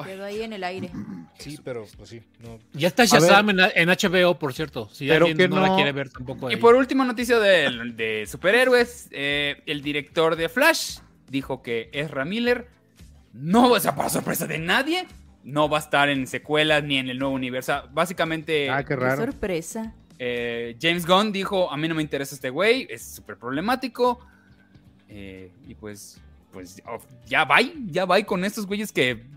Speaker 2: Ay,
Speaker 3: Quedó ahí en el aire.
Speaker 1: Sí, pero pues sí. No.
Speaker 4: Ya está Shazam en, en HBO, por cierto. Si
Speaker 6: Pero
Speaker 4: alguien
Speaker 6: que
Speaker 4: no,
Speaker 6: no-
Speaker 4: la quiere ver tampoco.
Speaker 2: Y
Speaker 4: ahí.
Speaker 2: por última noticia de, de superhéroes, eh, el director de Flash dijo que Ezra Miller no, o sea, para sorpresa de nadie, no va a estar en secuelas ni en el nuevo universo. Básicamente,
Speaker 6: Ah, qué
Speaker 3: Qué
Speaker 6: raro.
Speaker 3: sorpresa.
Speaker 2: eh, James Gunn dijo, a mí no me interesa este güey, es súper problemático. Eh, y pues, pues oh, ya va, ya va con estos güeyes que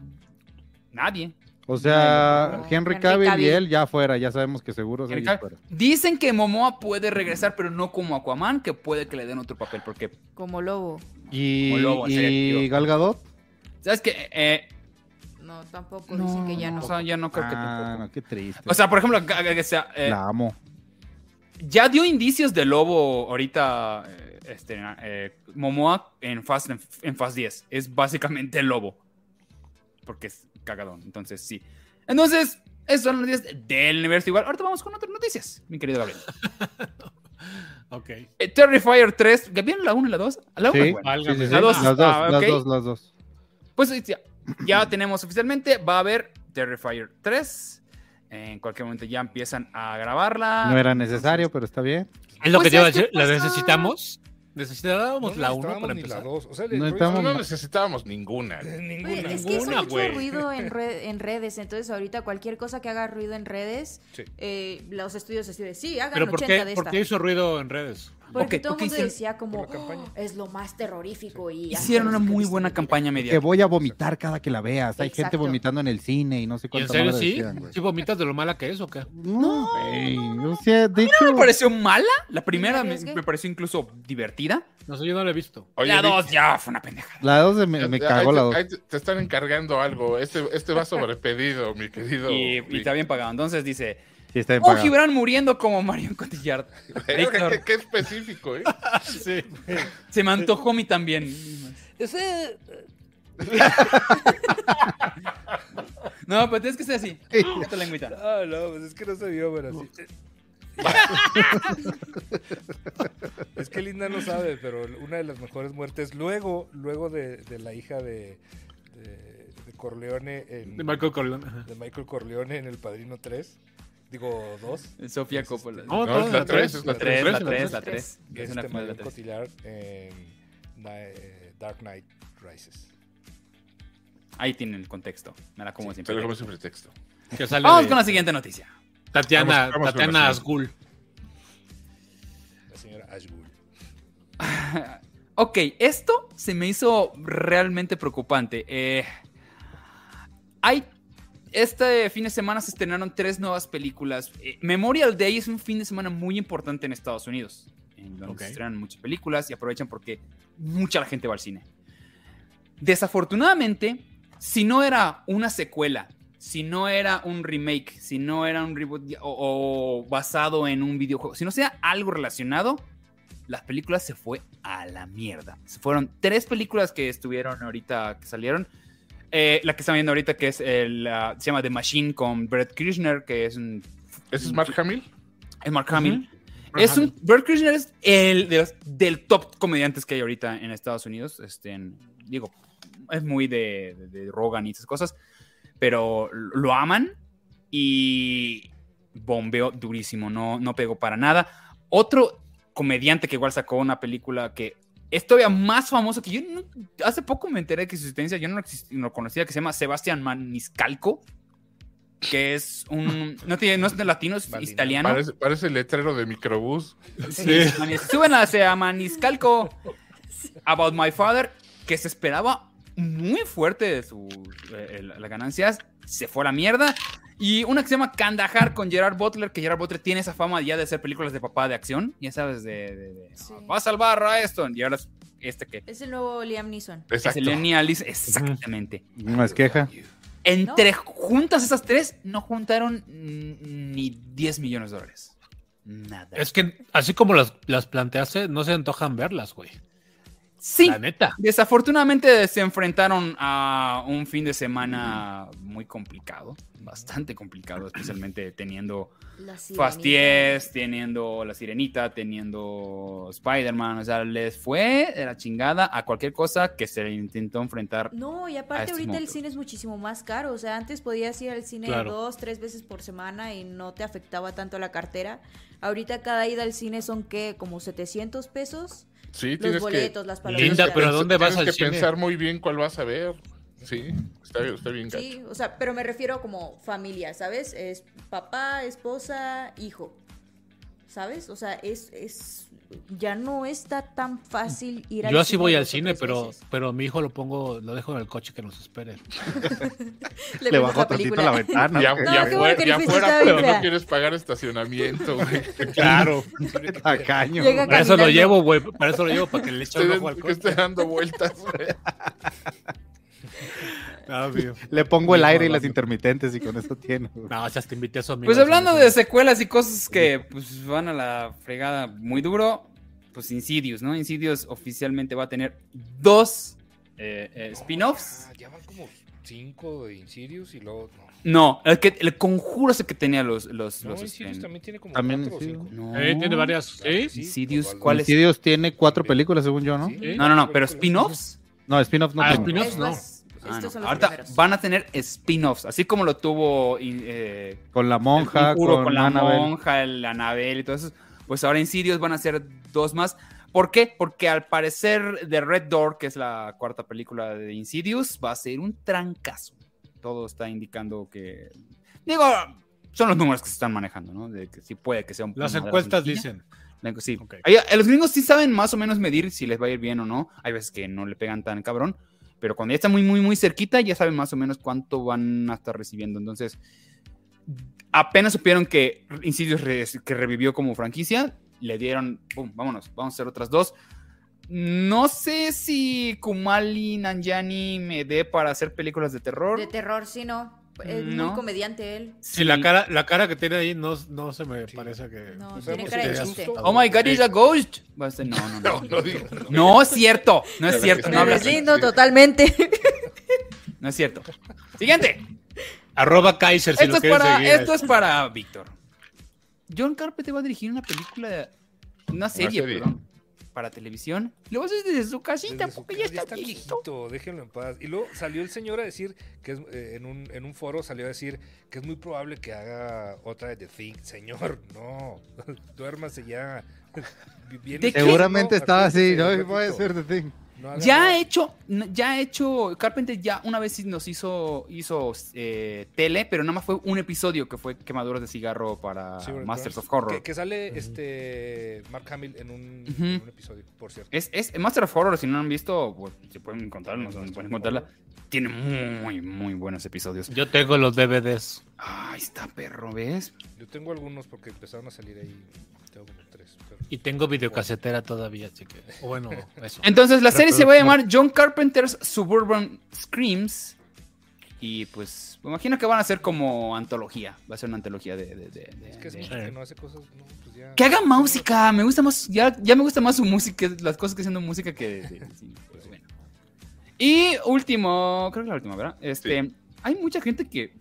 Speaker 2: nadie.
Speaker 6: O sea,
Speaker 3: Bueno,
Speaker 6: Henry
Speaker 3: Henry
Speaker 6: Cavill y
Speaker 3: Cavill.
Speaker 6: él ya fuera, ya sabemos que seguro.
Speaker 2: Henry
Speaker 6: ellos
Speaker 2: Cavill.
Speaker 6: fuera.
Speaker 2: Dicen que Momoa puede regresar, pero no como Aquaman, que puede que le den otro papel, porque
Speaker 3: Como lobo.
Speaker 6: Y,
Speaker 2: Como lobo, sería
Speaker 6: y
Speaker 2: activo.
Speaker 6: Gal Gadot.
Speaker 2: ¿Sabes qué? Eh,
Speaker 3: No, tampoco. Dicen que ya no.
Speaker 2: O sea, ya no creo que
Speaker 6: Ah,
Speaker 2: tampoco.
Speaker 6: no, qué triste.
Speaker 2: O sea, por ejemplo, ga- ga- o sea, eh,
Speaker 6: la amo.
Speaker 2: ya dio indicios de Lobo ahorita eh, este, eh, Momoa en Fast, en, Fast 10. Es básicamente Lobo. Porque es cagadón. Entonces, sí. Entonces, esas son las noticias del universo igual. Ahorita vamos con otras noticias, mi querido Gabriel.
Speaker 4: Ok.
Speaker 2: Eh, Terrifier 3. ¿Ya ¿Vieron la 1 y la 2? La 1
Speaker 6: Sí,
Speaker 4: Válgame.
Speaker 6: sí, sí, sí.
Speaker 2: La dos.
Speaker 6: Las dos,
Speaker 2: Ah,
Speaker 6: las
Speaker 2: ok.
Speaker 6: dos, las dos.
Speaker 2: Pues eh, ya, ya tenemos oficialmente, va a haber Terrifier 3. En cualquier momento ya empiezan a grabarla.
Speaker 6: No era necesario, pero está bien.
Speaker 4: Es lo
Speaker 2: Pues
Speaker 4: que te iba a
Speaker 2: es que
Speaker 4: decir. ¿La
Speaker 2: pasa-
Speaker 4: necesitamos? Necesitábamos
Speaker 1: No
Speaker 4: la 1
Speaker 1: necesitábamos
Speaker 4: para
Speaker 1: ni
Speaker 4: empezar.
Speaker 1: la dos. O sea,
Speaker 6: No
Speaker 1: el-
Speaker 9: No,
Speaker 6: estábamos-
Speaker 9: no necesitábamos ninguna.
Speaker 1: Ninguna.
Speaker 3: Oye, es que hizo
Speaker 4: Ninguna,
Speaker 3: mucho
Speaker 4: güey.
Speaker 3: ruido en, red- en redes. Entonces, ahorita cualquier cosa que haga ruido en redes,
Speaker 1: Sí.
Speaker 3: eh, los estudios así de sí, hagan
Speaker 4: ¿Pero
Speaker 3: 80
Speaker 4: por qué,
Speaker 3: de
Speaker 4: por
Speaker 3: esta.
Speaker 4: qué hizo ruruido en redes?
Speaker 3: Porque
Speaker 2: Ok,
Speaker 3: todo
Speaker 2: ok,
Speaker 3: el mundo
Speaker 2: hicieron-
Speaker 3: decía como
Speaker 1: por la campaña.
Speaker 3: "Oh, es lo más terrorífico. y
Speaker 2: Hicieron una muy buena campaña
Speaker 3: campaña
Speaker 6: Que
Speaker 2: mediática.
Speaker 6: voy a vomitar cada que la veas. Hay gente
Speaker 3: Exacto.
Speaker 6: vomitando en el cine y no
Speaker 4: ¿Y
Speaker 6: sé
Speaker 4: en
Speaker 6: cuánto
Speaker 4: serio sí? ¿Sí vomitas de lo mala que es o qué?
Speaker 6: No, güey, o sea, de
Speaker 2: No
Speaker 6: hecho,
Speaker 2: me pareció mala. La primera
Speaker 3: ¿Me
Speaker 2: me,
Speaker 3: arriesgué?
Speaker 2: me pareció incluso divertida.
Speaker 4: No sé, yo no lo he visto.
Speaker 9: Oye,
Speaker 2: la
Speaker 9: Vic,
Speaker 2: dos ya fue una pendeja.
Speaker 6: la dos de me, me
Speaker 9: ahí
Speaker 6: cagó
Speaker 9: te-
Speaker 6: la dos.
Speaker 9: ahí te, te están encargando algo. Este, este va sobre pedido, mi querido.
Speaker 2: Y, y
Speaker 9: Vic.
Speaker 2: está bien pagado. Entonces dice:
Speaker 6: Sí, está bien
Speaker 2: Un
Speaker 6: pagado.
Speaker 2: Oh, Gibran muriendo como Marion Cotillard.
Speaker 9: Qué,
Speaker 2: Víctor,
Speaker 9: qué específico, ¿eh?
Speaker 2: se me antojó a mí también. No, pero tienes que ser así. Esta lengüita.
Speaker 1: Ah, no, pues es que no se vio, pero sí. Es que Linda no sabe, pero una de las mejores muertes luego, luego de, de la hija de, de- de Corleone en,
Speaker 4: De Michael Corleone. ajá.
Speaker 1: de Michael Corleone en El Padrino 3, digo 2,
Speaker 2: Sofía Coppola.
Speaker 4: No,
Speaker 9: No, es la
Speaker 4: tres,
Speaker 9: 3, es la 3.
Speaker 4: la tres,
Speaker 2: la
Speaker 4: la
Speaker 2: 3,
Speaker 4: tres,
Speaker 2: la 3.
Speaker 1: que
Speaker 2: Es
Speaker 1: es
Speaker 2: una final
Speaker 1: este
Speaker 2: de
Speaker 1: Marion
Speaker 2: la tres.
Speaker 1: Cotillard en Na- eh, Dark Knight Rises.
Speaker 2: Ahí tiene el contexto. Me la como
Speaker 9: Se
Speaker 2: siempre.
Speaker 9: lo como sin pretexto.
Speaker 4: Que sale
Speaker 2: Vamos
Speaker 4: de
Speaker 2: con la siguiente noticia.
Speaker 4: Tatiana,
Speaker 9: Vamos- vamos con
Speaker 4: Tatiana
Speaker 9: la
Speaker 4: Asgul.
Speaker 1: La señora Ashwood.
Speaker 2: Ok, esto se me hizo realmente preocupante. Eh, hay, este fin de semana se estrenaron tres nuevas películas. Eh, Memorial Day es un fin de semana muy importante en Estados Unidos, en donde
Speaker 4: Ok.
Speaker 2: se estrenan muchas películas y aprovechan porque mucha la gente va al cine. Desafortunadamente, si no era una secuela, si no era un remake, si no era un reboot o, o basado en un videojuego, si no sea algo relacionado, las películas se fue a la mierda. Se fueron tres películas que estuvieron ahorita, que salieron. Eh, la que están viendo ahorita, que es el, ah, se llama The Machine con Brett Kirchner, que es un
Speaker 9: ¿Ese es Mark Hamill?
Speaker 2: es Mark Hamill. Es un, Bert Kirchner es el de los- del top comediantes que hay ahorita en Estados Unidos. Este, en- digo, es muy de, de- de Rogan y esas cosas, pero lo aman y bombeó durísimo, no, no pegó para nada. Otro comediante que igual sacó una película que es todavía más famoso que yo. no- hace poco me enteré de que su existencia, yo no lo, exis- no lo conocía, que se llama Sebastián Maniscalco, que es un... No, tiene, no es de latino, es
Speaker 1: Malino.
Speaker 2: italiano.
Speaker 9: Parece, parece el letrero de microbús.
Speaker 2: Sí, Manis- súbenla, se llama Maniscalco About My Father, que se esperaba muy fuerte de su eh, el- las ganancias, se fue a la mierda. Y una que se llama Kandahar con Gerard Butler, que Gerard Butler tiene esa fama ya de hacer películas de papá de acción, ya sabes, de, de- de,
Speaker 3: Sí.
Speaker 2: va a salvar a esto, y ahora es este que
Speaker 3: Es el nuevo Liam Neeson.
Speaker 2: es
Speaker 9: Exacto.
Speaker 2: el Lenny Alice, exactamente.
Speaker 6: No es queja.
Speaker 2: Entre juntas esas tres, no juntaron mm, ni 10 millones de dólares. Nada.
Speaker 4: Es que así como las, las planteaste, no se antojan verlas, güey.
Speaker 2: sí,
Speaker 4: La neta.
Speaker 2: Desafortunadamente se enfrentaron a un fin de semana muy complicado, bastante complicado, especialmente teniendo
Speaker 3: La
Speaker 2: Fast
Speaker 3: Sirenita.
Speaker 2: 10, teniendo La Sirenita, teniendo Spider-Man, o sea, les fue de la chingada a cualquier cosa que se intentó enfrentar.
Speaker 3: No, y
Speaker 2: a este
Speaker 3: aparte
Speaker 2: estos
Speaker 3: ahorita el
Speaker 2: monstruos.
Speaker 3: cine es muchísimo más caro. O sea, antes podías ir al cine
Speaker 4: Claro.
Speaker 3: dos, tres veces por semana y no te afectaba tanto la cartera. Ahorita cada ida al cine son, ¿qué? Como 700 pesos.
Speaker 9: Sí,
Speaker 3: Los
Speaker 9: tienes
Speaker 3: boletos,
Speaker 9: que,
Speaker 3: las palomitas.
Speaker 9: tienes
Speaker 4: Linda,
Speaker 9: que
Speaker 4: pero ¿a
Speaker 9: pens-
Speaker 4: dónde vas
Speaker 9: tienes
Speaker 4: al
Speaker 9: que
Speaker 4: cine?
Speaker 9: pensar muy bien cuál vas a ver. Sí, está, está bien gacho.
Speaker 3: Sí, o sea, pero me refiero como familia, ¿sabes? Es papá, esposa, hijo. ¿Sabes? O sea, es, es ya no está tan fácil ir al
Speaker 4: Yo así voy
Speaker 3: dos
Speaker 4: al
Speaker 3: o
Speaker 4: cine,
Speaker 3: tres
Speaker 4: pero,
Speaker 3: veces.
Speaker 4: pero a mi hijo lo pongo, lo dejo en el coche que nos espere.
Speaker 6: Le,
Speaker 3: prendo
Speaker 6: bajo tantito la ventana.
Speaker 9: Y, a-
Speaker 6: porque-
Speaker 9: y
Speaker 3: No, Ah, qué bueno
Speaker 9: afuera,
Speaker 3: que
Speaker 9: y
Speaker 3: no hiciste
Speaker 9: afuera,
Speaker 3: esta
Speaker 9: pero
Speaker 3: biblia.
Speaker 9: no quieres pagar estacionamiento, güey.
Speaker 4: Claro.
Speaker 6: Ah, Tacaño.
Speaker 3: Llega
Speaker 4: Para eso lo
Speaker 3: caminando.
Speaker 4: llevo, güey. Para eso lo llevo, para que le eche
Speaker 9: Estoy
Speaker 4: un
Speaker 9: den-
Speaker 4: ojo al
Speaker 9: que
Speaker 4: coche.
Speaker 9: esté dando vueltas, güey.
Speaker 4: Ah, mío.
Speaker 6: Le pongo el aire y las intermitentes y con eso tiene. güey.
Speaker 4: No, o sea, te invité a su amigo.
Speaker 2: Pues hablando de secuelas y cosas que pues, van a la fregada muy duro, pues Insidious, ¿no? Insidious oficialmente va a tener dos eh, eh, spin-offs.
Speaker 1: Ah, ya van como 5 de Insidious y luego. No,
Speaker 2: No, el, que, el conjuro es el que tenía los. los,
Speaker 1: no
Speaker 2: los
Speaker 1: Insidious
Speaker 2: este,
Speaker 1: también tiene como
Speaker 6: También
Speaker 1: 4 o
Speaker 6: Insidious.
Speaker 1: 5.
Speaker 2: no.
Speaker 4: Eh, tiene varias.
Speaker 2: Ah,
Speaker 4: Sí.
Speaker 1: Sí,
Speaker 2: Insidious,
Speaker 1: pues,
Speaker 2: ¿cuál es?
Speaker 6: Homicidios tiene cuatro películas, según yo, ¿no?
Speaker 1: Sí,
Speaker 2: No, no, no,
Speaker 1: cuatro
Speaker 2: pero
Speaker 1: películas.
Speaker 2: spin-offs.
Speaker 6: No, spin-off no.
Speaker 4: Ah,
Speaker 6: tengo.
Speaker 4: spin-offs
Speaker 3: Es
Speaker 4: no.
Speaker 3: más,
Speaker 2: Ah,
Speaker 3: estos
Speaker 2: no.
Speaker 3: son los
Speaker 2: Ahorita
Speaker 3: primeros.
Speaker 2: van a tener spin-offs, así como lo tuvo y, eh,
Speaker 6: Con la monja,
Speaker 2: el Conjuro
Speaker 6: con,
Speaker 2: con, la
Speaker 6: Annabelle.
Speaker 2: monja, el Anabel y todo eso. Pues ahora Insidious van a ser dos más. ¿Por qué? Porque al parecer The Red Door, que es la cuarta película de Insidious, va a ser un trancazo. Todo está indicando que. Digo, son los números que se están manejando, ¿no? De que sí puede que sea un
Speaker 4: Las
Speaker 2: una de
Speaker 4: encuestas
Speaker 2: mentira.
Speaker 4: dicen.
Speaker 2: La- Sí.
Speaker 4: Ok.
Speaker 2: Ahí, eh, los gringos sí saben más o menos medir si les va a ir bien o no. Hay veces que no le pegan tan cabrón. Pero cuando ya está muy, muy, muy cerquita, ya saben más o menos cuánto van a estar recibiendo. Entonces, apenas supieron que Insidious re- que revivió como franquicia, le dieron, pum, vámonos, vamos a hacer otras dos. No sé si Kumali Nanjani me dé para hacer películas de terror.
Speaker 3: De terror, sí, no. Es
Speaker 2: Mm, No.
Speaker 3: muy comediante él.
Speaker 4: Sí, la cara, la cara que tiene ahí no, no se me
Speaker 1: Sí.
Speaker 4: parece que.
Speaker 3: No,
Speaker 1: Nos
Speaker 3: tiene
Speaker 1: hemos
Speaker 3: cara de
Speaker 1: quedado
Speaker 3: chiste.
Speaker 1: asustados.
Speaker 2: Oh my god, is a ghost. Va a ser- No, no, no.
Speaker 9: No, no digas. no.
Speaker 2: No es cierto, no es cierto, no
Speaker 3: Me
Speaker 2: hablas.
Speaker 3: deslindo totalmente.
Speaker 2: No es cierto. Siguiente.
Speaker 4: Arroba Kaiser si
Speaker 2: esto
Speaker 4: lo
Speaker 2: es
Speaker 4: quieres
Speaker 2: para,
Speaker 4: seguir.
Speaker 2: esto es para Víctor. John Carpenter va a dirigir una película, una serie,
Speaker 9: serie.
Speaker 2: perdón, para televisión. Lo va a hacer desde su casita
Speaker 1: Desde su
Speaker 2: porque
Speaker 1: casa,
Speaker 2: ya está, viejito.
Speaker 1: déjenlo en paz. Y luego salió el señor a decir que es, eh, en, un, en un foro salió a decir que es muy probable que haga otra de The Thing. Señor, no, duérmase ya. Viene
Speaker 2: ¿De qué?
Speaker 6: Seguramente
Speaker 1: solo,
Speaker 6: estaba así,
Speaker 1: acuérdese un
Speaker 6: ¿no? Y puede
Speaker 1: ratito.
Speaker 6: ser de ti.
Speaker 1: No haga
Speaker 2: Ya
Speaker 1: nada.
Speaker 2: ha hecho, ya ha hecho, Carpenter ya una vez nos hizo, hizo eh, tele, pero nada más fue un episodio que fue quemaduras de cigarro para
Speaker 1: Sí,
Speaker 2: Masters of
Speaker 1: Que,
Speaker 2: Horror.
Speaker 1: que sale este Mark Hamill en un,
Speaker 2: Ujú.
Speaker 1: en un episodio, por cierto.
Speaker 2: Es, es Master of Horror, si no lo han visto, pues, se pueden encontrarla, no sé dónde pueden encontrarla. Tiene muy, muy buenos episodios.
Speaker 4: Yo tengo los DVDs.
Speaker 2: Ahí está, perro, ¿ves?
Speaker 1: Yo tengo algunos porque empezaron a salir ahí. Tengo como tres. pero-
Speaker 4: Y tengo videocasetera todavía, así que. o Bueno, eso.
Speaker 2: Entonces la serie se va a llamar John Carpenter's Suburban Screams. Y pues me imagino que van a ser como antología. Va a ser una antología de... de- de- de-
Speaker 1: Es que es
Speaker 2: de-
Speaker 1: mucho que no hace cosas. No, pues ya.
Speaker 2: Que haga música, me gusta más, ya, ya me gusta más su música, las cosas que haciendo música que... de- de cine, pero bueno. Y último, creo que la última, ¿verdad? Este, Hay mucha gente que...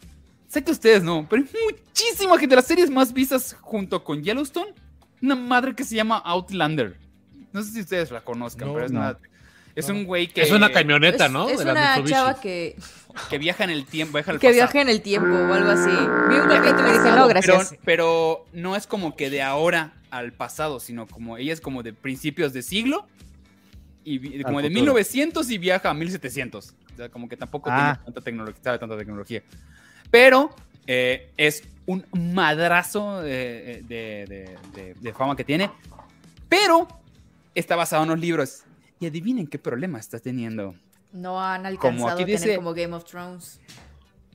Speaker 2: Sé que ustedes no, pero hay muchísima gente. Las series más vistas junto con Yellowstone, una madre que se llama Outlander. No sé si ustedes la conozcan,
Speaker 1: No,
Speaker 2: pero es
Speaker 6: no.
Speaker 2: una- Es
Speaker 1: No.
Speaker 2: un güey que...
Speaker 4: Es una camioneta,
Speaker 3: es,
Speaker 4: ¿no?
Speaker 3: es
Speaker 4: De la
Speaker 3: una
Speaker 4: Mitsubishi.
Speaker 3: chava que,
Speaker 2: Que viaja en el tiempo, viaja al
Speaker 3: que
Speaker 2: pasado.
Speaker 3: viaja en el tiempo o algo así. Vi un capítulo y dije, no, gracias.
Speaker 2: Pero, pero no es como que de ahora al pasado, sino como ella es como de principios de siglo y vi- como de
Speaker 6: futuro.
Speaker 2: 1900 y viaja a 1700. O sea, como que tampoco
Speaker 6: Ah.
Speaker 2: tiene tanta tecnología, sabe tanta tecnología. Pero eh, es un madrazo de, de- de- de- de fama que tiene. Pero está basado en los libros. Y adivinen qué problema está teniendo.
Speaker 3: No han
Speaker 2: Como
Speaker 3: alcanzado
Speaker 2: aquí
Speaker 3: a tener
Speaker 2: dice-
Speaker 3: como Game of Thrones.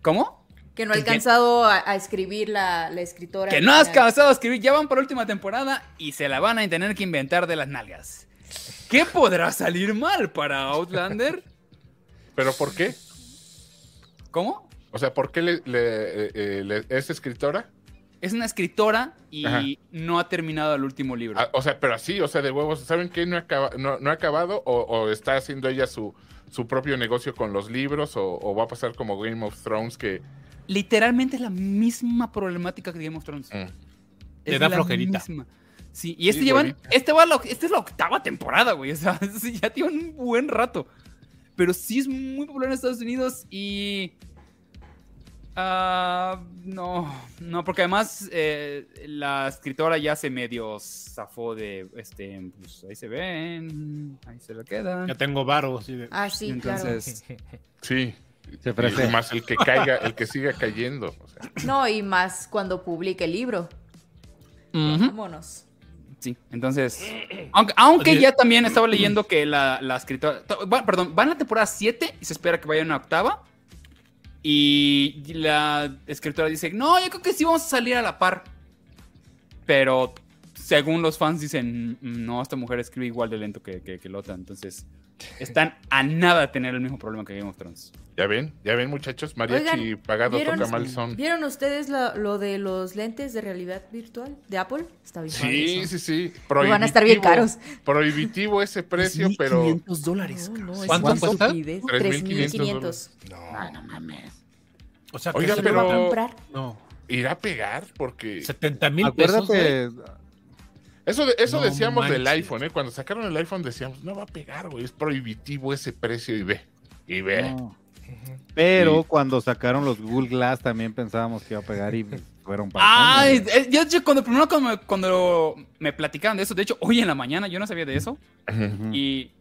Speaker 2: ¿Cómo?
Speaker 3: Que no ha
Speaker 2: Que-
Speaker 3: alcanzado a, a escribir la, la escritora.
Speaker 2: Que no has
Speaker 3: original.
Speaker 2: cansado de escribir, ya van por última temporada y se la van a tener que inventar de las nalgas. ¿Qué podrá salir mal para Outlander?
Speaker 9: ¿Pero por qué?
Speaker 2: ¿Cómo?
Speaker 9: O sea, ¿por qué le, le- eh, eh, le- es escritora?
Speaker 2: Es una escritora y
Speaker 9: Ajá.
Speaker 2: no ha terminado el último libro.
Speaker 9: Ah, o sea, pero así, o sea, de huevos. ¿Saben qué? No, acaba- no, no ha acabado o, o está haciendo ella su, su propio negocio con los libros o, o va a pasar como Game of Thrones que...
Speaker 2: Literalmente es la misma problemática que Game of Thrones.
Speaker 9: Mm.
Speaker 2: Es
Speaker 4: Te da
Speaker 2: la
Speaker 4: flojerita.
Speaker 2: misma. Sí, y este
Speaker 9: Sí,
Speaker 2: llevan.
Speaker 9: güerita.
Speaker 2: Este va a la, esta es la octava temporada, güey. O sea, sí, ya tiene un buen rato. Pero sí es muy popular en Estados Unidos y. ah, no, no, porque además eh, la escritora ya se medio zafó de. Este, pues ahí se ven, ahí se lo quedan.
Speaker 4: Ya tengo varo, así de.
Speaker 3: Ah, sí, claro.
Speaker 2: Entonces,
Speaker 9: Sí.
Speaker 6: Se
Speaker 9: Y
Speaker 6: ofrece.
Speaker 9: más el que caiga, el que siga cayendo. o sea.
Speaker 3: No, y más cuando publique el libro.
Speaker 2: ujú.
Speaker 3: Vámonos.
Speaker 2: Sí, entonces. Aunque, aunque
Speaker 4: Oye.
Speaker 2: ya también estaba leyendo que la, la escritora. to- va- perdón, van a la temporada 7 y se espera que vaya una octava. Y la escritora dice: No, yo creo que sí vamos a salir a la par. Pero según los fans dicen: "Mm, No, esta mujer escribe igual de lento que, que, que Lota. Entonces están a nada de tener el mismo problema que Game of Thrones.
Speaker 9: Ya ven, ya ven, muchachos. Mariachi
Speaker 3: Oigan,
Speaker 9: pagado
Speaker 3: ¿vieron-
Speaker 9: toca mal son.
Speaker 3: ¿Vieron ustedes lo, lo de los lentes de realidad virtual de Apple? Está bien. padre
Speaker 9: Sí,
Speaker 3: eso.
Speaker 9: sí, sí.
Speaker 3: Van a estar bien caros.
Speaker 9: Prohibitivo ese precio, pero.
Speaker 2: dólares.
Speaker 3: No, no, es
Speaker 4: ¿Cuánto
Speaker 3: una
Speaker 4: cuesta?
Speaker 3: estupidez.
Speaker 9: 3,500
Speaker 3: 3.500.
Speaker 1: No,
Speaker 4: O sea,
Speaker 9: Oiga,
Speaker 4: se le
Speaker 3: ¿Lo va
Speaker 9: pero-
Speaker 3: a comprar?
Speaker 4: No,
Speaker 9: ¿Irá a pegar? Porque.
Speaker 4: 70 mil pesos. güey.
Speaker 6: Acuérdate,
Speaker 9: Eso, de- eso
Speaker 4: No
Speaker 9: decíamos del
Speaker 4: manches.
Speaker 9: iPhone, ¿eh? Cuando sacaron el iPhone decíamos, no va a pegar, güey. Es prohibitivo ese precio y ve. Y ve.
Speaker 6: no. Eh. Pero cuando sacaron los Google Glass también pensábamos que iba a pegar y fueron para.
Speaker 2: Ah, eh, yo, yo cuando primero cuando me, cuando me platicaron de eso, de hecho, hoy en la mañana yo no sabía de eso. Y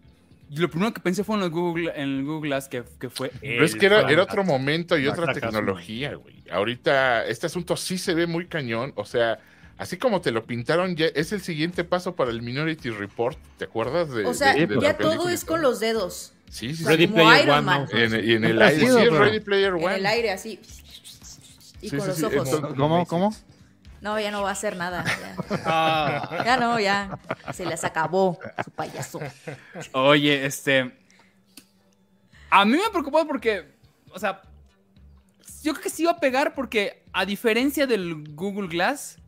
Speaker 2: lo primero que pensé fue en el Google, en el Google Glass, que, que fue.
Speaker 9: Pero es
Speaker 2: el
Speaker 9: que era,
Speaker 2: fracaso.
Speaker 9: era otro momento y
Speaker 4: la
Speaker 9: otra
Speaker 4: fracaso.
Speaker 9: tecnología, güey. Ahorita este asunto sí se ve muy cañón. O sea, así como te lo pintaron, ya es el siguiente paso para el Minority Report. ¿Te acuerdas de
Speaker 3: O sea,
Speaker 9: eh, de- de la
Speaker 3: ya todo
Speaker 9: película y
Speaker 3: es con los dedos.
Speaker 9: Sí, sí, sí.
Speaker 4: Ready
Speaker 3: Como
Speaker 4: Player
Speaker 3: Iron
Speaker 4: One,
Speaker 3: Man.
Speaker 4: ¿no?
Speaker 9: En- y en el
Speaker 6: Siempre ha
Speaker 9: aire.
Speaker 6: sido,
Speaker 9: sí,
Speaker 6: pero-
Speaker 9: Ready Player
Speaker 3: En
Speaker 9: One.
Speaker 3: el aire, así. Y
Speaker 9: Sí,
Speaker 3: con
Speaker 9: sí,
Speaker 3: los
Speaker 9: sí,
Speaker 3: ojos.
Speaker 9: entonces-
Speaker 6: ¿Cómo? ¿Cómo?
Speaker 3: No, ya no va a hacer nada. Ya,
Speaker 4: Ah,
Speaker 3: Ya no, ya. Se les acabó su payaso.
Speaker 2: Oye, este. A mí me preocupó porque. O sea. Yo creo que sí iba a pegar porque, a diferencia del Google Glass,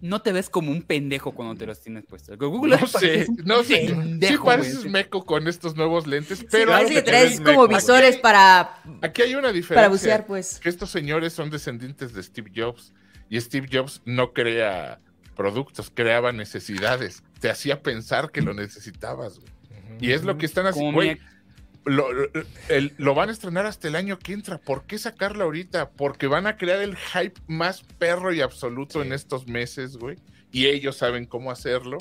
Speaker 2: no te ves como un pendejo cuando te los tienes puestos. El Google
Speaker 9: No
Speaker 2: Glass
Speaker 9: sé,
Speaker 2: pareces un
Speaker 9: no sé. sí
Speaker 2: pendejo, güey,
Speaker 9: pareces
Speaker 2: así.
Speaker 9: meco con estos nuevos lentes,
Speaker 3: Pero
Speaker 9: pero
Speaker 3: parece
Speaker 9: algo
Speaker 3: que
Speaker 9: te
Speaker 3: traes
Speaker 9: ves
Speaker 3: como
Speaker 9: meco.
Speaker 3: visores para,
Speaker 9: Aquí hay una diferencia.
Speaker 3: para bucear, pues.
Speaker 9: Que estos señores son descendientes de Steve Jobs y Steve Jobs no crea productos, creaba necesidades, te hacía pensar que lo necesitabas. güey. Y es lo que están
Speaker 2: Como
Speaker 9: haciendo.
Speaker 2: mi
Speaker 9: güey,
Speaker 2: ex-
Speaker 9: Lo, lo- el- lo van a estrenar hasta el año que entra. ¿Por qué sacarla ahorita? Porque van a crear el hype más perro y absoluto en estos meses, güey. Y ellos saben cómo hacerlo.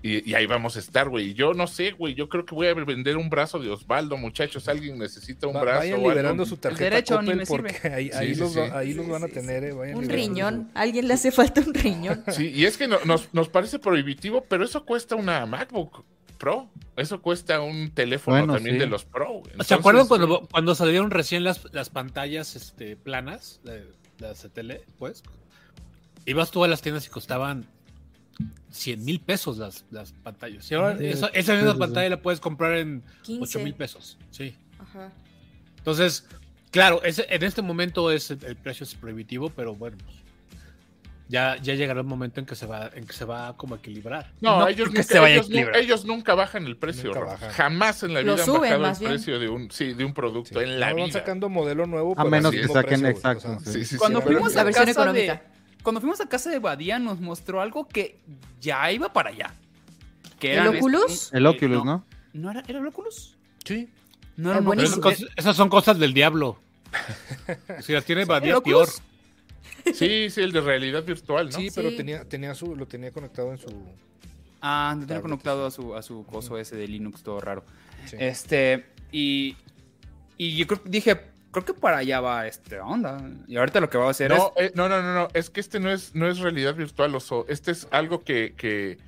Speaker 9: Y, y ahí vamos a estar, güey. Y Yo no sé, güey. Yo creo que voy a vender un brazo de Osvaldo, muchachos. Alguien necesita un
Speaker 1: Va-
Speaker 9: brazo.
Speaker 1: vayan
Speaker 9: o algo.
Speaker 1: liberando su tarjeta
Speaker 2: derecho ni
Speaker 1: Coppel
Speaker 2: me sirve.
Speaker 1: porque ahí,
Speaker 9: Sí,
Speaker 1: ahí
Speaker 9: sí,
Speaker 1: los, va-
Speaker 9: sí.
Speaker 1: ahí los
Speaker 3: Sí,
Speaker 1: van a
Speaker 3: sí,
Speaker 1: tener, eh, vayan
Speaker 3: Un
Speaker 1: liberando
Speaker 3: riñón. ¿Alguien le hace falta un riñón?
Speaker 9: Sí, y es que no- nos, nos parece prohibitivo, pero eso cuesta una MacBook Pro. Eso cuesta un teléfono
Speaker 6: Bueno,
Speaker 9: también
Speaker 6: sí.
Speaker 9: de los Pro. güey.
Speaker 4: ¿Se
Speaker 9: Entonces,
Speaker 4: acuerdan cuando, cuando salieron recién las, las pantallas este, planas, de- las de tele, pues? Ibas tú a las tiendas y costaban 100 mil pesos las, las pantallas. Y ahora
Speaker 1: Sí,
Speaker 4: esa, esa misma
Speaker 1: sí, sí.
Speaker 4: pantalla la puedes comprar en 8
Speaker 3: 15.
Speaker 4: mil pesos. Sí.
Speaker 3: Ajá.
Speaker 4: Entonces, claro, es- en este momento es el precio es prohibitivo, pero bueno, pues, ya, ya llegará el momento en que se va, en que se va como a equilibrar.
Speaker 9: No,
Speaker 2: No
Speaker 9: ellos,
Speaker 2: creo que
Speaker 9: nunca,
Speaker 2: se vaya a
Speaker 9: ellos nu-
Speaker 2: equilibrar.
Speaker 9: ellos nunca bajan el precio.
Speaker 1: Nunca
Speaker 9: Rafa.
Speaker 1: bajan.
Speaker 9: Jamás en la
Speaker 3: Lo
Speaker 9: vida
Speaker 3: suben,
Speaker 9: han
Speaker 3: más
Speaker 9: bajado el
Speaker 3: bien.
Speaker 9: precio de un, sí, de un producto
Speaker 1: Sí.
Speaker 9: en la
Speaker 1: Ahora van
Speaker 9: vida.
Speaker 1: sacando modelo nuevo.
Speaker 6: A
Speaker 1: pero
Speaker 6: menos
Speaker 1: al
Speaker 9: que
Speaker 1: mismo
Speaker 6: saquen,
Speaker 1: güey.
Speaker 6: exacto, sí.
Speaker 9: Sí, sí,
Speaker 2: Cuando
Speaker 9: sí,
Speaker 1: pero-
Speaker 2: fuimos
Speaker 3: La
Speaker 2: a
Speaker 3: versión
Speaker 2: casa de,
Speaker 3: económica.
Speaker 2: cuando fuimos a casa de Badía nos mostró algo que ya iba para allá. Que
Speaker 3: ¿El
Speaker 2: eran
Speaker 3: Oculus?
Speaker 2: estos-
Speaker 6: El Oculus,
Speaker 2: eh, no,
Speaker 6: ¿no?
Speaker 2: ¿No era, era el Oculus?
Speaker 1: Sí.
Speaker 2: No era
Speaker 3: Ah,
Speaker 2: un
Speaker 4: Pero esas,
Speaker 3: buenísimo.
Speaker 2: Oculus.
Speaker 4: cosas- esas son cosas del diablo. Si las tiene Badía,
Speaker 2: ¿El
Speaker 4: peor.
Speaker 2: Oculus?
Speaker 9: sí, sí, el de realidad virtual, ¿no?
Speaker 1: Sí, pero
Speaker 3: Sí.
Speaker 1: tenía, tenía su, lo tenía conectado en su.
Speaker 2: Ah, lo tenía
Speaker 1: Tablet,
Speaker 2: conectado a su, a su coso ese de Linux todo raro.
Speaker 1: sí.
Speaker 2: Este, y, y yo creo, dije, creo que para allá va esta onda. Y ahorita lo que va a hacer
Speaker 9: No, eh, no, no, no, no, es que este no es, no es realidad virtual, oso. Este es algo que, que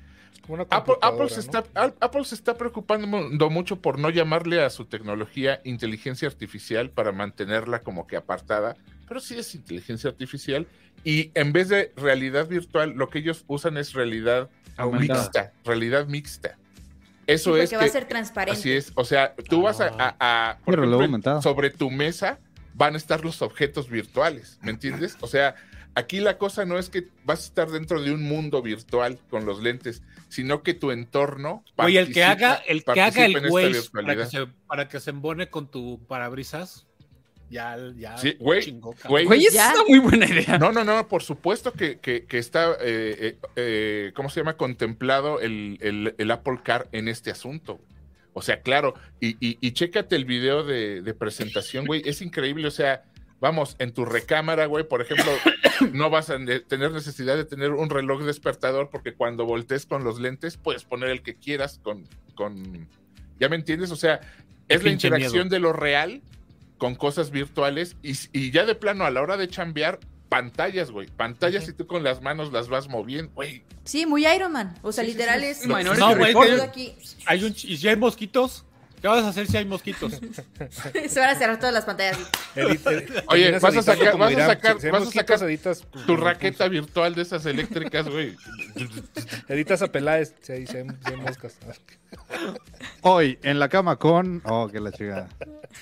Speaker 1: Como una
Speaker 9: Apple, Apple se
Speaker 1: computadora,
Speaker 9: está, Al- Apple se está preocupando mucho por no llamarle a su tecnología inteligencia artificial para mantenerla como que apartada, pero sí es inteligencia artificial. Y en vez de realidad virtual, lo que ellos usan es realidad
Speaker 6: Aumentada.
Speaker 9: mixta, realidad mixta.
Speaker 3: Sí,
Speaker 9: Eso
Speaker 3: porque
Speaker 9: es
Speaker 3: va a
Speaker 9: que-
Speaker 3: ser transparente.
Speaker 9: Así es, o sea, tú vas a,
Speaker 4: Ah.
Speaker 9: a- a- por
Speaker 6: Pero luego
Speaker 9: ejemplo,
Speaker 6: aumentado.
Speaker 9: sobre tu mesa van a estar los objetos virtuales, ¿me entiendes? O sea, aquí la cosa no es que vas a estar dentro de un mundo virtual con los lentes, sino que tu entorno
Speaker 4: Oye, el que
Speaker 9: participa-
Speaker 4: haga el que haga
Speaker 9: participa en
Speaker 4: el
Speaker 9: esta
Speaker 4: Waze para que,
Speaker 9: virtualidad.
Speaker 4: se, para que se embone con tu parabrisas, ya, ya
Speaker 9: Sí, güey,
Speaker 4: chingó, cabrón.
Speaker 9: güey.
Speaker 2: Güey, esa
Speaker 3: Ya.
Speaker 2: es una muy buena idea.
Speaker 9: No, no, no, por supuesto que, que- que está, eh, eh, eh, ¿cómo se llama? Contemplado el, el- el Apple Car en este asunto. O sea, claro, y, y, y chécate el video de, de presentación, güey, es increíble, o sea, vamos, en tu recámara, güey, por ejemplo, no vas a ne- tener necesidad de tener un reloj despertador porque cuando voltees con los lentes puedes poner el que quieras con, con, ¿ya me entiendes? O sea,
Speaker 4: Qué
Speaker 9: es la
Speaker 4: pinche
Speaker 9: interacción
Speaker 4: miedo.
Speaker 9: de lo real con cosas virtuales y, y ya de plano a la hora de chambear, pantallas, güey. Pantallas y tú con las manos las vas moviendo, güey.
Speaker 3: Sí, muy Iron Man. O sea,
Speaker 9: Sí, sí,
Speaker 3: literal
Speaker 9: sí.
Speaker 3: es.
Speaker 9: No,
Speaker 2: Minority
Speaker 4: no, güey,
Speaker 2: Report.
Speaker 4: es que-
Speaker 3: aquí.
Speaker 4: Hay un, ch- y si hay mosquitos, ¿qué vas a hacer si hay mosquitos?
Speaker 3: Se van a cerrar todas las pantallas.
Speaker 1: Edit- edit-
Speaker 9: Oye,
Speaker 1: terminas
Speaker 9: vas a
Speaker 1: editando
Speaker 9: sacar-
Speaker 1: como
Speaker 9: vas a
Speaker 1: dirán,
Speaker 9: sacar-
Speaker 1: si- si hay
Speaker 9: vas a
Speaker 1: mosquitos,
Speaker 9: sacar
Speaker 1: editas pues,
Speaker 9: Tu raqueta virtual de esas eléctricas, güey.
Speaker 1: Editas a Peláez. Si hay, si hay- si hay moscas.
Speaker 6: Hoy, en la cama con. Oh, que la chingada.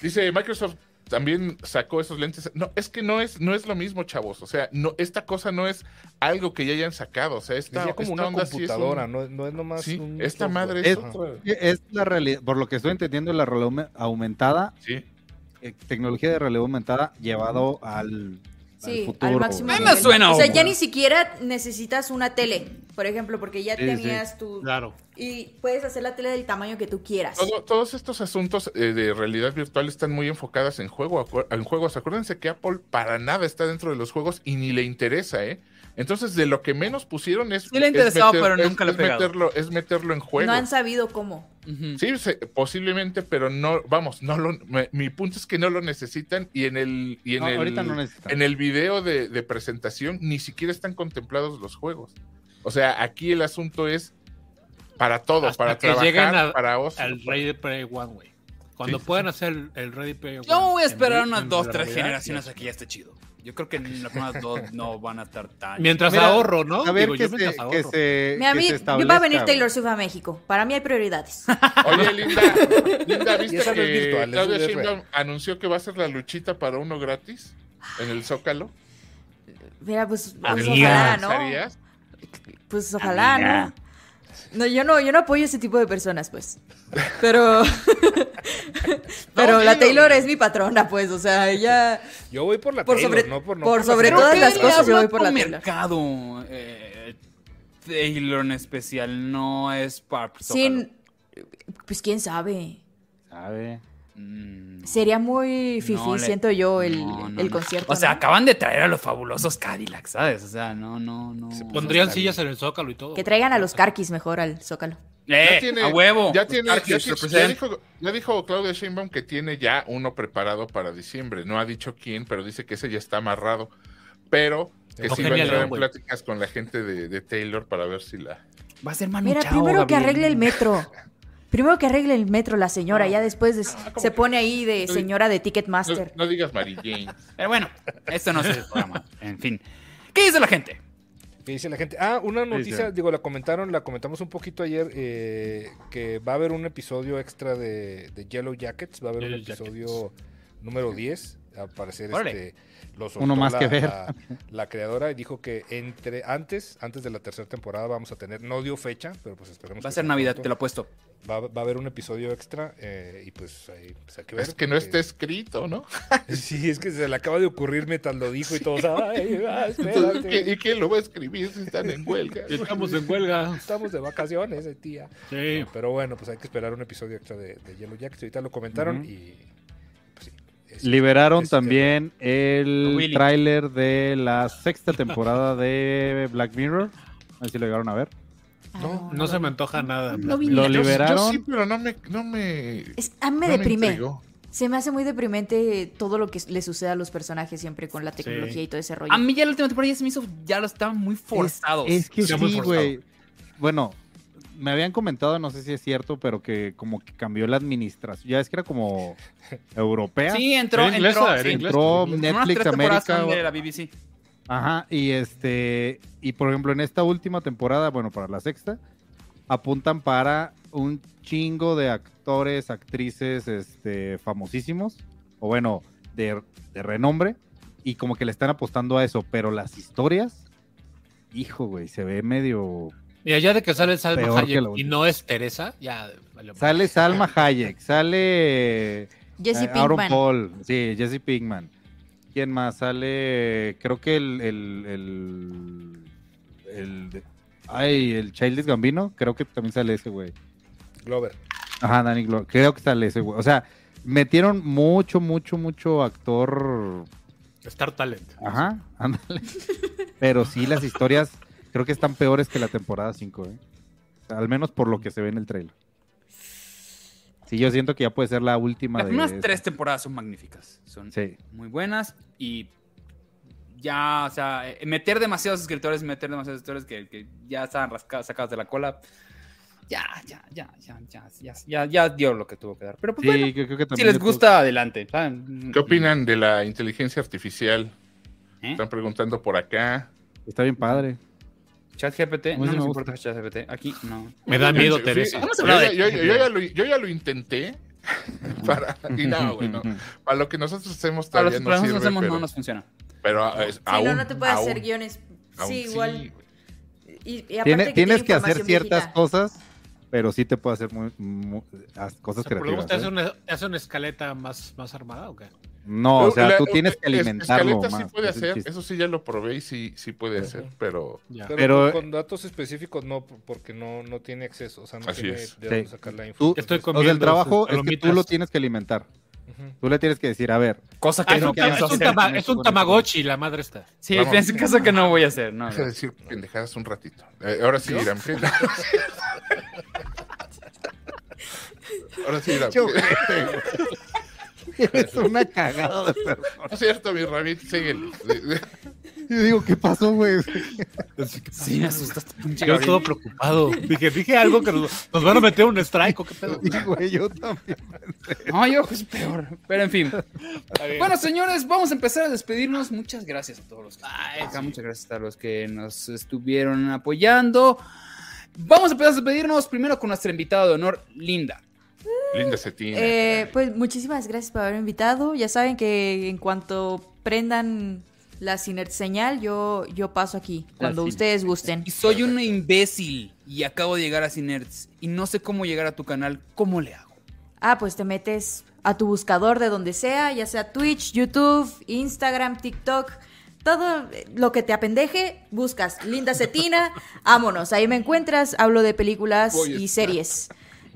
Speaker 9: Dice Microsoft también sacó esos lentes. No, es que no es, no es lo mismo, chavos. O sea, no, esta cosa no es algo que ya hayan sacado. O sea, esta,
Speaker 1: Sería como
Speaker 9: esta
Speaker 1: una
Speaker 9: onda sí es un-
Speaker 1: computadora, no, no es nomás.
Speaker 9: Sí,
Speaker 1: un
Speaker 9: esta
Speaker 1: software.
Speaker 9: madre es
Speaker 6: Es,
Speaker 1: Ajá.
Speaker 9: otra.
Speaker 6: es la realidad. Por lo que estoy entendiendo, la realidad aume- aumentada,
Speaker 9: Sí.
Speaker 6: eh, tecnología de realidad aumentada llevado al, al
Speaker 3: Sí,
Speaker 6: futuro.
Speaker 3: al máximo.
Speaker 2: Nada
Speaker 3: nivel.
Speaker 2: más suena
Speaker 3: o sea, ya
Speaker 2: Oculus.
Speaker 3: ni siquiera necesitas una tele, por ejemplo, porque ya
Speaker 6: Sí,
Speaker 3: tenías tu.
Speaker 4: Claro.
Speaker 3: Y puedes hacer la tele del tamaño que tú quieras.
Speaker 9: Todo- todos estos asuntos eh, de realidad virtual están muy enfocadas en, juego, acu- en juegos. Acuérdense que Apple para nada está dentro de los juegos y ni le interesa, ¿eh? Entonces, de lo que menos pusieron es.
Speaker 2: Sí le ha
Speaker 9: es
Speaker 2: interesado, pero nunca le
Speaker 9: es
Speaker 2: ha pegado.
Speaker 9: meterlo, es meterlo en
Speaker 3: no
Speaker 9: juegos.
Speaker 3: han sabido cómo.
Speaker 2: Ujú.
Speaker 9: Sí, se- posiblemente, pero no, vamos, no lo, me- mi punto es que no lo necesitan y en el, y en
Speaker 6: No,
Speaker 9: el,
Speaker 6: ahorita no necesitan.
Speaker 9: en el video de, de presentación ni siquiera están contemplados los juegos. O sea, aquí el asunto es para todo,
Speaker 4: Hasta
Speaker 9: para
Speaker 4: que
Speaker 9: trabajar,
Speaker 4: llegan a-
Speaker 9: para ocio.
Speaker 4: Al Ready Player One, güey. Cuando
Speaker 9: Sí.
Speaker 4: puedan hacer el- el Ready Player One.
Speaker 2: Yo me voy a
Speaker 4: en
Speaker 2: esperar
Speaker 4: vi-
Speaker 2: unas
Speaker 4: en
Speaker 2: dos,
Speaker 4: la
Speaker 2: tres
Speaker 4: realidad,
Speaker 2: generaciones
Speaker 4: ya.
Speaker 2: aquí ya está chido. Yo creo que las unas dos no van a estar tan...
Speaker 4: Mientras
Speaker 6: Mira,
Speaker 4: ahorro, ¿no?
Speaker 6: A ver
Speaker 4: Digo,
Speaker 6: que,
Speaker 4: yo
Speaker 6: se,
Speaker 4: mientras
Speaker 6: que
Speaker 4: ahorro.
Speaker 6: se-
Speaker 3: Mira, a
Speaker 6: que
Speaker 3: mí
Speaker 6: se
Speaker 3: va a
Speaker 6: establezca,
Speaker 3: venir
Speaker 6: güey.
Speaker 3: Taylor Swift a México. Para mí hay prioridades.
Speaker 9: Oye, Linda, Linda,
Speaker 1: Y
Speaker 9: ¿viste
Speaker 1: esa no es
Speaker 9: que
Speaker 1: virtual, esa
Speaker 9: Claudia
Speaker 1: es real.
Speaker 9: Sheinbaum anunció que va a ser la luchita para uno gratis en el Zócalo?
Speaker 3: Mira, pues, pues
Speaker 4: Amiga.
Speaker 3: ojalá, ¿no?
Speaker 9: ¿Pensarías?
Speaker 3: Pues ojalá, ¿no? No, yo no, yo no apoyo ese tipo de personas, pues. Pero. pero
Speaker 9: No,
Speaker 3: la
Speaker 9: dilo,
Speaker 3: Taylor
Speaker 9: güey.
Speaker 3: es mi patrona, pues. O sea, ella.
Speaker 1: Yo voy por la
Speaker 3: Por
Speaker 1: Taylor,
Speaker 3: sobre-
Speaker 1: no por, no
Speaker 3: por
Speaker 1: la
Speaker 3: sobre
Speaker 1: Taylor.
Speaker 3: todas
Speaker 2: ¿qué
Speaker 3: las
Speaker 2: le
Speaker 3: cosas, yo
Speaker 2: habla
Speaker 3: voy por
Speaker 2: tu
Speaker 3: la tela.
Speaker 2: mercado eh, Taylor en especial no es para Zócalo.
Speaker 3: Sin. Pues quién sabe.
Speaker 6: ¿Sabe?
Speaker 2: Mm, no.
Speaker 3: Sería muy fifi,
Speaker 2: No le-
Speaker 3: siento yo, el,
Speaker 2: No, no,
Speaker 3: el
Speaker 2: no.
Speaker 3: concierto.
Speaker 2: O sea,
Speaker 3: ¿no?
Speaker 2: acaban de traer a los fabulosos Cadillacs, ¿sabes? O sea, no, no, no.
Speaker 4: Se pondrían sillas en el zócalo y todo.
Speaker 3: Que traigan a los carquis mejor al Zócalo.
Speaker 2: ¡Eh!
Speaker 9: Ya tiene-
Speaker 2: ¡A huevo!
Speaker 9: Ya, tiene, ya
Speaker 2: Arceus
Speaker 9: tiene- ya
Speaker 2: represent.
Speaker 9: dijo, ya dijo Claudia Sheinbaum que tiene ya uno preparado para diciembre. No ha dicho quién, pero dice que ese ya está amarrado. Pero que sí va a
Speaker 4: Eugenia
Speaker 9: entrar
Speaker 4: León,
Speaker 9: en
Speaker 4: güey.
Speaker 9: pláticas con la gente de, de Taylor para ver si la...
Speaker 2: Va a ser Manu
Speaker 3: Mira,
Speaker 2: Chao,
Speaker 3: primero que
Speaker 2: Gabriel. Ah.
Speaker 3: arregle el metro. Primero que arregle el metro la señora, ya después de- se pone ahí de señora de
Speaker 9: No,
Speaker 3: Ticketmaster.
Speaker 9: no digas Mary Jane.
Speaker 2: Pero bueno, esto no es el programa. En fin. ¿Qué dice la gente?
Speaker 1: ¿Qué dice la gente? Ah, una noticia,
Speaker 6: dice.
Speaker 1: digo, la comentaron, la comentamos un poquito ayer, eh, que va a haber un episodio extra de, de Yellow Jackets, va a haber un
Speaker 4: Yellow
Speaker 1: episodio número 10, al parecer
Speaker 2: Órale.
Speaker 1: este, lo soltó
Speaker 6: Uno más
Speaker 1: la-
Speaker 6: que ver.
Speaker 1: La, la creadora y dijo que entre antes, antes de la tercera temporada vamos a tener, no dio fecha, pero pues esperemos.
Speaker 2: Va a
Speaker 1: que
Speaker 2: ser
Speaker 1: sea
Speaker 2: Navidad,
Speaker 1: pronto.
Speaker 2: te lo apuesto.
Speaker 1: Va, va a haber un episodio extra eh, y pues ahí pues, hay que ver.
Speaker 9: Es que no
Speaker 1: porque-
Speaker 9: está escrito, ¿no?
Speaker 1: Sí, es que se le acaba de ocurrir mientras lo dijo y todos, ay, ah,
Speaker 9: Entonces,
Speaker 1: espérate,
Speaker 9: ¿qué- ¿Y quién lo va a escribir si están en huelga?
Speaker 4: Estamos en huelga.
Speaker 1: estamos de vacaciones, eh, tía.
Speaker 4: Sí.
Speaker 1: Pero bueno, pues hay que esperar un episodio extra de, de Yellow Jackets. Ahorita lo comentaron
Speaker 6: Ujú.
Speaker 1: y. Pues sí. es-
Speaker 6: Liberaron
Speaker 1: es-
Speaker 6: también el
Speaker 2: Willy.
Speaker 6: tráiler de la sexta temporada de Black Mirror. A ver si lo llegaron a ver.
Speaker 3: Ah,
Speaker 9: no,
Speaker 4: No se me antoja nada.
Speaker 3: No vi
Speaker 6: Lo
Speaker 3: nada.
Speaker 9: Yo- Yo,
Speaker 6: liberaron.
Speaker 9: sí, pero no me... No me
Speaker 3: Es- a mí me
Speaker 9: no me
Speaker 3: deprime.
Speaker 9: intrigó.
Speaker 3: se me hace muy deprimente todo lo que le sucede a los personajes siempre con la tecnología y todo ese rollo.
Speaker 2: A mí ya la última temporada ya se me hizo, ya lo estaban muy forzados.
Speaker 6: Es que
Speaker 4: Está muy
Speaker 6: sí,
Speaker 4: forzado.
Speaker 6: güey. Bueno, me habían comentado, no sé si es cierto, pero que como que cambió la administración. Ya es que era como europea.
Speaker 2: Sí, entró,
Speaker 4: Era inglesa,
Speaker 2: entró.
Speaker 4: era
Speaker 2: sí.
Speaker 4: inglesa.
Speaker 6: Entró
Speaker 2: Unas
Speaker 6: Netflix
Speaker 2: tres temporadas
Speaker 6: América.
Speaker 2: son de la BBC.
Speaker 6: Ajá, y este, y por ejemplo, en esta última temporada, bueno, para la sexta, apuntan para un chingo de actores, actrices, este, famosísimos, o bueno, de, de renombre, y como que le están apostando a eso, pero las historias, hijo, güey, se ve medio...
Speaker 4: Y allá de que sale Salma
Speaker 6: Peor que
Speaker 4: Hayek
Speaker 6: la
Speaker 4: y
Speaker 6: última.
Speaker 4: no es Teresa, ya. valió
Speaker 6: Sale Salma Hayek, sale...
Speaker 3: Jesse
Speaker 6: Eh, Aaron
Speaker 3: Pinkman.
Speaker 6: Paul, sí, Jesse Pinkman. ¿Quién más? Sale, creo que el, el, el, el de- ay, el Childish Gambino, creo que también sale ese güey.
Speaker 1: Glover.
Speaker 6: Ajá, Danny Glover, creo que sale ese güey. O sea, metieron mucho, mucho, mucho actor,
Speaker 4: Star Talent.
Speaker 6: ajá, ándale. Pero sí, las historias creo que están peores que la temporada 5, ¿eh? O sea, al menos por lo que se ve en el trailer. Sí, yo siento que ya puede ser la última
Speaker 2: Las
Speaker 6: de
Speaker 2: primeras
Speaker 6: esa.
Speaker 2: tres temporadas son magníficas. Son
Speaker 6: Sí.
Speaker 2: muy buenas y ya, o sea, eh, meter demasiados escritores, meter demasiados escritores que, que ya estaban rascados, sacados de la cola. Ya, ya, ya, ya, ya, ya, ya, ya dio lo que tuvo que dar. Pero pues
Speaker 6: Sí,
Speaker 2: bueno,
Speaker 6: creo- creo que
Speaker 2: si
Speaker 6: también
Speaker 2: les
Speaker 6: le tuvo-
Speaker 2: gusta, adelante. Ah, ¿saben?
Speaker 9: ¿Qué opinan de la inteligencia artificial?
Speaker 2: ¿Eh?
Speaker 9: Están preguntando por acá.
Speaker 6: Está bien padre.
Speaker 2: ChatGPT,
Speaker 6: A mí sí
Speaker 2: no
Speaker 6: me
Speaker 2: nos
Speaker 6: gusta.
Speaker 2: importa ChatGPT, aquí no.
Speaker 4: Me da miedo,
Speaker 9: Sí,
Speaker 4: Teresa.
Speaker 9: sí,
Speaker 2: Vamos a hablar
Speaker 9: yo-
Speaker 2: de-
Speaker 9: yo, yo- yo ya lo, yo ya lo intenté. Para, y no, güey, no. Para lo que nosotros hacemos
Speaker 2: Para los
Speaker 9: todavía
Speaker 2: que
Speaker 9: no
Speaker 2: nosotros
Speaker 9: sirve.
Speaker 2: hacemos
Speaker 9: pero
Speaker 2: no nos funciona.
Speaker 9: pero, ah, es-
Speaker 3: Sí,
Speaker 9: aún,
Speaker 3: no, no te puedes
Speaker 9: aún-
Speaker 3: hacer guiones.
Speaker 9: aún
Speaker 3: sí, igual.
Speaker 9: güey.
Speaker 3: Y- y aparte
Speaker 6: Tiene-
Speaker 3: que
Speaker 6: tienes
Speaker 3: tiene
Speaker 6: que hacer
Speaker 3: información
Speaker 6: ciertas
Speaker 3: viejita.
Speaker 6: cosas, pero sí te puede hacer muy, mu- as- cosas
Speaker 4: O sea, por lo menos
Speaker 6: creativas.
Speaker 4: te hace
Speaker 6: ¿eh?
Speaker 4: una, te hace una escaleta más, más armada o qué?
Speaker 6: No, o sea,
Speaker 9: La-
Speaker 6: tú tienes que
Speaker 9: es-
Speaker 6: alimentarlo
Speaker 9: escaleta
Speaker 6: más.
Speaker 9: sí puede
Speaker 6: es el
Speaker 9: hacer,
Speaker 6: chiste.
Speaker 9: eso sí ya lo probé y sí, sí puede hacer, pero
Speaker 4: Ya.
Speaker 1: Pero,
Speaker 6: Pero-
Speaker 1: con datos específicos no, porque no, no tiene acceso. O sea, no
Speaker 9: Así
Speaker 1: tiene
Speaker 9: es.
Speaker 1: de dónde
Speaker 6: Sí.
Speaker 1: sacar la info.
Speaker 6: Tú-
Speaker 1: Entonces,
Speaker 4: Estoy
Speaker 6: O sea, el
Speaker 4: comiendo
Speaker 6: trabajo
Speaker 4: sus
Speaker 6: es que tú
Speaker 4: palomitas.
Speaker 6: lo tienes que alimentar.
Speaker 1: ujú.
Speaker 6: Tú le tienes que decir, a ver,
Speaker 2: Cosa
Speaker 4: Ah,
Speaker 2: que
Speaker 4: es,
Speaker 2: no
Speaker 4: un, tama-
Speaker 2: pienso
Speaker 4: es un
Speaker 2: hacer.
Speaker 4: tama- es un Tamagotchi, la madre está.
Speaker 2: Sí,
Speaker 9: Vamos.
Speaker 2: pienso cosa que no voy a hacer. No,
Speaker 9: deja de
Speaker 2: no.
Speaker 9: decir pendejadas un ratito. Eh, ahora sí, Irán. ¿qué? ahora sí, Irán.
Speaker 6: Yo- es una cagada de persona.
Speaker 9: No es cierto, mi Rabbit, síguelo.
Speaker 6: Yo digo, ¿qué pasó, güey?
Speaker 2: Sí, me asustaste, pinche
Speaker 4: Yo
Speaker 2: Gabriel.
Speaker 4: todo preocupado. Dije, dije algo que nos, nos van a meter un strike o qué pedo.
Speaker 6: Sí, güey, yo también.
Speaker 2: No, yo creo que es peor. Pero en fin. Bueno, señores, vamos a empezar a despedirnos. Muchas gracias a todos los que estuvieron acá. Muchas gracias a los que nos estuvieron apoyando. Vamos a empezar a despedirnos primero con nuestra invitada de honor, Linda.
Speaker 9: Linda Cetina.
Speaker 3: Eh, pues muchísimas gracias por haberme invitado. Ya saben que en cuanto prendan la Cinet señal, yo, yo paso aquí, cuando
Speaker 6: Cinet.
Speaker 3: ustedes gusten.
Speaker 2: Y soy un imbécil y acabo de llegar a Cinerts y no sé cómo llegar a tu canal. ¿Cómo le hago?
Speaker 3: Ah, pues te metes a tu buscador de donde sea, ya sea Twitch, YouTube, Instagram, TikTok, Todo lo que te apendeje, buscas Linda Cetina, vámonos, ahí me encuentras, hablo de películas
Speaker 5: Voy a
Speaker 3: y
Speaker 5: estar.
Speaker 3: series.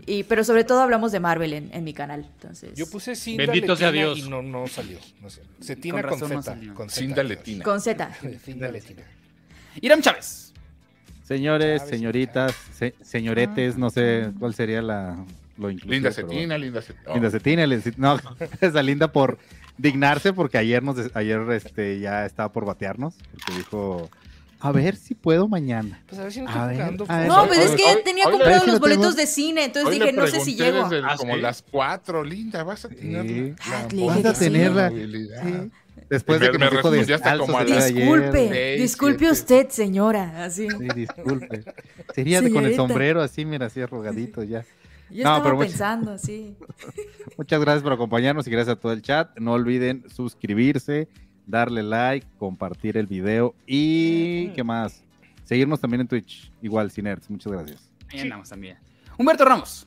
Speaker 3: Y, pero sobre todo hablamos de Marvel en, en mi canal. Entonces,
Speaker 1: Yo puse cinta
Speaker 4: Bendito sea
Speaker 1: letina
Speaker 4: Dios.
Speaker 1: y no, no salió. No sé. Cetina
Speaker 2: Con
Speaker 1: con,
Speaker 2: razón no
Speaker 1: Z.
Speaker 2: salió.
Speaker 1: con
Speaker 9: Cinda
Speaker 1: Z.
Speaker 9: letina.
Speaker 3: con Z.
Speaker 1: Cinda letina.
Speaker 2: Irán Chávez.
Speaker 6: Señores,
Speaker 1: Chávez,
Speaker 6: señoritas, se- señoretes, no sé cuál sería la lo inclusivo,
Speaker 9: Linda
Speaker 6: pero bueno.
Speaker 9: Cetina, Linda Cetina.
Speaker 6: Linda Cetina, le- no, esa linda por dignarse porque ayer nos des- ayer este ya estaba por batearnos, porque dijo, "A ver si puedo mañana."
Speaker 1: Pues a ver si no
Speaker 6: A
Speaker 1: estoy
Speaker 6: ver,
Speaker 1: jugando.
Speaker 6: a ver.
Speaker 1: fútbol.
Speaker 3: No, pues es que
Speaker 9: Hoy-
Speaker 3: tenía
Speaker 9: hoy le-
Speaker 6: es
Speaker 3: comprados
Speaker 6: que
Speaker 3: los
Speaker 6: no tengo-
Speaker 3: boletos de cine, entonces
Speaker 9: Hoy
Speaker 3: dije,
Speaker 9: le
Speaker 3: no sé si
Speaker 9: pregunté
Speaker 3: llego.
Speaker 9: desde
Speaker 4: Ah,
Speaker 9: como
Speaker 4: sí.
Speaker 9: las cuatro, Linda, vas a tener
Speaker 6: Sí.
Speaker 3: Ah,
Speaker 9: la
Speaker 3: le dije
Speaker 6: Vas a
Speaker 3: que sí.
Speaker 6: tenerla.
Speaker 9: movilidad.
Speaker 6: Sí. Después de que
Speaker 9: Me-
Speaker 6: nos
Speaker 9: me
Speaker 6: dijo
Speaker 9: respondí hasta
Speaker 6: descalzos
Speaker 9: como a
Speaker 6: el día de ayer.
Speaker 3: Disculpe,
Speaker 9: Seis,
Speaker 3: disculpe
Speaker 9: siete.
Speaker 3: usted, señora. Así.
Speaker 6: Sí, disculpe. Sería de con el
Speaker 3: Señorita.
Speaker 6: sombrero así, mira, así arrugadito ya.
Speaker 3: Yo
Speaker 6: No,
Speaker 3: estaba
Speaker 6: pero mucho-
Speaker 3: pensando, sí.
Speaker 6: Muchas gracias por acompañarnos y gracias a todo el chat. No olviden suscribirse, darle like, compartir el video y qué más. Seguirnos también en Twitch, igual Cinerts. Muchas gracias.
Speaker 2: Ahí andamos también. Humberto Ramos.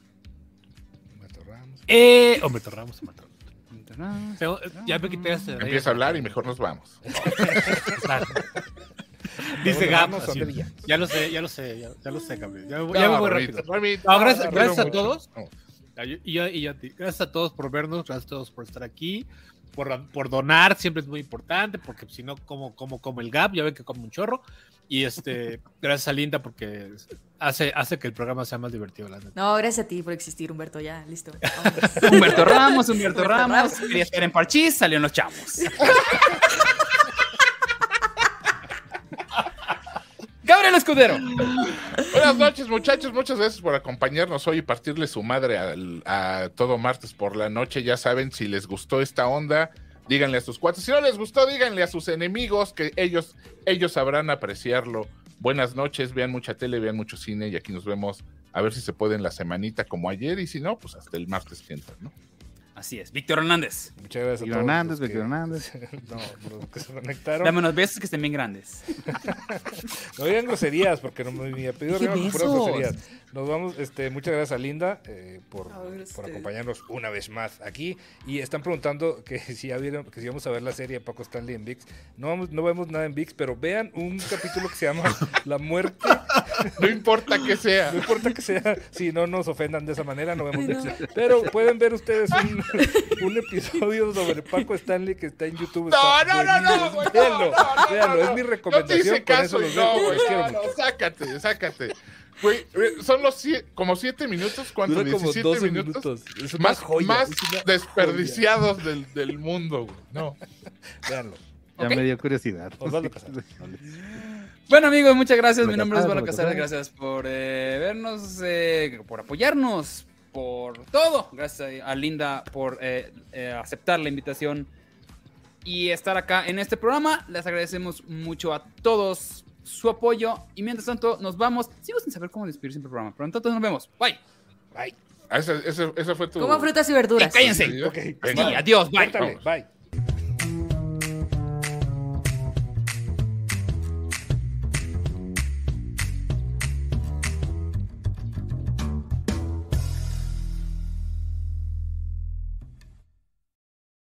Speaker 1: Humberto Ramos.
Speaker 2: Eh,
Speaker 4: Hombre, torramos, hombre, torramos.
Speaker 2: Humberto Ramos.
Speaker 4: Se- Ya me quité ese.
Speaker 9: Empieza a hablar y mejor nos vamos.
Speaker 4: Dice
Speaker 1: Humberto
Speaker 4: Gab.
Speaker 1: Ramos son de
Speaker 4: así,
Speaker 1: villanos.
Speaker 4: Ah, Ya lo sé, ya lo sé, ya, ya lo sé, Gabriel. Ya, me- ya me voy rápido.
Speaker 9: rápido.
Speaker 4: No, gracias-
Speaker 9: te
Speaker 4: gracias
Speaker 9: quiero
Speaker 4: a todos.
Speaker 9: No.
Speaker 4: A- Y yo- y yo a ti. Gracias a todos por vernos, gracias a todos por estar aquí, por, por donar, siempre es muy importante, porque si no, como, como, como el gap, ya ven que como un chorro. Y este, gracias a Linda porque hace, hace que el programa sea más divertido, la neta.
Speaker 3: No, gracias a ti por existir, Humberto, ya, listo. vámonos.
Speaker 2: Humberto Ramos, Humberto
Speaker 3: Humberto
Speaker 2: Ramos.
Speaker 3: Ramos.
Speaker 2: Quería estar en Parchís, salieron los chamos. Gabriel Escudero.
Speaker 9: Buenas noches, muchachos. Muchas gracias por acompañarnos hoy y partirle su madre al- a todo martes por la noche. Ya saben, si les gustó esta onda, díganle a sus cuates. Si no les gustó, díganle a sus enemigos que ellos, ellos sabrán apreciarlo. Buenas noches, vean mucha tele, vean mucho cine y aquí nos vemos. A ver si se puede en la semanita como ayer y si no, pues hasta el martes que entra, ¿no?
Speaker 2: Así es, Víctor Hernández.
Speaker 1: Muchas gracias a
Speaker 6: Víctor
Speaker 1: todos
Speaker 6: Hernández,
Speaker 1: los que-
Speaker 6: Víctor Hernández.
Speaker 1: No, los que se conectaron.
Speaker 2: Dame unos besos que estén bien grandes.
Speaker 1: No digan groserías, porque no, mi apellido
Speaker 2: ¿Qué
Speaker 1: rima con puras
Speaker 2: besos?
Speaker 1: groserías. Nos vamos, este, muchas gracias a Linda eh, por,
Speaker 3: A ver,
Speaker 1: por
Speaker 3: este.
Speaker 1: acompañarnos una vez más aquí. Y están preguntando que si ya vieron, que si vamos a ver la serie de Paco Stanley en VIX. No, vamos- no vemos nada en VIX, pero vean un capítulo que se llama La muerte,
Speaker 9: No importa que sea.
Speaker 1: no importa que sea, si no nos ofendan de esa manera, no vemos VIX. Pero pueden ver ustedes un, un episodio sobre Paco Stanley que está en YouTube.
Speaker 9: No,
Speaker 1: Está
Speaker 9: no, no, no,
Speaker 1: buenísimo.
Speaker 9: güey, no,
Speaker 1: Véanlo,
Speaker 9: no, no,
Speaker 1: véanlo,
Speaker 9: no,
Speaker 1: es
Speaker 9: no.
Speaker 1: mi
Speaker 9: No te
Speaker 1: recomendación.
Speaker 9: hice
Speaker 1: por eso
Speaker 9: caso y
Speaker 1: los
Speaker 9: no,
Speaker 1: veo,
Speaker 9: güey,
Speaker 1: los quiero
Speaker 9: no, no,
Speaker 1: mucho.
Speaker 9: sácate, sácate. Güey, eh, son los sie- como siete minutos, ¿cuánto?
Speaker 1: Dura como
Speaker 9: 17
Speaker 1: 12
Speaker 9: minutos.
Speaker 1: minutos. Es una
Speaker 9: Más,
Speaker 1: joya,
Speaker 9: más
Speaker 1: es una
Speaker 9: desperdiciados del, del mundo, güey. No.
Speaker 1: joya. Véanlo.
Speaker 6: Ya
Speaker 2: Ok.
Speaker 6: me dio curiosidad.
Speaker 1: Osvaldo Casado.
Speaker 2: Bueno amigos, muchas gracias. Mi
Speaker 6: Me
Speaker 2: nombre es
Speaker 6: encantaron,
Speaker 2: Bala
Speaker 6: me
Speaker 2: Casares.
Speaker 6: encantaron.
Speaker 2: Gracias por eh, vernos, eh, por apoyarnos, por todo. Gracias a a Linda por eh, eh, aceptar la invitación y estar acá en este programa. Les agradecemos mucho a todos su apoyo. Y mientras tanto, nos vamos. Sigo sin saber cómo despedirse el programa, pero entonces nos vemos. Bye.
Speaker 1: Bye.
Speaker 9: Esa, esa- esa fue tu.
Speaker 3: Como frutas y
Speaker 2: Y
Speaker 3: verduras.
Speaker 2: cállense.
Speaker 9: Sí,
Speaker 1: Ok.
Speaker 9: Venga.
Speaker 2: Sí, adiós. Bye.
Speaker 1: Córtale. Bye.